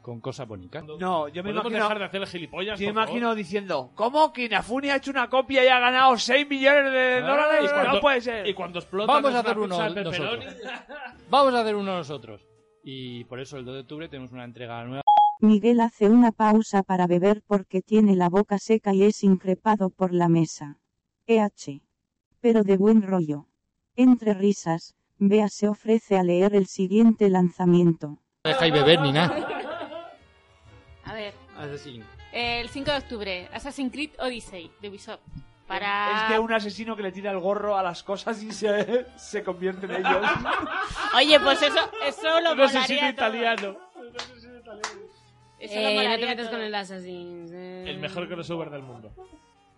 A: con cosas bonitas.
D: No, yo me
C: ¿Podemos
D: imagino...
C: dejar de hacer gilipollas?
D: Yo me
C: por favor?
D: imagino diciendo, ¿cómo que Inafune ha hecho una copia y ha ganado 6 millones de
C: Ah,
D: dólares?
C: y cuando-
D: no puede ser.
C: Y cuando explota
A: Vamos a
C: nuestra
A: hacer uno
C: pizza de
A: nosotros.
C: pepperoni-
A: [LAUGHS] Vamos a hacer uno nosotros. Y por eso el 2 de octubre tenemos una entrega nueva.
K: Miguel hace una pausa para beber porque tiene la boca seca y es increpado por la mesa. EH. Pero de buen rollo. Entre risas, Bea se ofrece a leer el siguiente lanzamiento.
A: No dejáis beber ni nada.
E: A ver,
A: Asesino.
E: el 5 de octubre, Assassin's Creed Odyssey de Ubisoft. Para...
D: Es de un asesino que le tira el gorro a las cosas y se, [LAUGHS] se convierte en
N: [LAUGHS]
D: ellos.
E: Oye, pues eso, eso lo
D: Un asesino
E: molaría todo.
D: italiano.
E: Eso lo
N: Eh, no te
E: molaría
N: metas
E: todo.
N: con el Assassin's. eh.
C: El mejor crossover del mundo.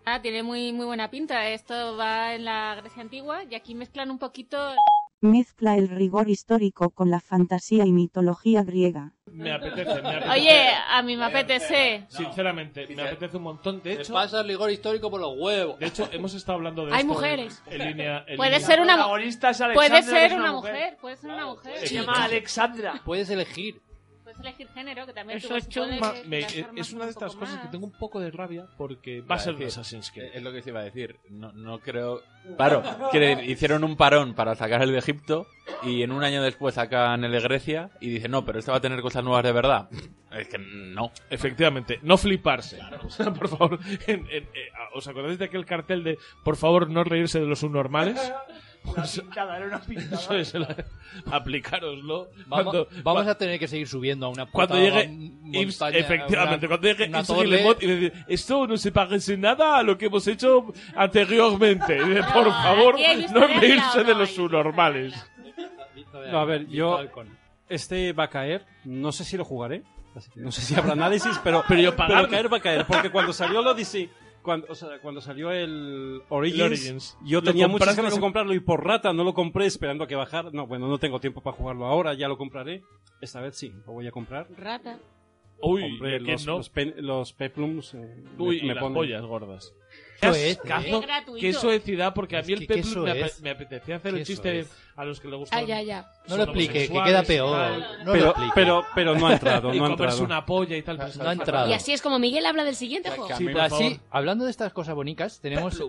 E: Ah, tiene muy, muy buena pinta. Esto va en la Grecia antigua y aquí mezclan un poquito.
K: Mezcla el rigor histórico con la fantasía y mitología griega.
C: Me apetece, me apetece.
E: Oye, a mí me apetece.
C: Sinceramente, me apetece un montón. De hecho,
A: Pasa el rigor histórico por los huevos.
C: de hecho hemos estado hablando de
E: Hay
C: esto
E: mujeres.
C: En, en línea, en
E: Puede
C: línea.
E: ser una mu-
D: protagonista es Alexandra,
E: Puede
D: que
E: ser
D: es
E: una mujer, puede ser una mujer.
D: Se llama Alexandra.
A: Puedes elegir.
E: Puedes elegir género, que también
C: Eso
E: tú
C: es
E: puedes
C: chumba. Ah, Me-
E: las armas
C: es una de estas
E: poco
C: cosas que
E: más.
C: tengo un poco de rabia porque
L: Iba
C: va
L: a
C: a ser un
L: decir,
C: Assassin's Creed.
L: eh, Es lo que se iba a decir. No, no creo.
C: [LAUGHS]
L: Claro, quiero decir, hicieron un parón para sacar el de Egipto y en un año después sacan el de Grecia y dicen, no, pero este va a tener cosas nuevas de verdad. Es que no.
C: Efectivamente, no fliparse. por favor, en- en- eh, ¿os acordáis de aquel cartel de por favor no reírse de los subnormales?
L: [LAUGHS]
C: Pues,
D: Una pintada, era una
C: [LAUGHS]
D: pintada.
C: Eso es, el- aplicároslo.
A: Vamos,
C: Cuando-
A: vamos a tener que seguir subiendo a una puta
C: Cuando llegue
A: montaña,
C: Yves-
A: a una-
C: efectivamente, cuando llegue
A: una
C: Yves
A: torre.
C: Guillemot y le dice, esto no se parece nada a lo que hemos hecho anteriormente. Y dice, por
E: No,
C: favor,
E: Ah, aquí hay
C: no
E: historia,
C: reírse de
E: no,
C: los
E: hay
C: subnormales.
G: No, a ver, yo. Este va a caer. No sé si lo jugaré. así que No sé si habrá análisis, pero.
C: [LAUGHS] Pero yo pagarme.
G: caer va a caer. Porque cuando salió el Odyssey. Cuando, o sea, cuando salió el Origins,
C: El Origins.
G: yo
C: ¿Lo
G: tenía muchas
C: compraste?
G: ganas de comprarlo y por rata no lo compré esperando a que bajara. No, bueno, no tengo tiempo para jugarlo ahora, ya lo compraré. Esta vez sí, lo voy a comprar.
E: Rata.
C: Uy,
G: compré
C: ¿quién
G: los,
C: no?
G: los, pen- los peplums. eh,
C: Uy, y
G: me, me
C: las
G: ponen.
C: pollas gordas.
A: Eso es, ¿eh?
C: Ascazo,
N: Qué gratuito.
C: qué soecidad, porque a mí el
A: que qué
C: peplum me,
A: soez.
C: ape- me apetecía hacer el
A: Qué
C: chiste de
A: soez.
C: a los que le gusta
N: Ah, ya, ya.
A: No lo explique, que queda peor. No lo
G: Pero,
A: explique.
G: pero, pero no ha entrado,
C: y [LAUGHS]
G: no ha
C: comerse
G: entrado.
C: una polla y tal. pero
A: No ha
C: está-
A: entrado.
N: Y así es como Miguel habla del siguiente juego.
A: Sí,
C: Sí,
A: pero
C: por favor.
A: así, hablando de estas cosas bonitas, tenemos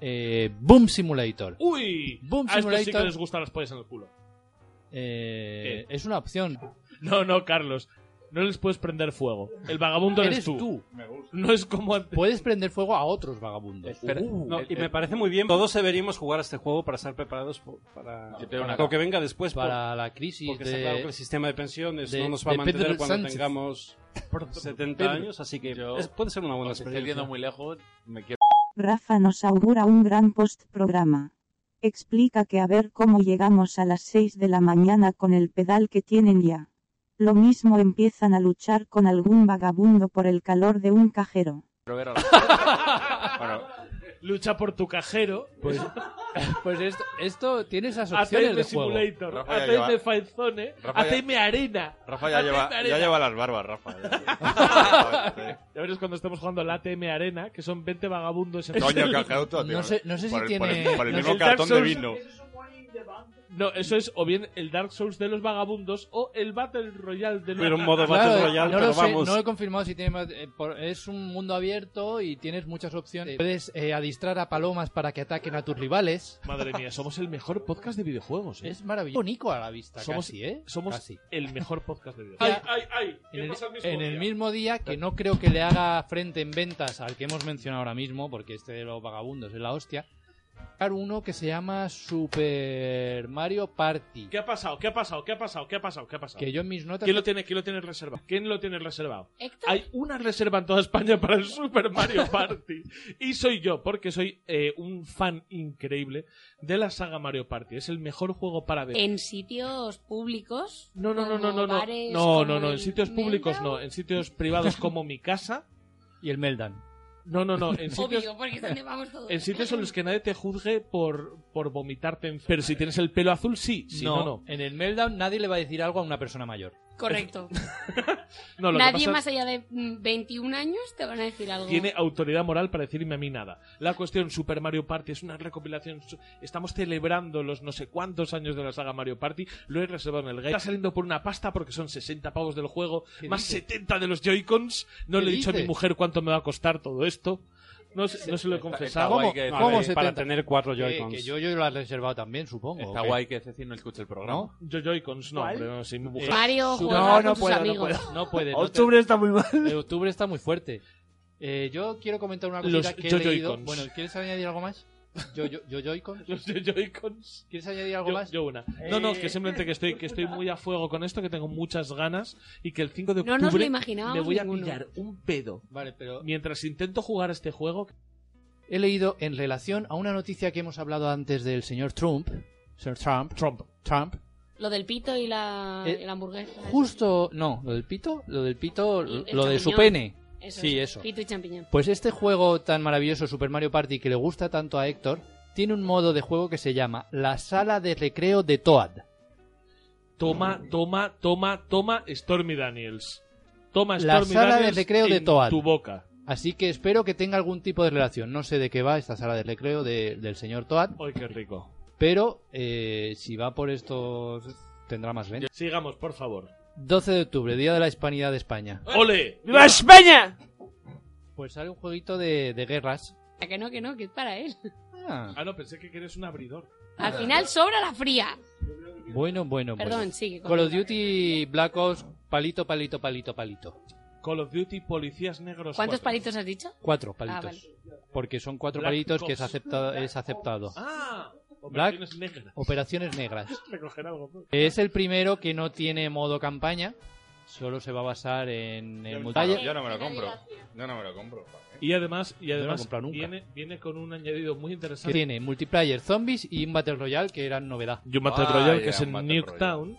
A: eh, Boom Simulator.
C: Uy,
A: Boom
C: a estos sí que
A: Simulator.
C: les gustan las pollas en el culo.
A: Eh, es una opción.
C: No, no, Carlos. No les puedes prender fuego. El vagabundo eres,
A: Eres tú.
C: No es como antes. Eh,
A: Puedes prender fuego a otros vagabundos.
G: Espera,
A: Uh,
G: no, y me parece muy bien. Todos deberíamos jugar a este juego para estar preparados po- para,
L: Yo tengo
G: para
L: una
G: lo
L: cosa.
G: que venga después. po-
A: para la crisis
G: porque está claro que el
A: de...
G: sistema de pensiones
A: de-
G: no nos va a
A: de
G: mantener
A: Pedro
G: cuando
A: Sánchez.
G: tengamos
A: [LAUGHS]
G: 70 años, así que
L: Yo-
G: es- puede ser una buena
L: Os estoy
G: experiencia.
L: yendo muy lejos. Me quiero
K: Rafa nos augura un gran post programa. Explica que a ver cómo llegamos a las 6 de la mañana con el pedal que tienen ya. Lo mismo empiezan a luchar con algún vagabundo por el calor de un cajero.
C: [LAUGHS] Lucha por tu cajero. [LAUGHS]
A: Pues, pues esto, esto tiene esas opciones
C: Hacedme
A: de juego.
C: simulator,
O: Rafa ya
C: hacedme
O: lleva-
C: fanzone,
O: Rafa ya-
C: ¿eh? hacedme arena.
O: Rafa ya
C: hacedme
O: lleva,
C: arena.
O: ya lleva las barbas, Rafa. ya.
C: [LAUGHS] Ya verás cuando estemos jugando la ATM Arena, que son 20 vagabundos. en-
O: Este Coño, cacauto, tío. No sé- no sé si Por el- tiene- por el- por el mismo
C: Dark
O: cartón de vino.
C: No, eso es o bien el Dark Souls de los vagabundos o el Battle Royale de los
O: Pero un modo
A: Claro, no lo sé, no lo he confirmado si tiene más- eh, por- es un mundo abierto y tienes muchas opciones. Puedes eh, adiestrar a palomas para que ataquen a tus rivales.
C: Madre mía, somos el mejor podcast de videojuegos. ¿eh?
A: Es maravilloso. Bonito a la vista,
C: Somos,
A: casi, ¿eh?
C: somos
A: Casi.
C: el mejor podcast de videojuegos.
A: Ay, ay, En el, en el mismo día que no creo que le haga frente en ventas al que hemos mencionado ahora mismo, porque este de los vagabundos es la hostia. sacar Uno que se llama Super Mario Party.
C: ¿Qué ha pasado? ¿Qué ha pasado? ¿Qué ha pasado? ¿Qué ha pasado? ¿Qué ha pasado?
A: Que yo en mis notas.
C: ¿Quién lo tiene? ¿Quién lo tiene reservado? ¿Quién lo tiene reservado? Hay una reserva en toda España para el Super
N: [LAUGHS]
C: Mario Party. y soy yo, porque soy eh, un fan increíble de la saga Mario Party. Es el mejor juego para bebés.
N: En sitios públicos.
C: No, no, no, no, no, no.
N: Bares,
C: No,
N: como
C: no, no, en
N: el
C: sitios
N: Meltdown.
C: públicos no, en sitios privados como mi casa.
A: [LAUGHS] Y el Meldan.
C: No, no, no,
N: [LAUGHS]
C: en sitios,
N: Obvio, porque es donde vamos todos.
C: en sitios en los que nadie te juzgue por, por vomitarte en... Pero si tienes el pelo azul, sí, si no,
A: no,
C: no.
A: En el Meltdown nadie le va a decir algo a una persona mayor.
N: Correcto.
C: No, lo que
N: Nadie
C: pasa-
N: más allá de mm, 21 años te van a decir algo.
C: tiene autoridad moral para decirme a mí nada. La cuestión Super Mario Party es una recopilación. su- Estamos celebrando los no sé cuántos años de la saga Mario Party. Lo he reservado en el game. Está saliendo por una pasta porque son 60 pavos del juego,
A: ¿Qué
C: más
A: dices?
C: 70 de los Joy-Cons. No
A: ¿Qué
C: le he dicho a mi
A: dices?
C: mujer cuánto me va a costar todo esto. No, se- no se lo he confesado.
A: ¿Cómo, cómo 70? Que-
C: Joycons
A: Que, yo, yo lo he reservado también, supongo.
L: Está
A: ¿o qué?
L: guay que Ceci no escuche el programa.
C: Yo Joy-Cons, no,
A: ¿Cuál?
C: hombre, no, sí, mi mujer.
N: Mario
A: Su-
N: juega
A: no,
N: con
A: no
N: sus
A: puedo, no
N: amigos.
A: puedo, no puede, no
D: Octubre
A: te-
D: está muy mal.
A: Eh, octubre está muy fuerte. Eh, yo quiero comentar una cosita
C: Los
A: que he
C: yo-yoicons.
A: leído. Bueno, ¿quieres añadir algo más? Yo, yo, yo Joy-Cons.
C: Los Joy-Cons.
A: ¿Quieres añadir algo
C: Yo-
A: más?
C: yo una. No, no,
A: Eh.
C: que simplemente que estoy, que estoy muy a fuego con esto, que tengo muchas ganas y que el 5 de
N: No
C: octubre
N: nos lo imaginábamos
C: me voy a
N: ninguno.
C: pillar un pedo.
A: Vale, pero
C: mientras intento jugar a este juego,
A: He leído en relación a una noticia que hemos hablado antes del señor Trump. Señor Trump.
C: Trump.
A: Trump.
N: Lo del pito y la,
A: Eh,
N: y la hamburguesa.
A: Justo. No, lo del pito. Lo del pito.
N: El- el
A: Lo de su
N: champiñón.
A: pene. sí, eso.
N: Pito y champiñón.
A: Pues este juego tan maravilloso, Super Mario Party, que le gusta tanto a Héctor, tiene un modo de juego que se llama la sala de recreo de Toad.
C: toma, toma, toma, toma Stormy Daniels. Toma
A: La
C: Stormy
A: sala de
C: Daniels
A: recreo de
C: en
A: Toad.
C: tu boca.
A: Así que espero que tenga algún tipo de relación. No sé de qué va esta sala de recreo de- del señor Toad,
C: Ay, qué rico.
A: pero eh, si va por estos tendrá más venta.
C: Sigamos, por favor.
A: 12 de octubre, Día de la Hispanidad de España.
C: ¡Ole!
A: ¡Viva
N: España!
A: Pues sale un jueguito de, de guerras.
N: Que no, que no, que es para él.
A: Ah,
C: Ah, no, pensé que querías un abridor.
N: Al final sobra la fría.
A: bueno, bueno, bueno.
N: Perdón, sigue con
A: Call of Duty Black Ops, palito, palito, palito, palito.
C: Call of Duty Policías Negros.
N: ¿Cuántos
C: 4.
N: palitos has dicho?
A: Cuatro
N: Ah,
A: palitos.
N: vale.
A: Porque son cuatro
C: Black
A: palitos que
C: Ops.
A: es aceptado. Es aceptado.
C: Ah, operaciones negras.
A: Operaciones negras.
C: [LAUGHS] Recoger algo. pues. por-
A: Es el primero que no tiene modo campaña. Solo se va a basar en el multiplayer.
O: Yo no me lo compro. Yo no me lo compro.
C: Y además,
A: No lo
C: y
A: he
C: además
A: comprado nunca.
C: viene, viene con un añadido muy
A: Que
C: interesante.
A: tiene multiplayer, zombies y un Battle Royale que eran novedad.
C: y un Battle Royale que es en Nuketown.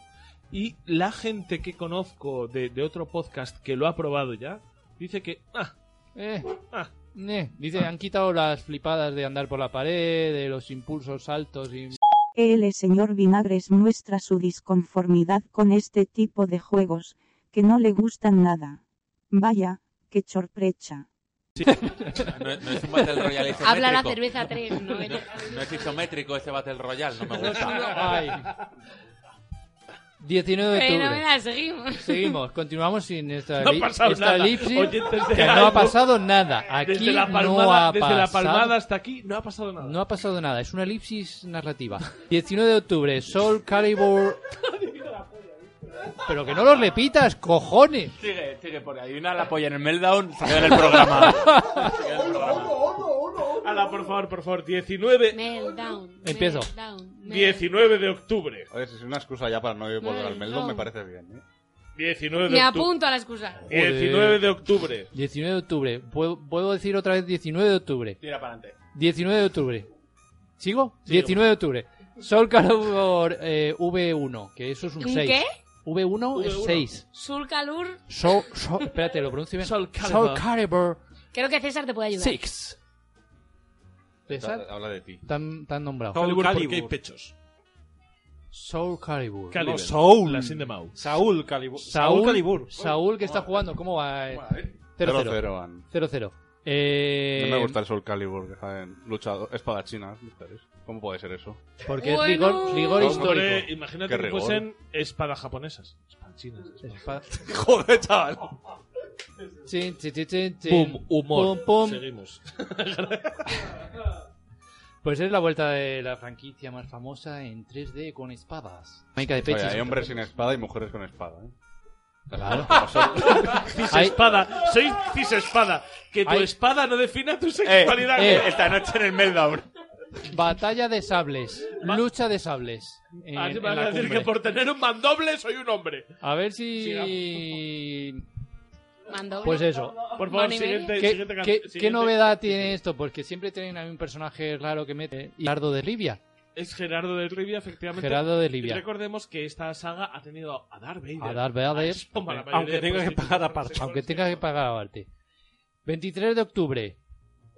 C: Y la gente que conozco de, de otro podcast que lo ha probado ya, dice que. Ah,
A: Eh,
C: ah,
A: eh, Dice, han quitado las flipadas de andar por la pared, de los impulsos altos y...
K: El señor Vinagres muestra su disconformidad con este tipo de juegos, que no le gustan nada. Vaya, qué chorprecha.
L: [LAUGHS] No, es- no es un Battle Royale isométrico.
N: Habla la cerveza 3,
L: [LAUGHS] No,
N: ¿no?
L: no es isométrico ese Battle Royale, no me gusta.
A: Ay. 19 de octubre.
N: Fenomenal, seguimos. [LAUGHS]
A: Seguimos, continuamos sin esta,
C: No ha
A: eli-
C: pasado
A: esta
C: nada.
A: elipsis,
C: Oyentes de
A: que no ha
C: algo.
A: pasado nada. Aquí
C: desde la palmada,
A: no ha
C: desde la
A: pasado
C: palmada hasta aquí no ha pasado nada.
A: No ha pasado nada, es una elipsis narrativa. 19 de octubre, Soul
C: [LAUGHS]
A: Calibur. Pero que no lo repitas, cojones.
L: Sigue, sigue, porque adivina la polla en el meltdown, se queda en el
C: [LAUGHS]
L: programa. Se queda en el programa.
C: Ala, por favor, por favor, 19,
N: Meltdown.
A: Empiezo.
N: Meltdown, mel-
C: 19 de octubre.
O: A ver, si es una excusa ya para no volver al Meldon, me
N: Meldon.
O: parece bien. ¿eh?
C: 19
N: Me
C: de octubre.
N: apunto a la excusa.
A: Pues,
C: 19 de octubre.
A: 19 de octubre, ¿puedo, puedo decir otra vez 19 de octubre.
L: Tira para adelante.
A: 19 de octubre. ¿Sigo? 19 de octubre. Soul Calibur eh, V1, que eso es un
N: ¿Un
A: 6.
N: qué?
A: V1 es 6.
N: Sul Calur.
A: Soul, Soul- espérate, lo pronuncio bien. Soul
N: Calibur.
A: Calibur
N: Creo que César te puede ayudar.
A: 6. ¿César?
O: Habla de ti.
A: Tan, tan nombrado.
C: Calibur, porque hay pechos.
A: Soul Calibur. No,
C: Calibur. Soul. La sin de Mau.
G: Saúl Calibur.
A: Saúl, Saúl que está jugando, ¿cómo va?
O: 0-0 van.
A: 0-0. 0-0. Eh,
O: No me gusta el Soul Calibur, que saben, luchador, espadachinas, mujeres. ¿Cómo puede ser eso?
A: Porque es Bueno. rigor- rigor
O: Hombre,
A: histórico.
C: Imagínate
O: qué
C: que
O: rigor.
C: fuesen espadas japonesas. Espadas chinas.
O: Joder, chaval.
A: Chin, chin, chin, chin, chin.
C: Pum, humor.
A: Pum, pum.
C: Seguimos.
A: Pues es la vuelta de la franquicia más famosa en 3D con espadas. Maica de pechos.
O: Oye, hay hombres sin espada y mujeres con espada, ¿eh?
A: Claro. [LAUGHS]
C: [LAUGHS] Cis
A: Hay-
C: espada. Soy cis espada. Que tu
A: Hay-
C: espada no defina tu sexualidad.
A: eh, esta
C: noche en el meltdown.
A: Batalla de sables. Lucha de sables. en-
C: Ah, te
A: en
C: van
A: la
C: a decir
A: cumbre.
C: que por tener un mandoble soy un hombre.
A: A ver si...
N: Mandoble.
A: Pues eso.
C: Por favor, siguiente,
A: ¿Qué,
C: siguiente can-
A: qué- qué
C: siguiente.
A: novedad tiene esto? Porque siempre tienen a un personaje raro que mete... Gerardo de Libia.
C: Es Gerardo de Rivia, efectivamente.
A: Gerardo de Rivia.
C: Recordemos que esta saga ha tenido a Darth Vader.
A: A Darth Vader.
C: Toma, la mayoría
G: Aunque
C: de
G: tenga que
C: prostitutas
G: pagar aparte.
A: Aunque tenga que pagar aparte. 23 de octubre.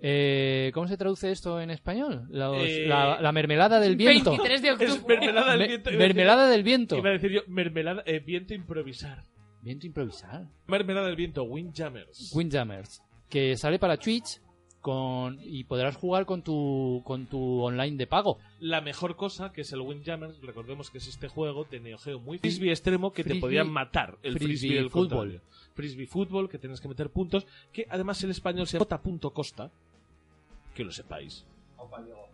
A: Eh, ¿Cómo se traduce esto en español? Los-
C: Eh,
A: la, la mermelada del viento.
N: 23 de octubre.
C: Es mermelada
A: Me-
C: del viento.
A: mermelada del viento.
C: Iba a decir yo, mermelada, eh, viento improvisar.
A: Viento improvisar.
C: Mermelada del viento, Windjammers.
A: Windjammers. Que sale para Twitch con, y podrás jugar con tu, con tu online de pago.
C: La mejor cosa que es el Windjammers, recordemos que es este juego de Neo Geo muy frisbee extremo que
A: Frisbee-
C: te podían matar. El
A: frisbee
C: frisbee, del
A: fútbol.
C: contrario. Frisbee fútbol, que tienes que meter puntos, que además el español se llama J.Costa, que lo sepáis.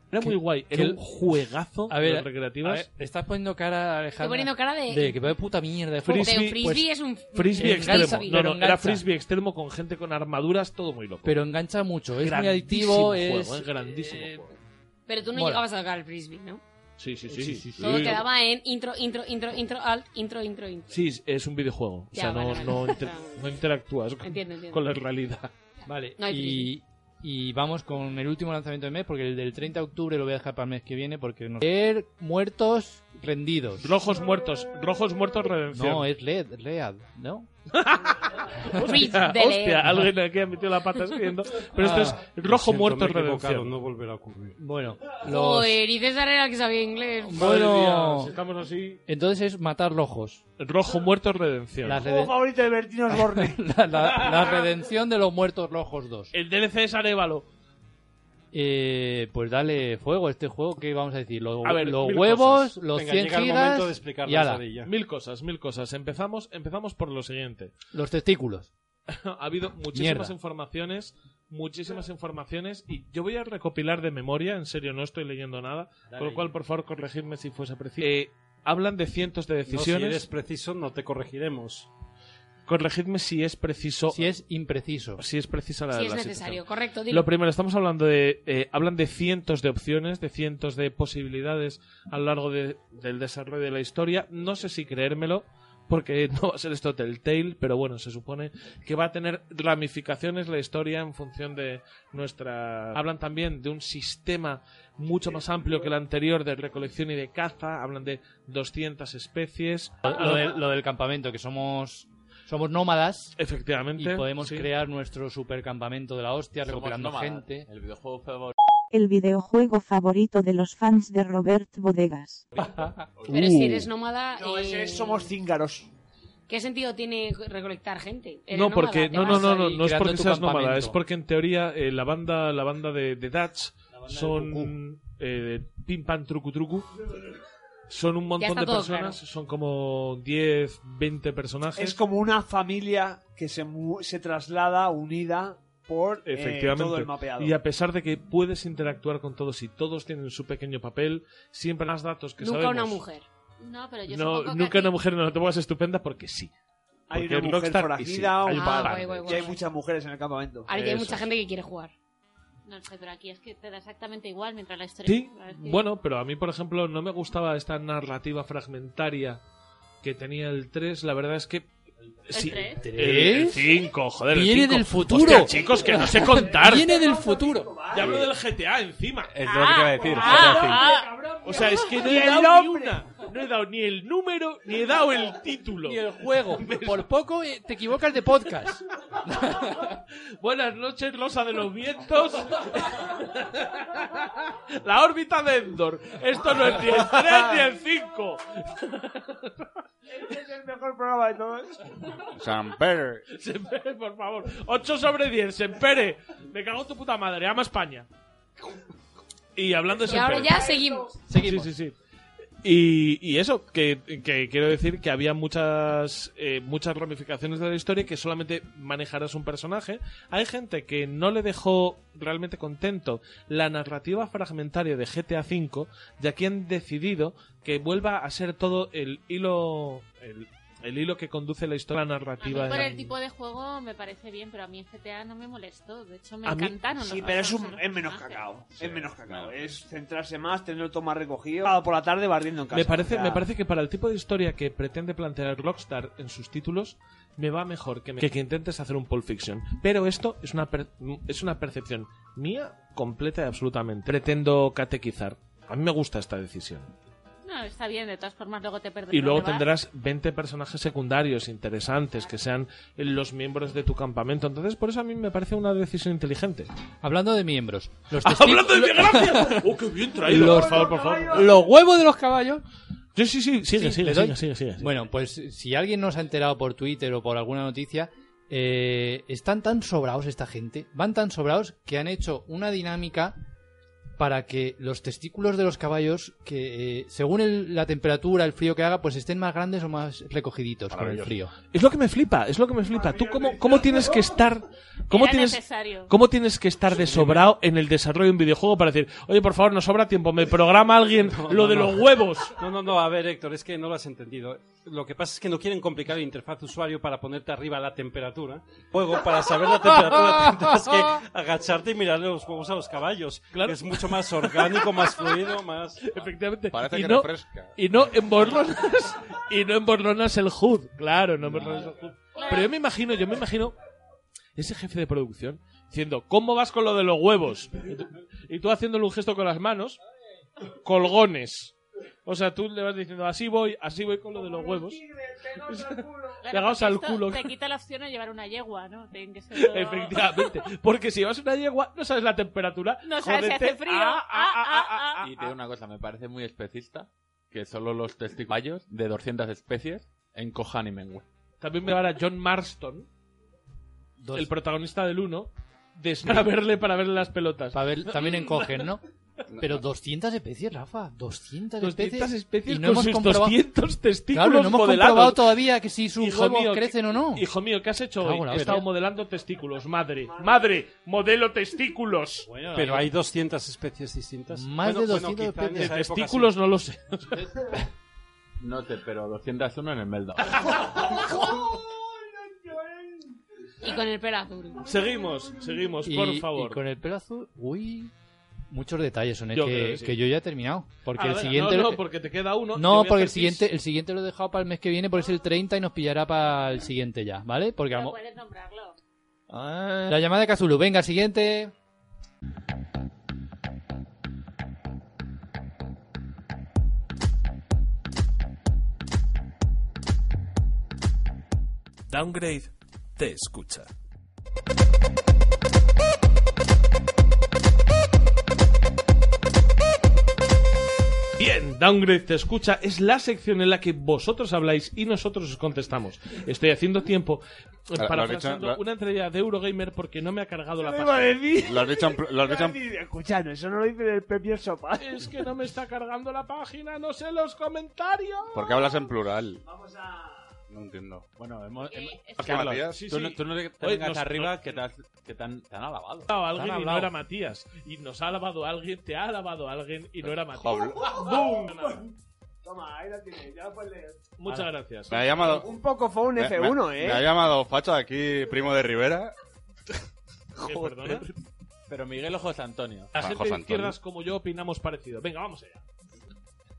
C: Era muy guay,
A: Que-
C: era
A: que-
C: un juegazo
A: A ver,
C: de recreativas.
A: a ver, te estás poniendo cara, Alejandra.
N: Estoy poniendo cara de-
A: De que va de puta mierda. de juego.
C: Frisbee,
N: De un frisbee
A: pues,
N: es un.
C: Frisbee
A: Engancha, pero
C: extremo. No, no, era
A: engancha.
C: frisbee extremo con gente con armaduras, todo muy loco.
A: Pero engancha mucho. Es muy
C: Grandísimo
A: adictivo.
C: juego,
A: Es,
C: eh, grandísimo juego.
N: Pero tú no
A: Mola.
N: llegabas a sacar el frisbee, ¿no?
C: Sí, sí, sí.
N: Todo quedaba en intro, intro, intro, intro, alt, intro, intro, intro.
C: Sí, es un videojuego.
N: Ya,
C: o sea, no,
N: [LAUGHS] vale, vale.
C: no inter- no interactúas con,
N: Entiendo, entiendo.
C: con la
N: [LAUGHS]
C: realidad.
A: Vale,
N: No hay
A: y, y vamos con el último lanzamiento del mes, porque el del 30 de octubre lo voy a dejar para el mes que viene, porque no... Leer muertos rendidos.
C: Rojos muertos, rojos muertos redención.
A: No, es Led, Lead, ¿no?
C: hostia,
A: de
C: hostia,
A: leer.
C: alguien aquí ha metido la pata escribiendo. Pero esto
A: Ah.
C: es Pues, rojo
G: Siento,
C: muertos
G: me he equivocado,
C: redención.
G: No volverá a ocurrir.
A: Bueno, los...
N: Joder, y César era el que sabía inglés.
A: Bueno,
C: si estamos así.
A: entonces es matar rojos.
C: Rojo muertos redención.
A: La,
D: Juego
A: reden-
D: favorito de Bertino Osborne.
A: [LAUGHS] la- la- la redención de los muertos rojos 2.
C: El DLC es Arevalo.
A: Eh, pues dale fuego a este juego, que vamos a decir? Lo-
C: A ver,
A: los
C: mil
A: huevos,
C: cosas.
A: los
G: Venga,
A: 100
G: llega el momento de
A: gigas
G: explicar
A: y
G: la
A: ala,
G: pesadilla.
C: Mil cosas, mil cosas. Empezamos, empezamos por lo siguiente. [LAUGHS]
A: los testículos.
C: ha habido muchísimas
A: Mierda.
C: informaciones, muchísimas informaciones y yo voy a recopilar de memoria, en serio no estoy leyendo nada, con lo cual por favor corregidme si fuese preciso. Eh, hablan de cientos de
G: No, si
C: decisiones,
G: eres preciso, no te corregiremos.
C: corregidme si es preciso,
A: Si es impreciso.
C: si es precisa la
N: Si
C: de
N: es
C: la
N: necesario,
C: situación.
N: correcto, dilo.
C: Lo primero, estamos hablando de. eh, hablan de cientos de opciones, de cientos de posibilidades a lo largo de- del desarrollo de la historia. No sé si creérmelo, porque [LAUGHS] no va a ser esto Telltale, pero bueno, se supone que va a tener ramificaciones la historia en función de nuestra. Hablan también de un sistema mucho más amplio que el anterior de recolección y de caza. Hablan de 200 especies.
A: Lo, lo del- lo del campamento, que somos, somos nómadas.
C: Efectivamente.
A: Y podemos
C: sí.
A: crear nuestro supercampamento de la hostia,
L: Somos
A: recopilando
L: nómadas.
A: gente.
L: El videojuego favorito.
K: El videojuego favorito de los fans de Robert Bodegas.
A: [LAUGHS]
N: Pero
A: Uh.
N: si eres nómada.
D: No, ese
N: eh,
D: es Somos Cíngaros.
N: ¿Qué sentido tiene recolectar gente? Eres
C: No,
N: nómada,
C: porque
N: te
C: no, no,
N: vas
C: no,
N: ahí
C: no, no es
A: creando
C: porque
A: tu
C: seas nómada,
A: campamento.
C: es porque en teoría eh, la banda, la banda de, de Dutch
A: banda
C: son eh, Pim Pam Trucu Trucu. Son un montón
N: está
C: de
N: todo
C: personas,
N: claro.
C: son como 10, 20 personajes.
D: Es como una familia que se, mu- se traslada unida por eh,
C: Efectivamente.
D: todo el mapeado.
C: Y a pesar de que puedes interactuar con todos y todos tienen su pequeño papel, siempre más datos que
N: Nunca
C: sabemos.
N: una mujer. No, pero yo
C: No, nunca una mujer, no te pongas estupenda porque sí.
D: Hay
C: Porque
D: una mujer
C: Rockstar y sí,
D: forajida,
C: hay
D: un
C: un
N: Ah,
C: par.
N: guay, guay,
D: y hay
N: guay.
D: muchas mujeres en el campamento.
N: Ahora que hay
C: Eso
N: mucha
C: es.
N: gente que quiere jugar.
P: No sé, pero aquí es que te da exactamente igual mientras la historia.
C: Sí, bueno, pero a mí, por ejemplo, no me gustaba esta narrativa fragmentaria que tenía el 3. La verdad es que. Sí,
P: tres?
C: el- el 5, joder. el
A: Viene
C: cinco.
A: del futuro.
C: Hostia, chicos, que no sé contar.
A: Viene del futuro.
C: Ya hablo del GTA encima.
L: Es lo que te iba a decir,
C: Ah,
L: GTA V.
C: ah, o sea, es que no
L: Y
C: he
L: el
C: dado ni
L: nombre.
C: una. No he dado ni el número, ni he dado el título.
A: Ni el
C: [LAUGHS]
A: juego. Por poco eh, te equivocas de podcast.
C: Buenas noches, Losa de
A: [LAUGHS]
C: los Vientos. La órbita de Endor. ah. Esto no es ni el 3 ni el 5.
D: Este es el mejor programa de
C: [LAUGHS]
D: todos.
O: Samper.
C: Sempere, por favor. 8 sobre 10, Sempere. Me cago en tu puta madre, ama España. Y hablando de
N: Y ahora
C: Sempere.
N: ya seguimos.
C: Seguimos. Sí, sí, sí. Y, y eso, que, que quiero decir que había muchas, eh, muchas ramificaciones de la historia que solamente manejarás un personaje. Hay gente que no le dejó realmente contento la narrativa fragmentaria de GTA V, ya que han decidido que vuelva a ser todo el hilo, el, el hilo que conduce la historia la
P: A mí
C: narrativa. de
P: por
C: la-
P: el tipo de juego me parece bien, pero a mí en GTA no me molestó. De hecho, me
C: A mí-
P: encantaron. los
D: Sí, pero es, un,
C: eh.
P: personajes.
D: es menos cacao. es menos cacao. Es centrarse más, tenerlo todo más recogido. Sábado por la tarde barriendo en casa.
C: Ah, Me parece,
D: o sea,
C: me parece que para el tipo de historia que pretende plantear Rockstar en sus títulos, me va mejor que, me- que, que intentes hacer un Pulp Fiction. Pero esto es una, per- es una percepción mía completa y absolutamente. Pretendo catequizar. A mí me gusta esta decisión.
P: No, está bien, de todas formas, luego te perderás.
C: Y luego tendrás 20 personajes secundarios interesantes que sean los miembros de tu campamento. Entonces, por eso a mí me parece una decisión inteligente.
A: Hablando de miembros.
C: [LAUGHS]
A: Los
C: ¡Hablando
A: [LAUGHS]
C: de gracias! ¡Oh, qué bien traído!
A: Los-
C: por favor, por favor.
A: Los huevos de los caballos.
C: Sí, sí, sí, sigue, sigue,
A: ¿le doy?
C: sigue, sigue, sigue, sigue.
A: Bueno, pues si alguien nos ha enterado por Twitter o por alguna noticia, eh, están tan sobrados esta gente, van tan sobrados que han hecho una dinámica para que los testículos de los caballos, que eh, según el- la temperatura, el frío que haga, pues estén más grandes o más recogiditos con el frío.
C: Es lo que me flipa, es lo que me flipa. ¿Tú cómo, cómo tienes que estar... ¿Cómo
P: Era
C: tienes,
P: necesario.
C: ¿Cómo tienes que estar de sobrado en el desarrollo de un videojuego para decir, oye, por favor, nos sobra tiempo, me
A: [LAUGHS]
C: programa alguien [LAUGHS] lo
G: no,
C: de
G: no.
C: los huevos?
G: [LAUGHS] No, no, no, a ver, Héctor, es que no lo has entendido. Lo que pasa es que no quieren complicar la interfaz de usuario para ponerte arriba la temperatura. Luego, para saber la temperatura, [LAUGHS] tendrás que agacharte y mirarle los huevos a los caballos. que Es mucho más orgánico, más fluido, más.
C: Efectivamente.
O: Parece
C: y
O: que
C: no,
O: refresca.
C: Y no emborronas, y no emborronas el HUD, claro, no emborronas el HUD. Pero yo me imagino, yo me imagino ese jefe de producción diciendo, ¿cómo vas con lo de los huevos? Y tú- Y tú haciéndole un gesto con las manos, colgones. O sea, tú le vas diciendo, así voy, así voy con lo de los huevos.
P: Claro,
C: Pegaos
P: porque
C: al
P: esto
C: culo.
P: Te quita la opción de llevar una yegua, ¿no? Tienen que ser todo-
C: Efectivamente. Porque si vas a una yegua, no sabes la temperatura.
P: [LAUGHS] No sabes si
C: Jódete.
P: hace frío.
C: Ah, ah, ah, ah, ah.
L: Y te digo una cosa, me parece muy especista que solo los testigos de 200 especies encojan y mengüen.
C: También me va a John Marston, el protagonista del 1, para verle, para verle las pelotas.
A: Para ver, también encogen, ¿no? Pero 200 especies, Rafa, 200,
C: 200 especies
A: y no
C: con
A: hemos
C: sus
A: comprobado-
C: 200 testículos
A: Claro, no hemos
C: modelados.
A: comprobado todavía que si sus
C: Hijo
A: huevos
C: mío,
A: crecen o no.
C: Hijo mío, ¿qué has hecho
A: Cago en
C: hoy?
A: la
C: He estado
A: hostia.
C: modelando testículos, madre. Madre, modelo testículos.
G: Pero hay 200 especies distintas.
A: Más
G: Bueno,
A: de
G: bueno,
A: 200
G: quizá en
A: especies.
G: esa
C: De
G: época sí.
C: testículos no lo sé.
L: No te, pero 201 en el Melda.
N: Y con el pelo azul.
C: seguimos, seguimos,
A: Y-
C: por favor.
A: y con el pelo azul, uy, muchos detalles son eh,
C: Yo
A: que,
C: creo que sí.
A: que yo ya he terminado. Porque
C: Ah,
A: el
C: venga,
A: siguiente.
C: No, no, porque te queda [LAUGHS]
A: No,
C: uno. y te voy a
A: porque el
C: hacer
A: siguiente, el siguiente lo he dejado para el mes que viene, porque es el 30 y nos pillará para el siguiente ya, ¿vale? Porque a lo
P: No
A: mo-
P: puedes nombrarlo.
A: Ah, La llamada de Kazulu, venga, siguiente.
B: Downgrade te escucha.
C: Bien, Downgrade te escucha es la sección en la que vosotros habláis y nosotros os contestamos. Estoy haciendo tiempo
O: Ahora,
C: eh,
O: Ah, lo has
C: parafraseando
O: dicho, lo-
C: una entrega de Eurogamer porque no me ha cargado la
D: ¿Qué
C: página.
D: iba a decir?
O: Lo has dicho en pl- lo has dicho en-
D: Escucha, no, eso no lo dice el Pepe Sopa. [LAUGHS]
C: [LAUGHS] Es que no me está cargando la página, no sé los comentarios.
O: ¿Por qué hablas en plural?
D: Vamos a...
O: No entiendo.
L: Bueno, hemos.
D: Eh,
L: hemos-
D: es que-
L: Carlos,
C: Matías, sí,
L: tú,
C: sí.
L: No, tú no te
C: Oye,
L: vengas
C: nos-
L: arriba
C: nos-
L: que te, has- que te han, te han alabado.
C: Ha alabado
L: Te
C: a
L: han
C: alguien y Ah, no
L: hablado.
C: era Matías. Y nos ha alabado alguien, te ha alabado alguien y no era Matías.
O: Pablo.
C: ¡Bum!
D: Toma, ahí la tienes, ya puedes leer.
C: Muchas gracias.
O: Me ha llamado-
D: Un poco fue un
O: Me-
D: F1,
O: me-
D: eh.
O: Me ha llamado Facho aquí, primo de Rivera.
C: Eh, perdona.
L: Pero Miguel o José Antonio.
C: La
O: Juan
C: gente
O: José
C: de
O: Antonio.
C: izquierdas como yo opinamos parecido. Venga, vamos allá.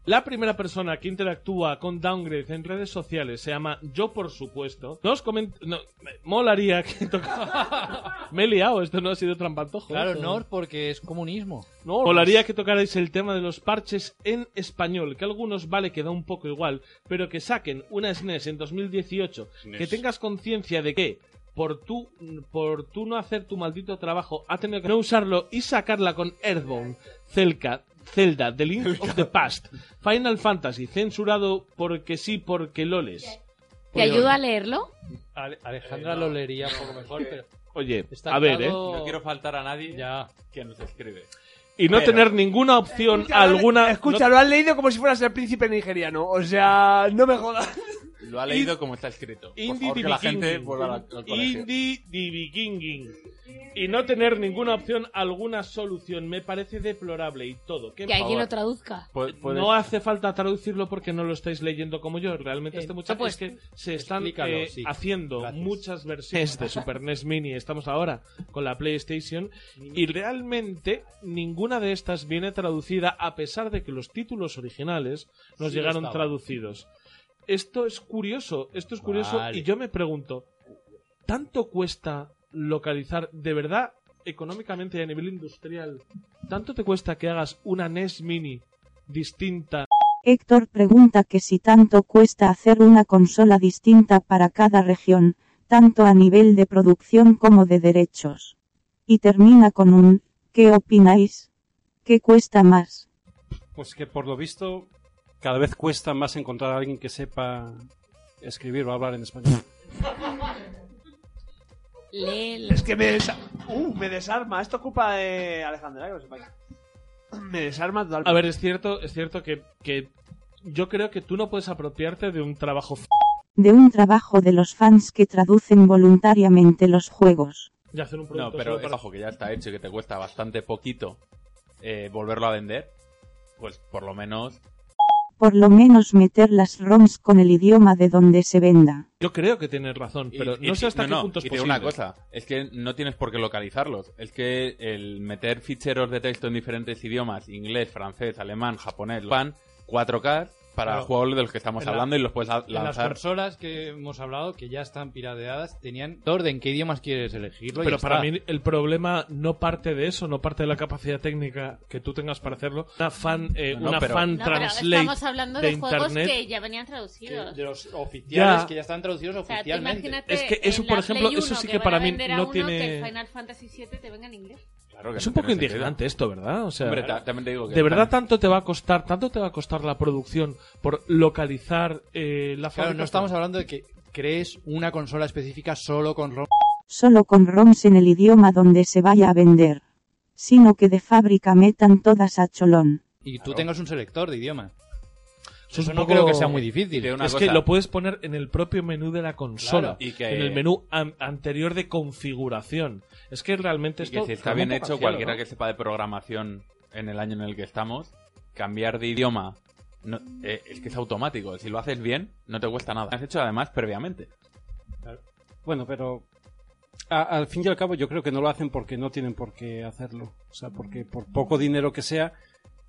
C: La primera persona que interactúa con Downgrade en redes sociales se llama Yo por supuesto. Nos coment... no, me- molaría que [LAUGHS] toca- me he liado, esto no ha sido trampantojo.
A: Claro,
C: Esto-
A: no, porque es comunismo.
C: No,
A: pues-
C: Molaría que tocarais el tema de los parches en español, que a algunos vale que da un poco igual, pero que saquen una SNES en 2018,
G: SNES.
F: E
C: que tengas conciencia de que por tú, por tú no hacer tu maldito trabajo, ha tenido que no usarlo y sacarla con Earthbound, Zelda, Zelda, The Link of the Past, Final Fantasy, censurado porque sí, porque loles.
N: ¿Te ayudo a leerlo?
A: Ale- Alejandra Eh, lo leería un poco mejor, pero...
C: Oye,
A: Está
C: a ver, eh.
A: atado-
F: No quiero faltar a nadie
A: ya.
F: que nos escribe.
C: Y no
F: Pero-
C: tener ninguna opción
D: Escúchalo,
C: alguna.
D: Escucha, lo han leído como si fueras el príncipe nigeriano. O sea, no me jodas.
F: Lo ha leído como está escrito. Por
C: Indie
F: favor, que la
C: Divikinging.
F: gente vuelva al- al colegio.
C: Indie Divikinging. Y no tener ninguna opción, alguna solución. Me parece deplorable y todo. ¿Qué
N: Que
C: más?
N: alguien lo traduzca.
C: Eh, No hace falta traducirlo porque no lo estáis leyendo como yo.
A: Eh,
C: Realmente este muchacho
N: pues,
C: es que se están
A: ah, explícalo,
C: eh,
A: sí.
C: haciendo muchas versiones de Super NES Mini. Estamos ahora con la PlayStation y realmente ninguna de estas viene traducida a pesar de que los títulos originales nos
A: Sí,
C: llegaron
A: estaban.
C: traducidos. Esto es curioso, esto es curioso
A: Vale.
C: y yo me pregunto, ¿tanto cuesta localizar de verdad económicamente y a nivel industrial? ¿Tanto te cuesta que hagas una NES Mini distinta
K: Héctor pregunta que si tanto cuesta hacer una consola distinta para cada región, tanto a nivel de producción como de derechos. Y termina con un, ¿qué opináis? ¿Qué cuesta más?
G: Pues que por lo visto cada vez cuesta más encontrar a alguien que sepa escribir o hablar en español.
N: Léelo.
D: Es que me, desa- uh, me desarma. Esto es culpa de Alejandra, que lo sepáis. Me desarma totalmente.
C: A ver, es cierto, es cierto que, que yo creo que tú no puedes apropiarte de un trabajo. f-
K: De un trabajo de los fans que traducen voluntariamente los juegos.
C: de hacer un producto
F: No, pero
C: solo
F: es
C: para-
F: ojo, que ya está hecho y que te cuesta bastante poquito eh, volverlo a vender. Pues por lo menos.
K: Por lo menos meter las ROMs con el idioma de donde se venda.
C: Yo creo que tienes razón, pero
F: Y- y-
C: no sé hasta qué punto es
F: y te digo
C: posible.
F: una cosa, es que no tienes por qué localizarlos. Es que el meter ficheros de texto en diferentes idiomas, inglés, francés, alemán, japonés, pan, 4K para
A: Claro.
F: juegos de los que estamos
A: En la-
F: hablando y los puedes la-
A: en las
F: lanzar.
A: consolas que hemos hablado, que ya están pirateadas, tenían orden. ¿Qué idiomas quieres elegirlo? y
C: Pero
A: ya
C: para
A: está.
C: mí el problema no parte de eso, no parte de la capacidad técnica que tú tengas para hacerlo. Una fan, eh,
F: No, no,
C: una
F: pero-
C: fan
E: No, pero
C: translate
E: estamos hablando de, juegos
C: internet.
E: que ya venían traducidos.
A: De los oficiales
C: Ya.
A: que ya están traducidos
E: O sea, tú
A: oficialmente.
E: imagínate
C: Es que eso,
E: en
C: por
E: la
C: ejemplo,
E: Play
C: eso
E: 1
C: sí que
E: van a
C: para mí
E: vender a
C: no
E: uno
C: tiene-
E: Que el Final Fantasy VII te venga en inglés.
F: Claro que
C: Es
F: no
C: un poco
F: tiene sentido.
C: indignante esto, ¿verdad? O sea,
F: Hombre, ta- también te digo que
C: de verdad
F: están-
C: tanto te va a costar, tanto te va a costar la producción por localizar eh, la
A: Claro, no
C: fabricación?
A: estamos hablando de que crees una consola específica solo con ROM.
K: solo con ROMs en el idioma donde se vaya a vender, sino que de fábrica metan todas a cholón.
A: y tú tengas un selector de idioma. Eso,
C: Eso es un
A: no
C: poco-
A: creo que sea muy difícil.
F: Te digo una
C: es que
F: cosa.
C: lo puedes poner en el propio menú de la
F: Claro,
C: consola,
F: y que-
C: en el menú an- anterior de configuración. Es que realmente
F: Y
C: esto
F: que si está
C: clama
F: bien
C: por
F: hecho,
C: cielo,
F: cualquiera
C: ¿no?
F: que sepa de programación en el año en el que estamos, cambiar de idioma no- eh, es que es automático. Si lo haces bien, no te cuesta nada. Lo Has hecho además
C: [LAUGHS]
F: previamente.
G: Bueno, pero a- al fin y al cabo yo creo que no lo hacen porque no tienen por qué hacerlo. O sea, porque por poco dinero que sea,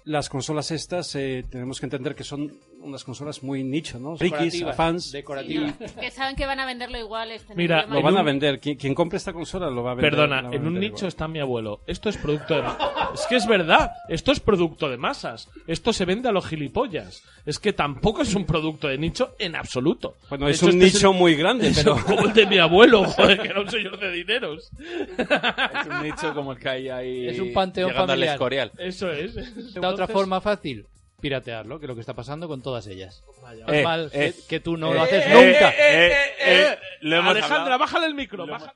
G: las consolas estas eh, tenemos que entender que son unas consolas muy nicho, ¿no? Frikis,
A: Decorativas,
G: fans.
A: decorativas.
E: Que saben que van a venderlo igual. este
C: Mira,
E: idioma.
G: Lo van a
C: En un-
G: vender. Quien, quien compre esta consola lo va a vender. la
C: Perdona,
G: va a
C: en un
G: vender
C: nicho
G: igual. [LAUGHS]
C: está mi abuelo. Esto es producto de... es que es verdad, esto es producto de masas. Esto se vende a los gilipollas. Es que tampoco es un producto de nicho en absoluto.
G: Bueno,
C: De
G: es
C: hecho,
G: un
C: este
G: nicho muy grande,
C: [LAUGHS] es
G: pero.
C: un- como el de mi abuelo, joder, que era
A: [LAUGHS]
C: un señor de dineros.
F: Es un nicho como el que hay ahí.
A: Es un panteón
F: llegando al
A: familiar.
F: Escorial.
C: Eso es.
A: De otra
C: Entonces-
A: forma fácil, piratearlo, que es lo que está pasando con todas ellas.
C: Vaya.
A: Es
F: Eh,
A: mal
F: eh,
A: que, que tú no
F: eh,
A: lo haces
F: eh,
A: nunca.
F: eh, eh, lo hemos
C: Alejandra,
F: hablado.
C: bájale el micro. baja-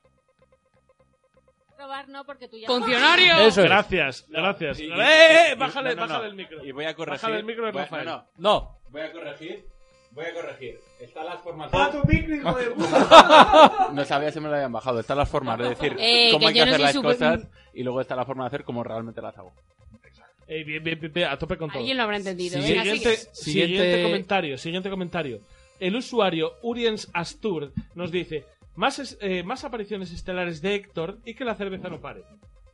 E: Robar no, porque tú ya...
N: ¡Funcionario!
A: Eso es.
C: Gracias, gracias.
F: Y- y-
C: ¡Eh, eh, eh!
F: y-
C: Bájale,
F: no, no, no.
C: bájale el micro.
F: Y voy a corregir.
C: Bájale el micro de
F: voy a-
C: Rafael.
F: no, no,
A: No,
F: voy a corregir. Voy a corregir. Están las formas.
D: ¡A Ah, tu micro, hijo de puta!
F: [LAUGHS] No sabía si me lo habían bajado. Están las formas de decir
N: Eh,
F: cómo
N: que
F: hay que
N: yo no
F: hacer
N: soy
F: las
N: super-
F: cosas y luego está la forma de hacer como realmente las hago.
C: Eh, bien, bien, bien, bien, a tope con todo.
N: Alguien lo habrá entendido.
A: Sí,
N: Venga,
C: Siguiente,
N: sigue.
A: Siguiente-
C: siguiente comentario, siguiente comentario. El usuario Uriens Astur nos dice más, es- eh, más apariciones estelares de Héctor y que la cerveza no pare.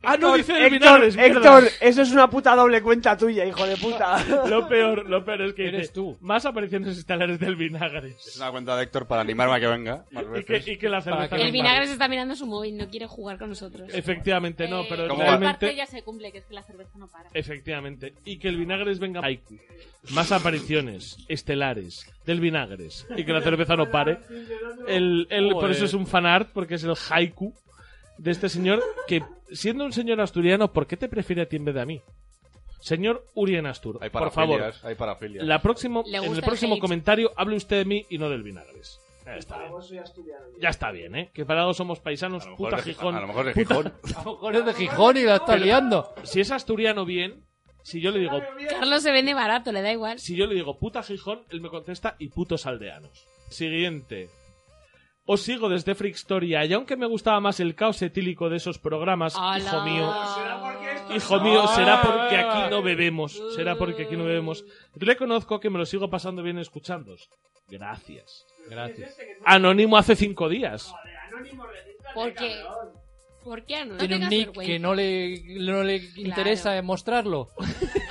C: Ah, no dice eliminar,
D: Héctor,
C: es verdad.
D: Héctor, eso es una puta doble cuenta tuya, hijo de puta.
C: [LAUGHS] Lo peor, lo peor es que
D: Eres
C: dice, más apariciones estelares del vinagre.
O: Es una cuenta de Héctor para animarme a que venga. más
C: Y que,
O: veces.
C: y que la cerveza
N: El
C: no
N: vinagre
C: pare.
N: se está mirando su móvil, no quiere jugar con nosotros.
C: Efectivamente,
N: Eh,
C: no, pero
O: ¿Cómo va?
C: realmente...
P: Parte ya se cumple, que es que la cerveza no para.
C: Efectivamente. Y que el vinagres venga. Hay más apariciones estelares del vinagres. Y que la cerveza no pare. El, el- por
B: Joder.
C: eso es un fanart, porque es el haiku de este señor. Que siendo un señor asturiano, ¿por qué te prefiere a ti en vez de a mí? Señor Urien Astur,
O: Hay
C: por favor.
O: parafilias, hay parafilias.
C: La próximo,
O: Le
C: en
O: gusta
C: el
O: el
C: próximo
O: hate.
C: comentario hable usted de mí y no del vinagres. Ya Eh, está bien. Ya está bien, ¿eh? Que para algo somos paisanos,
O: mejor
C: puta
O: de Gijón,
C: Gijón.
O: a lo mejor de
C: [LAUGHS] puta-
O: Gijón.
A: A lo mejor es de Gijón y la está
C: Pero
A: liando.
C: Si es asturiano bien, si yo le digo,
N: Carlos se vende barato, le da igual.
C: si yo le digo puta Gijón, él me contesta y putos aldeanos. Siguiente. Os sigo desde Frickstoria y aunque me gustaba más el caos etílico de esos programas, hijo mío, hijo mío, será porque aquí no bebemos, será porque aquí no bebemos. Reconozco que me lo sigo pasando bien escuchándos. Gracias.
A: Gracias.
C: Anónimo hace cinco días.
N: Porque. ¿Por qué no?
A: Tiene un nick que no le, no le interesa mostrarlo.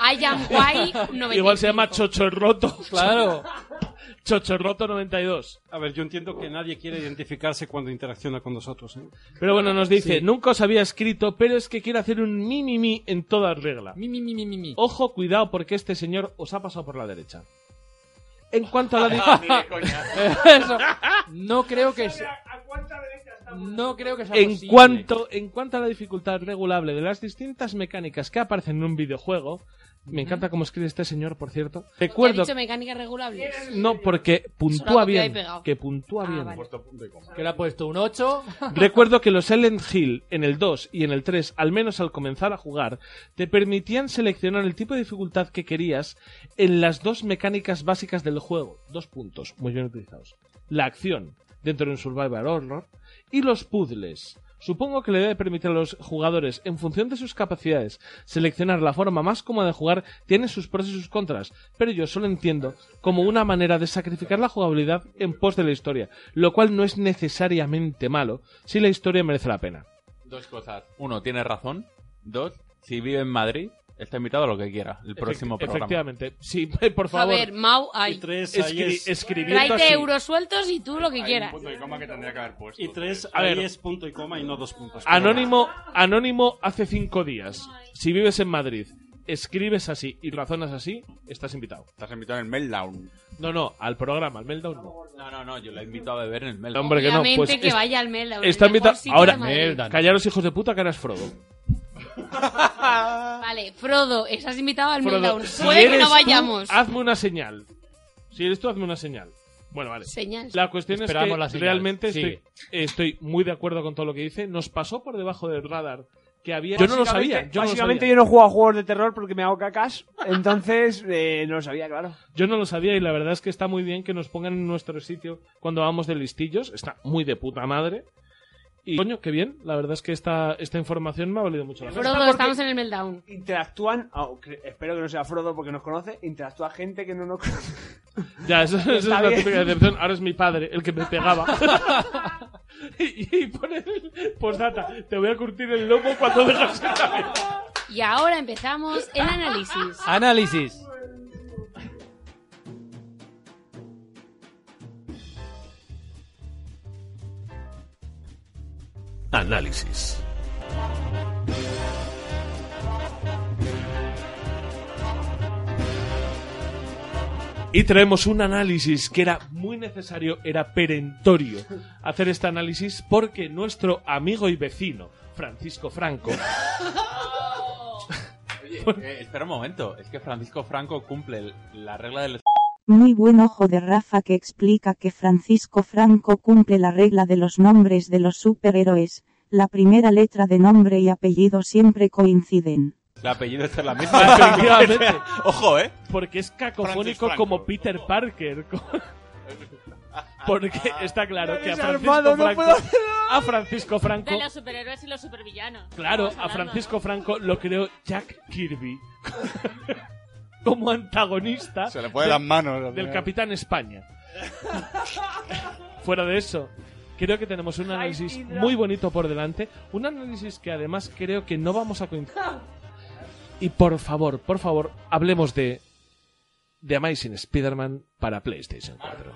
N: I am guay
C: [LAUGHS]
N: 95.
C: Igual se llama Chochorroto. [LAUGHS]
A: Claro.
C: Chochorroto 92.
G: A ver, yo entiendo que nadie quiere identificarse cuando interacciona con nosotros. ¿eh?
C: Pero bueno, nos dice,
G: Sí.
C: nunca os había escrito, pero es que quiero hacer un mi, mi, mi en toda regla.
A: Mi, mi, mi, mi, mi, mi.
C: Ojo, cuidado, porque este señor os ha pasado por la derecha.
A: Ah,
C: En cuanto
F: Ah,
C: a la
A: [LAUGHS]
C: derecha... [LAUGHS]
A: Eso. No creo que sea. No creo que sea
C: En
A: posible.
C: cuanto, en cuanto a la dificultad regulable de las distintas mecánicas que aparecen en un videojuego, me encanta cómo escribe este señor, por cierto.
N: ¿Te ha
C: Recuerdo,
N: dicho mecánica regulable?
C: no, porque
N: Solo
C: puntúa
N: copia y
C: bien,
N: pegado.
C: que puntúa
A: Ah,
C: bien.
A: Que le ha puesto un 8.
C: Recuerdo que los Silent Hill en el 2 y en el 3, al menos al comenzar a jugar, te permitían seleccionar el tipo de dificultad que querías en las dos mecánicas básicas del juego. Dos puntos, muy bien utilizados. La acción, dentro de un survival horror, y los puzzles. Supongo que le debe permitir a los jugadores, en función de sus capacidades, seleccionar la forma más cómoda de jugar, tiene sus pros y sus contras, pero yo solo entiendo como una manera de sacrificar la jugabilidad en pos de la historia, lo cual no es necesariamente malo si la historia merece la pena.
L: Dos cosas. Uno, tienes razón. Dos, si vive en Madrid, está invitado a lo que quiera. El próximo
C: Efecti-
L: programa.
C: Efectivamente. Sí, [LAUGHS] por
N: A
C: favor.
N: ver, Mau, hay.
C: Escri- escribiendo
N: Tráete
C: así.
N: euros sueltos y tú lo que
G: Hay
N: quieras.
G: punto y coma que tendría que haber puesto. Y tres,
C: A
G: ahí
C: ver.
G: es punto y coma y no dos puntos.
C: Anónimo, anónimo hace cinco días. Si vives en Madrid, escribes así y razonas así, estás invitado.
O: Estás invitado en el Meltdown.
C: No, no, al programa, al Meltdown no.
L: No, no, no, yo la invito a beber en el Mel.
C: Hombre, que no.
N: Obviamente
C: Pues
N: que
C: es-
N: vaya al Meltdown,
C: Está
N: el mejor
C: invitado.
N: sitio de
C: Ahora,
N: Madrid. Meltdown.
C: callaros hijos de puta que ahora es Frodo.
N: Vale, Frodo, estás invitado al
C: Frodo,
N: Meltdown.
C: si
N: Puede que
C: eres
N: no
C: tú,
N: vayamos.
C: hazme una señal. Si eres tú, hazme una señal. Bueno, vale.
N: Señal.
C: La cuestión
A: Esperamos la
C: es que
A: señal.
C: realmente estoy,
A: Sigue.
C: estoy muy de acuerdo con todo lo que dice. Nos pasó por debajo del radar que había. Yo
D: Básicamente-
C: no lo sabía. Yo no lo
D: básicamente
C: sabía.
D: yo no juego a juegos de terror porque me hago cacas. Entonces, eh, no lo sabía, claro.
C: Yo no lo sabía y la verdad es que está muy bien que nos pongan en nuestro sitio cuando vamos de listillos. Está muy de puta madre. Y coño, qué bien. La verdad es que esta, esta información me ha valido mucho la pena.
N: Frodo, estamos en el Meltdown.
D: Interactúan, au- cre- espero que no sea Frodo porque nos conoce, interactúa gente que no nos conoce.
C: Ya, eso, eso es
D: Está
C: la
D: bien.
C: típica decepción. Ahora es mi padre el que me
N: [LAUGHS]
C: pegaba. [LAUGHS] y, y pone el postdata. Te voy a curtir el lomo cuando dejas el avión".
N: Y ahora empezamos el análisis.
A: Análisis.
B: Análisis.
C: Y traemos un análisis que era muy necesario, era perentorio hacer este análisis porque nuestro amigo y vecino, Francisco
L: [LAUGHS]
C: Franco,
L: Oye, eh, espera un momento. Es que Francisco Franco cumple el- la regla del.
K: Muy buen ojo de Rafa que explica que Francisco Franco cumple la regla de los nombres de los superhéroes. La primera letra de nombre y apellido siempre coinciden.
L: El apellido es la misma.
C: efectivamente,
L: [LAUGHS] Ojo, eh.
C: porque es
L: Francis
C: cacofónico
L: Franco.
C: como Peter Parker. [LAUGHS] co- Porque está claro que a
D: Desarmado,
C: Francisco
D: no
C: Franco,
D: puedo
C: a Francisco Franco
P: De los superhéroes y los supervillanos. Estamos
C: Claro, a
P: hablando,
C: Francisco Franco lo creó Jack Kirby [LAUGHS] como antagonista
O: Se le puede
C: del-
O: las manos, al
C: del
O: final.
C: Capitán España. Fuera de eso, Creo que tenemos un análisis muy bonito por delante. Un análisis que además creo que no vamos a coincidir. Y por favor, por favor, hablemos de The Amazing Spider-Man para PlayStation 4.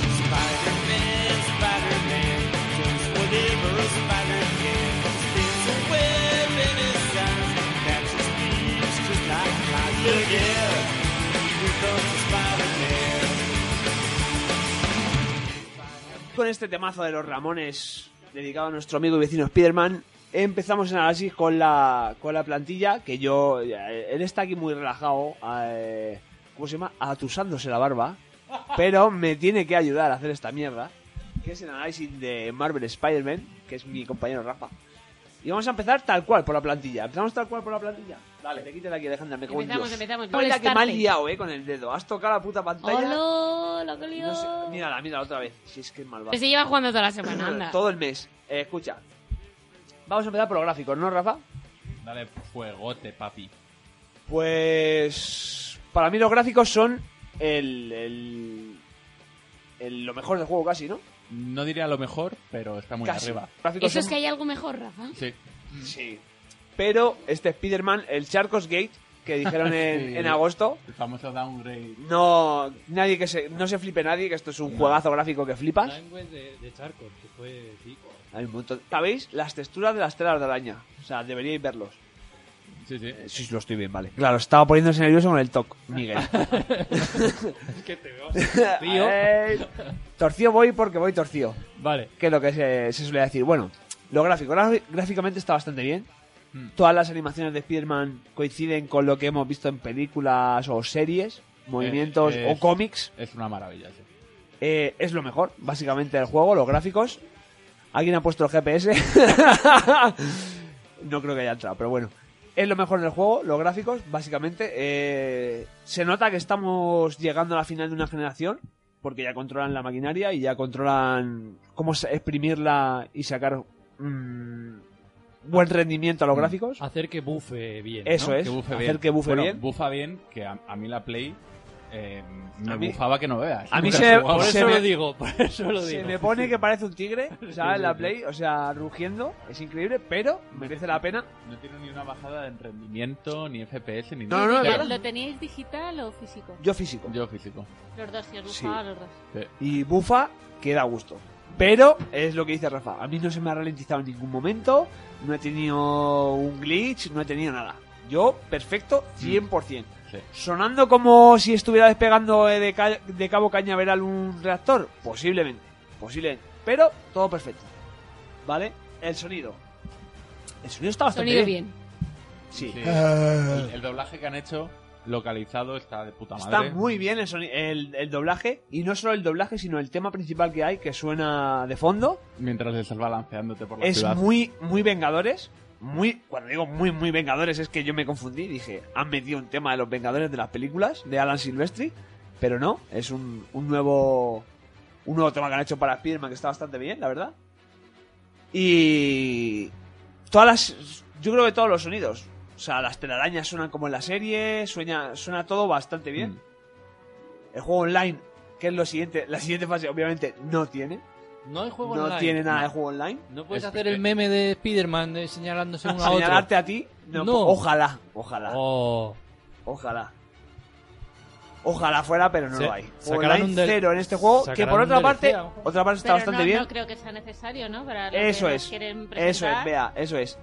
Q: Spider-Man, Spider-Man, just whatever a spider can. Spins a web in his eyes, catches thieves just like flies. Look out, here comes Spider-Man.
D: Con este temazo de los Ramones, dedicado a nuestro amigo y vecino Spiderman, empezamos el análisis con la, con la plantilla, que yo... eh, Él está aquí muy relajado, eh, ¿cómo se llama? Atusándose la barba, pero me tiene que ayudar a hacer esta mierda, que es el análisis de Marvel Spider-Man, que es mi compañero Rafa. Y vamos a empezar tal cual por la plantilla. Empezamos tal cual por la plantilla. Dale, te quita la aquí, Alejandra, me cago en
P: Empezamos,
D: Dios.
P: empezamos.
D: Mira que me
P: Molestarte.
D: has liado, eh, con el dedo. Has tocado la puta pantalla.
N: ¡Hola! ¡Lo que lió!
D: No sé, mírala, mírala otra vez. Si es que es malvado.
N: Pero Pues se lleva jugando toda
D: [LAUGHS]
N: la semana, anda.
D: Todo el mes. Eh, escucha. Vamos a empezar por los gráficos, ¿no, Rafa?
L: Dale fuegote, papi.
D: Pues. Para mí los gráficos son el. el, el- lo mejor del juego, casi, ¿no?
L: No diría lo mejor, pero está muy
D: Casi.
L: arriba.
D: Gráficos
N: ¿Eso es
D: son-
N: que hay algo mejor, Rafa?
L: Sí.
D: Sí. Pero este Spider-Man, el Charcos Gate, que
L: [LAUGHS]
D: dijeron en,
L: Sí.
D: en agosto.
L: El famoso downgrade.
D: No, nadie que se, no se flipe nadie, que esto es un juegazo gráfico que flipas.
C: Pues
A: Language de, de Charcos, que fue... sí.
D: Hay un montón. ¿Sabéis? Las texturas de las telas de araña. O sea, deberíais verlos. Eh,
L: Sí, sí.
D: Sí, lo
C: [LAUGHS]
D: estoy bien, vale. Claro, estaba poniéndose nervioso con el TOC, Miguel. [LAUGHS]
A: Es que te veo torcido.
D: Eh, torcido voy porque voy torcido.
A: Vale.
D: Que es lo que se, se suele decir. Bueno, lo gráfico. Gra- Gráficamente está bastante bien. Todas las animaciones de Spider-Man coinciden con lo que hemos visto en películas o series, movimientos
L: es-
D: o cómics.
L: Es una maravilla, sí.
D: Eh, es lo mejor, básicamente, del juego, los gráficos. ¿Alguien ha puesto el GPS? [LAUGHS] no creo que haya entrado, pero bueno. Es lo mejor del juego, los gráficos, básicamente. Eh, se nota que estamos llegando a la final de una generación, porque ya controlan la maquinaria y ya controlan cómo sa- exprimirla y sacar mm, buen rendimiento a
L: Mm.
D: los gráficos.
A: Hacer que
L: Eh,
A: bufe bien.
D: Eso
A: ¿no?
D: es,
A: Que bufe
D: hacer
A: bien.
D: que bufe
L: Bueno,
D: bien.
L: bufa bien, que a, a mí la Play eh, me
D: A mí-
L: bufaba que no veas.
D: A mí
L: Nunca
D: se,
L: jugaba.
D: se
L: me-
D: me-
L: se
D: Se
L: me
D: me pone que parece un tigre,
L: [LAUGHS] Sí,
D: ¿sabes?
L: sí,
D: La
L: sí.
D: Play, o sea, rugiendo, es increíble, pero merece la pena.
L: No tiene ni una bajada en rendimiento, ni FPS, ni
D: No,
L: nada.
D: no,
L: Cero.
D: claro.
P: ¿Lo teníais digital o físico?
D: Yo físico.
L: Yo físico.
P: Los dos, si os
D: Sí.
P: gustaba los dos.
D: Y bufa, que da gusto. Pero es lo que dice Rafa, a mí no se me ha ralentizado en ningún momento, no he tenido un glitch, no he tenido nada. Yo, perfecto, 100%.
L: Mm. Sí.
D: ¿Sonando como si estuviera despegando eh, de, ca- de Cabo Cañaveral un reactor? Posiblemente, posiblemente. Pero todo perfecto. ¿Vale? El sonido. El sonido está bastante
N: Sonido
D: bien.
N: bien.
D: Sí.
L: Sí. El, el doblaje que han hecho localizado está de puta madre.
D: Está muy bien el, soni- el- el doblaje, y no solo el doblaje, sino el tema principal que hay, que suena de fondo.
L: Mientras estás balanceándote por la
D: es
L: ciudad.
D: muy, muy Vengadores. Muy, cuando digo muy, muy Vengadores, es que yo me confundí. Dije, han metido un tema de los Vengadores de las películas de Alan Silvestri, pero no, es un, un nuevo. Un nuevo tema que han hecho para Spider-Man que está bastante bien, la verdad. Y. Todas las. Yo creo que todos los sonidos. O sea, las telarañas suenan como en la serie, suena, suena todo bastante bien.
L: Mm.
D: El juego online, que es lo siguiente, la siguiente fase, obviamente no tiene.
A: No hay juego
D: No
A: online.
D: tiene nada
A: No.
D: de juego online.
A: No puedes hacer el meme de Spider-Man de
D: [LAUGHS]
A: señalándose uno a otro.
D: señalarte a ti. No,
A: No.
D: Ojalá, ojalá.
A: Oh.
D: Ojalá. Ojalá fuera, pero no
A: Se-
D: lo hay.
A: sacarán
D: Juego online
A: un del-
D: cero en este juego, que
A: sacarán
D: por
A: un
C: [LAUGHS]
D: otra
A: DLC,
D: parte,
A: a lo mejor.
D: otra parte está
P: Pero
D: bastante
P: no,
D: bien.
P: no creo que sea necesario, ¿no? Para lo que
D: eso
P: nos
D: es.
P: quieren
D: Eso es,
P: presentar.
D: vea, eso es.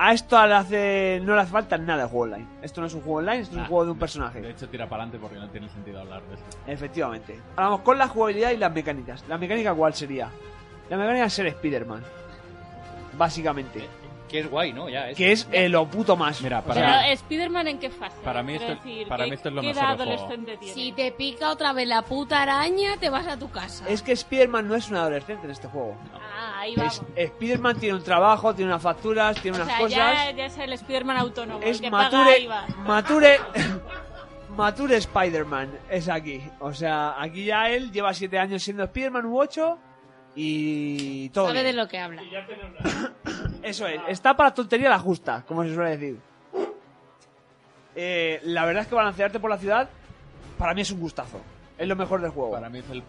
D: A esto le hace, no le hace falta nada de juego online. Esto no es un juego online, esto es un
L: Ah,
D: juego de un personaje.
L: De hecho, tira para adelante porque no tiene sentido hablar de esto.
D: Efectivamente. Ahora Vamos con la jugabilidad y las mecánicas. ¿La mecánica cuál sería? La mecánica es ser Spider-Man. Básicamente.
A: Que es guay, ¿no? Ya,
D: Que es eh, lo puto más.
L: Eh, Mira,
P: Pero, ¿Spiderman en qué fase?
L: Para mí
P: Quiero
L: esto- para
P: ¿qué-
L: mí esto es lo
P: qué
L: mejor
P: edad
L: del juego.
P: adolescente tiene?
N: Si te pica otra vez la puta araña, te vas a tu casa.
D: Es que Spider-Man no es un adolescente en este juego.
P: Ah, eh, ahí vamos.
D: Spider-Man tiene un trabajo, tiene unas facturas, tiene
P: o
D: unas
P: sea, ya,
D: cosas.
P: ya es el Spiderman autónomo. el
D: Es
P: que paga
D: mature.
P: IVA.
D: Mature. [LAUGHS] Mature Spider-Man es aquí. O sea, aquí ya él lleva 7 años siendo Spider-Man u 8 y todo.
N: Sabe de
D: bien.
N: lo que habla.
D: Eso es, está para tontería la justa, como se suele decir. Eh, la verdad es que balancearte por la ciudad para mí es un gustazo. Es lo mejor del juego.
F: Para mí es el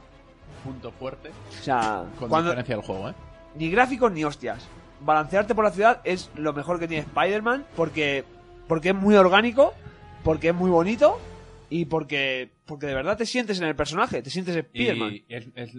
F: punto fuerte.
D: O sea,
F: con
D: cuando-
F: diferencia del juego, ¿eh?
D: Ni gráficos ni hostias. Balancearte por la ciudad es lo mejor que tiene Spider-Man porque, porque es muy orgánico, porque es muy bonito y porque, porque de verdad te sientes en el personaje, te sientes Spider-Man.
F: Y, es- es-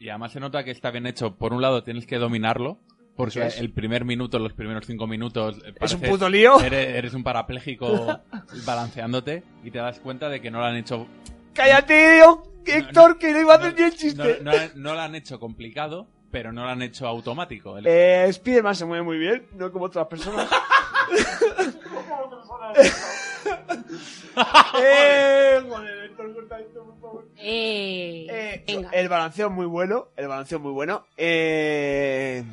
F: y además se nota que está bien hecho. Por un lado, tienes que dominarlo. Porque
D: Eso es.
F: el primer minuto, los primeros cinco minutos. eh,
D: Es un
F: pareces-
D: puto lío.
F: Eres, eres un
D: [LAUGHS]
F: parapléjico balanceándote y te das cuenta de que no lo han hecho.
D: ¡Cállate, Dios, Héctor, que no iba a hacer ni el
F: No,
D: chiste!
F: no la- no lo han hecho complicado, pero no lo han hecho automático. El-
D: Eh, Spider-Man se mueve muy bien, no como otras personas. eh, joder, Héctor, corta esto, por favor. Eh, El balanceo es muy bueno, el balanceo es muy bueno. Eh,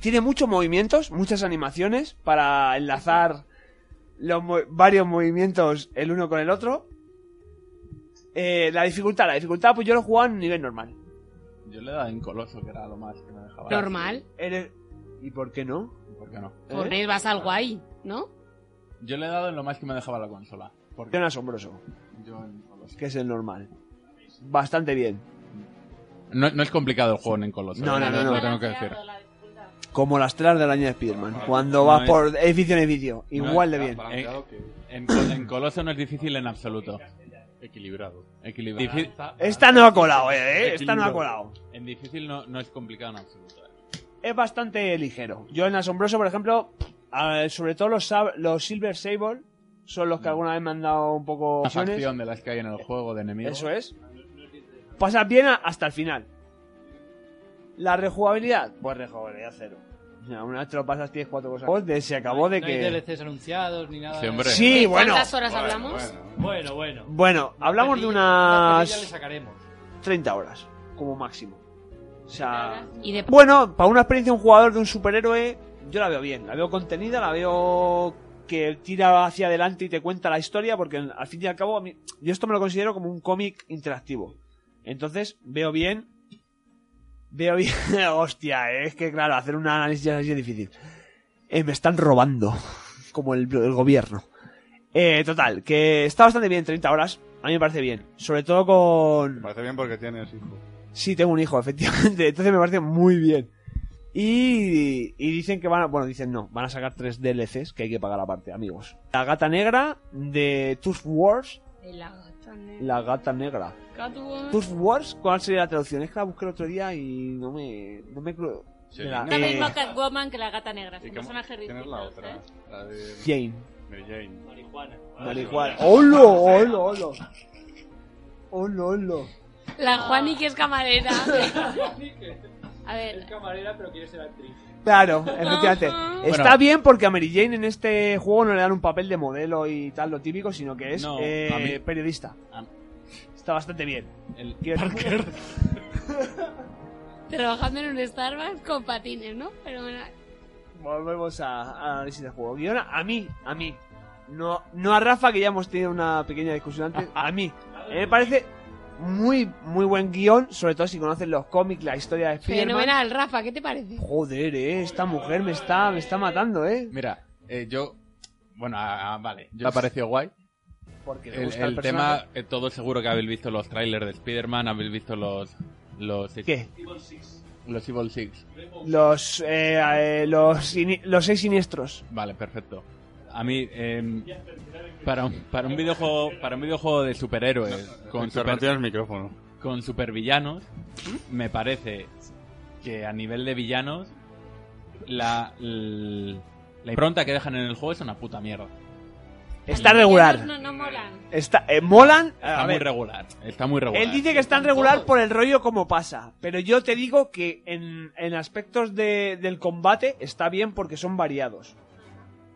D: tiene muchos movimientos, muchas animaciones para enlazar los mo- varios movimientos el uno con el otro. Eh, la dificultad, la dificultad, pues yo lo jugaba en nivel normal.
F: Yo le he dado en coloso, que era lo más que me dejaba.
N: Normal.
D: Eres- ¿Y por qué no?
F: ¿Por qué no?
N: Corred, vas al guay, ¿no?
F: Yo le he dado en lo más que me dejaba la consola. Porque
D: Porque asombroso.
F: yo en coloso.
D: que es el normal. Bastante bien.
F: No, no es complicado el juego en coloso.
D: No,
F: eh,
D: no, no, no.
F: Lo tengo que decir.
D: Como las telas del año de Spiderman. Cuando
F: No
D: vas
F: es-
D: por edificio en edificio.
F: No,
D: Igual de
F: está
D: bien.
F: balanceado que- En, Col- en Coloso no es difícil en absoluto. Equilibrado. Equilibrado.
D: Difí- Esta no ha colado, eh, eh, esta no ha
F: Equilibrado.
D: colado.
F: En difícil no, no es complicado en absoluto. eh.
D: Es bastante ligero. Yo en asombroso, por ejemplo, a- sobre todo los, sab- los Silver Sable son los que alguna vez me han dado un poco...
F: Una
D: opciones.
F: Mm. facción de las que hay en el juego de enemigos.
D: Eso es. Pasas bien a- hasta el final. La rejugabilidad. Pues rejugabilidad cero. O sea, Una vez te lo pasas, tienes cuatro cosas. Pues de- se acabó de
A: No hay
D: que...
A: DLCs anunciados ni nada.
D: Sí, hombre. Sí, ¿De bueno. cuántas horas
A: hablamos? Bueno, bueno.
D: Bueno, hablamos de
A: Ya le
D: unas
A: sacaremos.
D: 30 horas, como máximo. O sea,
N: Y de-
D: bueno, para una experiencia de un jugador de un superhéroe, yo la veo bien. La veo contenida, la veo que tira hacia adelante y te cuenta la historia, porque al fin y al cabo, a mí- yo esto me lo considero como un cómic interactivo. Entonces, veo bien. Veo bien. [LAUGHS] Hostia, es que claro, hacer un análisis así es difícil. Eh, me están robando, como el, el gobierno. Eh, total, que está bastante bien, 30 horas. A mí me parece bien. Sobre todo con.
O: Parece bien porque tienes hijo.
D: Sí, tengo un hijo, [LAUGHS] efectivamente. Entonces me parece muy bien. Y, y dicen que van a. Bueno, dicen no, van a sacar tres DLCs que hay que pagar aparte, amigos. La gata negra de Tooth Wars.
N: De la gata negra.
D: La gata negra.
N: Catwoman.
D: Tooth Wars, ¿cuál sería la traducción? Es que la busqué el otro día y no me. No me. cru-
O: Sí,
D: de la-
O: no
P: La
D: eh,
P: misma Catwoman que la gata negra.
O: ¿Y
P: Es un
O: cómo-
P: personaje
O: quién es
P: ridículo.
O: la otra? La de...
D: Jane.
O: Mary Jane. Marihuana.
D: Marihuana. ¡Holo! ¡Holo! ¡Holo! ¡Holo! ¡Holo!
N: La Juani que es camarera. A ver.
A: Es camarera, pero quiere ser actriz.
D: Claro, efectivamente. Está bien porque a Mary Jane en este juego no le dan un papel de modelo y tal, lo típico, sino que es
F: No,
D: eh,
F: a mí-
D: periodista.
F: a-
D: Está bastante bien.
F: El
D: Quiero-
N: Trabajando en un Starbucks con patines, ¿no? Pero bueno,
D: [LAUGHS] Volvemos a, a análisis del juego. Guion, a mí, a mí. No, no a Rafa, que ya hemos tenido una pequeña
F: [LAUGHS]
D: discusión antes. A mí. A mí me parece muy, muy buen guión, sobre todo si conoces los cómics, la historia de Spider-Man.
N: fenomenal, Rafa, ¿qué te parece?
D: Joder, eh, esta mujer me está, me está matando, eh.
F: Mira, eh, yo. Bueno, ah, ah, vale. Yo me ha parecido guay.
D: Porque le
F: El,
D: gusta el,
F: el tema,
D: personaje.
F: eh, todos seguro que habéis visto los trailers de Spider-Man, habéis visto los. los
D: ¿Qué?
F: Los Evil Six.
D: Los, eh, eh, los, ini- los seis siniestros.
F: Vale, perfecto. A mí, em, para, un- para, un videojuego, para un videojuego de superhéroes con,
O: Héctor, no
F: super-
O: tienes micrófono.
F: con supervillanos, me parece que a nivel de villanos, la, l- la impronta que dejan en el juego es una puta mierda.
D: Está regular.
N: No, no molan.
D: Está, eh, molan.
F: Está
D: a
F: muy
D: ver,
F: regular. Está muy regular.
D: Él dice que están regular por el rollo como pasa, pero yo te digo que en, en aspectos de- del combate está bien porque son variados.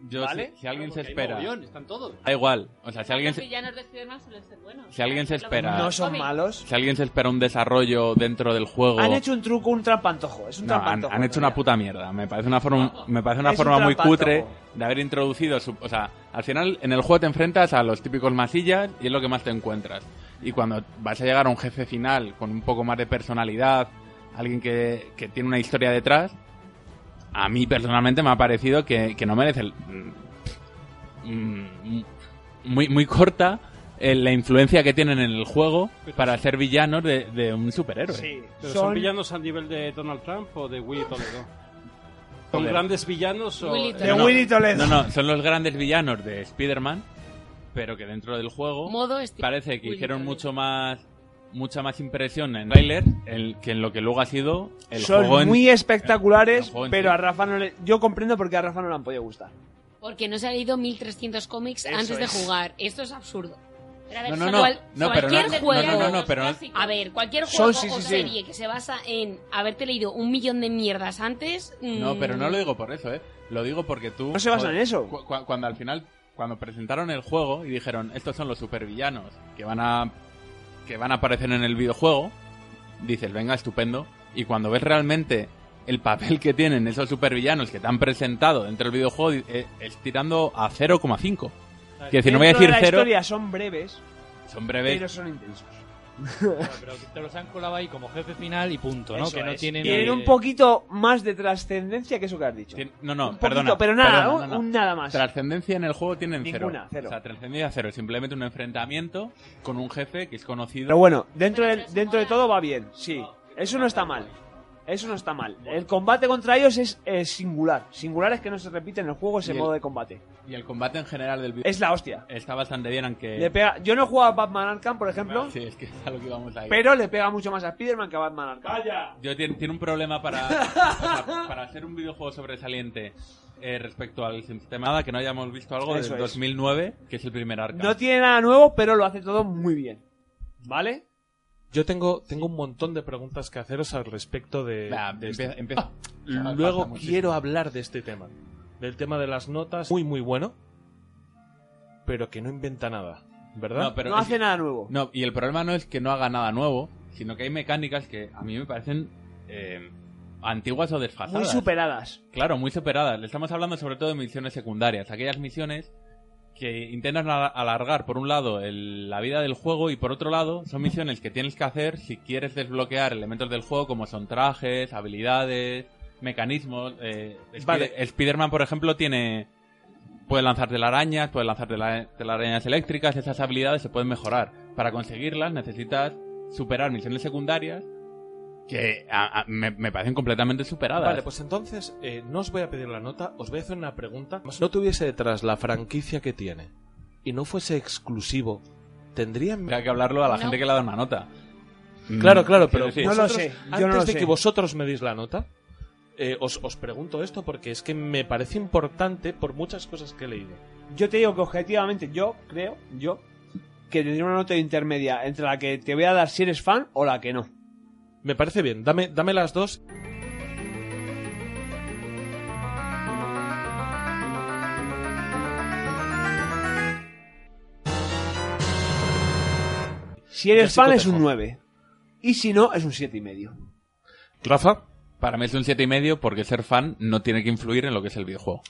F: Yo,
D: ¿Vale?
F: si, si alguien se
A: Hay
F: espera.
A: mogollón, están todos.
F: Da igual. O sea, si alguien
P: Los
F: se,
P: villanos de Spiderman suelen ser buenos.
F: si alguien se espera.
D: No son malos.
F: Si alguien se espera un desarrollo dentro del juego.
D: Han hecho un truco, un trampantojo. Es un
F: No, han,
D: trampantojo.
F: han hecho una puta mierda. Me parece una forma, me parece una
D: Es un
F: forma muy
D: trampantojo.
F: cutre de haber introducido. su- o sea, al final en el juego te enfrentas a los típicos masillas y es lo que más te encuentras. Y cuando vas a llegar a un jefe final con un poco más de personalidad, alguien que, que tiene una historia detrás, a mí personalmente me ha parecido que, que no merece el- mm, mm, muy, muy corta. eh, la influencia que tienen en el juego para ser villanos de, de un superhéroe.
G: ¿Pero son... villanos al nivel de Donald Trump o de Willy Toledo? ¿Son
F: Joder.
G: grandes villanos o...?
F: No, no. No, no, son los grandes villanos de Spider-Man, pero que dentro del juego
N: Modo esti-
F: parece que
N: Willy
F: hicieron
N: Toledo.
F: mucho más mucha más impresión en trailer el, que en lo que luego ha sido el
D: Son
F: juego en-
D: muy espectaculares,
F: juego en
D: pero
F: sí.
D: a Rafa no le... Yo comprendo por qué a Rafa no le han podido gustar.
N: Porque no se han leído 1300 cómics
D: Eso
N: antes de
D: es.
N: jugar. Esto es absurdo.
F: a ver, No, no, no. No, pero no,
N: cualquier
F: no, no,
N: juego,
F: no, no, no, pero no-
N: a ver, cualquier
F: Son-
N: juego
F: sí, sí,
N: o
F: sí.
N: serie que se basa en haberte leído un millón de mierdas antes.
F: No,
N: mm,
F: pero no lo digo por eso, ¿eh? Lo digo porque tú...
D: No se basan en eso.
F: cu- cu- cuando al final, cuando presentaron el juego y dijeron, estos son los supervillanos que van a, que van a aparecer en el videojuego, dices, venga, estupendo. Y cuando ves realmente el papel que tienen esos supervillanos que te han presentado dentro del videojuego, di- eh, es tirando a 0,5. Que decir, no voy a decir
D: Dentro de la
F: 0,
D: historia son breves,
F: son breves.
D: pero son intensos.
A: Pero te los han colado ahí como jefe final y punto, ¿no?
D: Eso
A: que no
D: es.
A: tienen...
D: Tienen
A: eh,
D: un poquito más de trascendencia que eso que has dicho.
F: No, no,
D: Un poquito,
F: perdona.
D: pero nada,
F: perdona,
D: un-
F: no, no.
D: un nada más.
F: Trascendencia en el juego tienen cero.
D: Ninguna, cero.
F: O sea, trascendencia cero. Simplemente un enfrentamiento con un jefe que es conocido.
D: Pero bueno, dentro, del- dentro de todo va bien, sí. Eso no está mal. Eso no está mal. El combate contra ellos es, eh, singular. Singular es que no se repite en el juego ese
F: Y el-
D: modo de combate.
F: Y el combate en general del video.
D: Es la hostia.
F: Está bastante bien, aunque.
D: Le pega, yo no he jugado a Batman Arkham, por ejemplo,
F: Sí, es que es a lo que íbamos a ir.
D: pero le pega mucho más a Spider-Man que a Batman Arkham.
F: Yo tiene, tiene un problema
D: [LAUGHS]
F: para. o sea, para hacer un videojuego sobresaliente eh, respecto al sistema. Nada, que no hayamos visto algo
D: Eso
F: del
D: es.
F: 2009, que es el primer arca.
D: No tiene nada nuevo, pero lo hace todo muy bien. ¿Vale?
C: Yo tengo, tengo un montón de preguntas que haceros al respecto de.
F: Va,
C: de
F: empieza-
C: esto.
F: empieza.
C: Luego
F: Pasa muchísimo.
C: quiero hablar de este tema. Del tema de las notas. Muy, muy bueno. Pero que no inventa nada. ¿Verdad?
F: No, pero No es- hace
D: nada nuevo.
F: No, y el problema no es que no haga nada nuevo, sino que hay mecánicas que a mí me parecen eh, antiguas o
D: Muy
F: desfasadas.
D: superadas.
F: Claro, muy superadas. Le estamos hablando sobre todo de misiones secundarias, aquellas misiones que intentan a- alargar, por un lado, el- la vida del juego y por otro lado, son misiones que tienes que hacer si quieres desbloquear elementos del juego como son trajes, habilidades, mecanismos. eh, Spide-
C: Vale.
F: Spider-Man, por ejemplo, tiene... Puede lanzar telarañas, puede lanzar tela- telarañas eléctricas, esas habilidades se pueden mejorar. Para conseguirlas necesitas superar misiones secundarias que a- a- me, me parecen completamente superadas.
C: Vale, pues entonces eh, no os voy a pedir la nota, os voy a hacer una pregunta. Si no tuviese detrás la franquicia que tiene y no fuese exclusivo, ¿tendrían...
F: Tendría que hablarlo a la No. gente que le ha dado una nota.
C: Claro,
F: Mm,
C: claro,
F: quiero
C: pero
F: decir-
C: vosotros,
F: No lo sé, yo
C: antes
F: no lo
C: de
F: sé.
C: que vosotros me deis la nota, eh, os, os pregunto esto porque es que me parece importante por muchas cosas que he leído.
D: Yo te digo que objetivamente yo creo, yo, que tendría una nota intermedia entre la que te voy a dar si eres fan o la que no.
C: Me parece bien, dame, dame las dos.
D: Si eres
C: Ya
D: fan es
C: psicotejo.
D: un 9. Y si no, es un 7,5. y medio.
C: Rafa.
F: Para mí es un siete y medio porque ser fan no tiene que influir en lo que es el videojuego.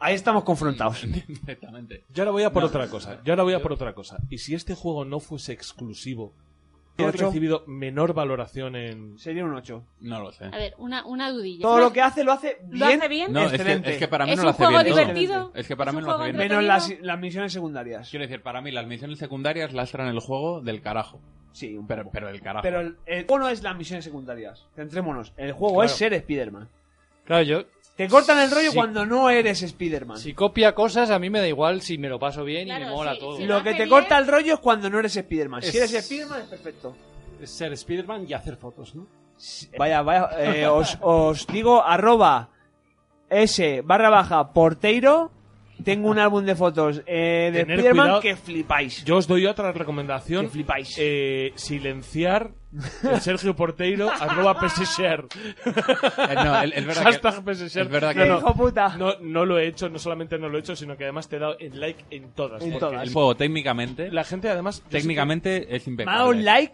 D: Ahí estamos
C: [LAUGHS]
D: confrontados.
F: Exactamente.
C: Yo ahora voy a por
F: No.
C: otra cosa, yo ahora voy a por otra cosa. Y si este juego no fuese exclusivo, ¿no has
D: Ocho.
C: recibido menor valoración en...
D: Sería un 8.
F: No lo sé.
P: A ver, una, una dudilla.
D: Todo lo que hace lo hace bien.
P: ¿Lo hace bien?
F: No, es que,
D: Excelente.
F: es que para mí
P: ¿Es
F: no lo
P: un
F: hace
P: juego
F: bien.
P: divertido?
F: Es que para
P: ¿Es
F: mí
P: un
F: no lo hace
P: juego
F: bien.
D: Menos las, las misiones secundarias.
F: Quiero decir, para mí las misiones secundarias lastran el juego del carajo.
D: Sí,
F: pero, pero del carajo.
D: Pero el, el juego no es las misiones secundarias. Centrémonos. El juego
A: Claro.
D: es ser Spider-Man.
A: Claro, yo...
D: Te cortan el rollo
A: Sí.
D: cuando no eres Spider-Man.
A: Si copia cosas, a mí me da igual si me lo paso bien y me mola todo.
D: lo que te corta el rollo es cuando no eres Spider-Man. Si
G: Es-
D: eres Spider-Man es perfecto.
G: Es ser Spider-Man y hacer fotos, ¿no?
D: Vaya, vaya.
G: [LAUGHS]
D: eh, os, os digo arroba s barra baja porteiro. Tengo un álbum de fotos eh, de
C: Tener
D: Spider-Man
C: cuidado.
D: que flipáis.
C: Yo os doy otra recomendación.
D: Que flipáis.
C: Eh, silenciar el Sergio Porteiro
D: [LAUGHS]
C: arroba PSShare.
F: Eh, no, es- es verdad que-
C: Hashtag PSShare.
F: es verdad
C: No,
F: que-
C: no,
F: Hijo
C: no- no lo he hecho, no solamente no lo he hecho, sino que además te he dado el like en todas. porque
F: El juego técnicamente...
C: La gente además...
F: Técnicamente es impecable.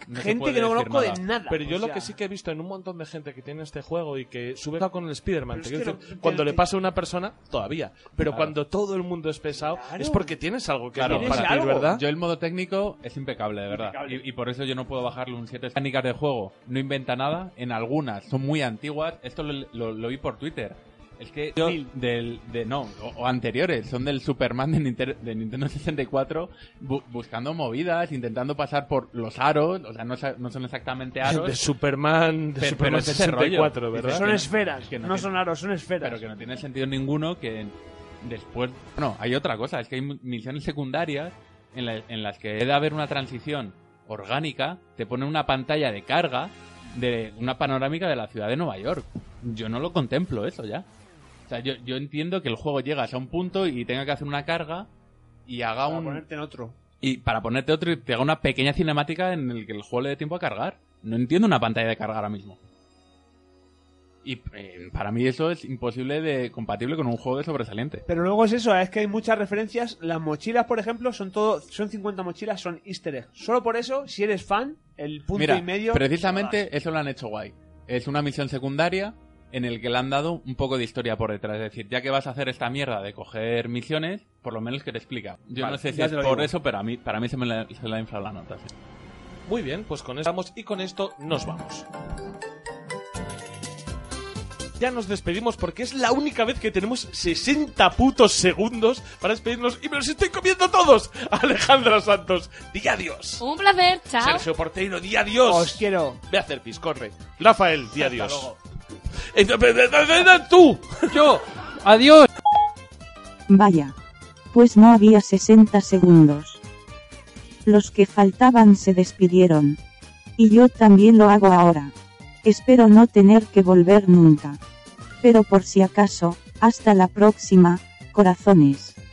F: No se puede decir
C: Pero yo
F: O
C: lo
F: sea,
C: que sí que he visto en un montón de gente que tiene este juego y que sube con el Spider-Man. te
D: Pero es
C: quiero
D: que
C: decir,
D: lo-
C: cuando
D: te-
C: le pasa a una persona, todavía. Pero
F: Claro.
C: cuando todo el mundo es pesado, es porque tienes algo que
F: Claro,
C: compartir,
F: para ti,
C: ¿verdad?
F: Yo el modo técnico es impecable, de verdad. Y, y por eso yo no puedo bajarle un 7. Mecánicas de juego no inventa nada. En algunas son muy antiguas. Esto lo, lo- lo vi por Twitter. Es que yo del, de, no, o, o anteriores, son del Superman de, Ninter- de Nintendo 64 bu- buscando movidas, intentando pasar por los aros, o sea, no, sa- no son exactamente aros.
C: De Superman,
F: Pero-
C: de
F: pero
C: Superman
F: es ese rollo.
C: 64, ¿verdad?
F: Dices,
D: Son
F: que-
D: esferas,
F: que
D: no,
F: tiene-
D: son aros, son esferas.
F: Pero que no tiene sentido ninguno que después... Bueno, hay otra cosa, es que hay mu- misiones secundarias en, la- en las que debe haber una transición orgánica, te pone una pantalla de carga de una panorámica de la ciudad de Nueva York. Yo no lo contemplo eso ya. O sea, yo, yo entiendo que el juego llegas a un punto y tenga que hacer una carga y haga un...
D: ponerte en otro.
F: Y para ponerte otro, y te haga una pequeña cinemática en el que el juego le dé tiempo a cargar. No entiendo una pantalla de carga ahora mismo. Y eh, para mí eso es imposible de compatible con un juego de sobresaliente.
D: Pero luego es eso, es que hay muchas referencias. Las mochilas, por ejemplo, son todo, son 50 mochilas, son easter eggs. Solo por eso, si eres fan, el punto
F: Mira,
D: y medio.
F: precisamente eso lo han hecho guay. Es una misión secundaria en el que le han dado un poco de historia por detrás. Es decir, ya que vas a hacer esta mierda de coger misiones, por lo menos que te explica. Yo
C: Vale,
F: no sé si
C: ya
F: es
C: te lo
F: por
C: digo.
F: eso, pero a mí, para mí se me la, se la ha inflado la nota. sí.
C: Muy bien, pues con esto vamos y con esto nos vamos. Ya nos despedimos porque es la única vez que tenemos 60 putos segundos para despedirnos y me los estoy comiendo todos. [LAUGHS] Alejandra Santos, di adiós.
N: Un placer, chao.
C: Sergio Porteiro, di adiós.
D: Os quiero.
C: Ve a hacer pis, corre. Rafael, di adiós.
D: luego.
C: Eh, no, pero, eh, eh, eh, ¡Tú! ¡Yo! ¡Adiós!
K: Vaya. Pues no había 60 segundos. Los que faltaban se despidieron. Y yo también lo hago ahora. Espero no tener que volver nunca. Pero por si acaso, hasta la próxima, corazones.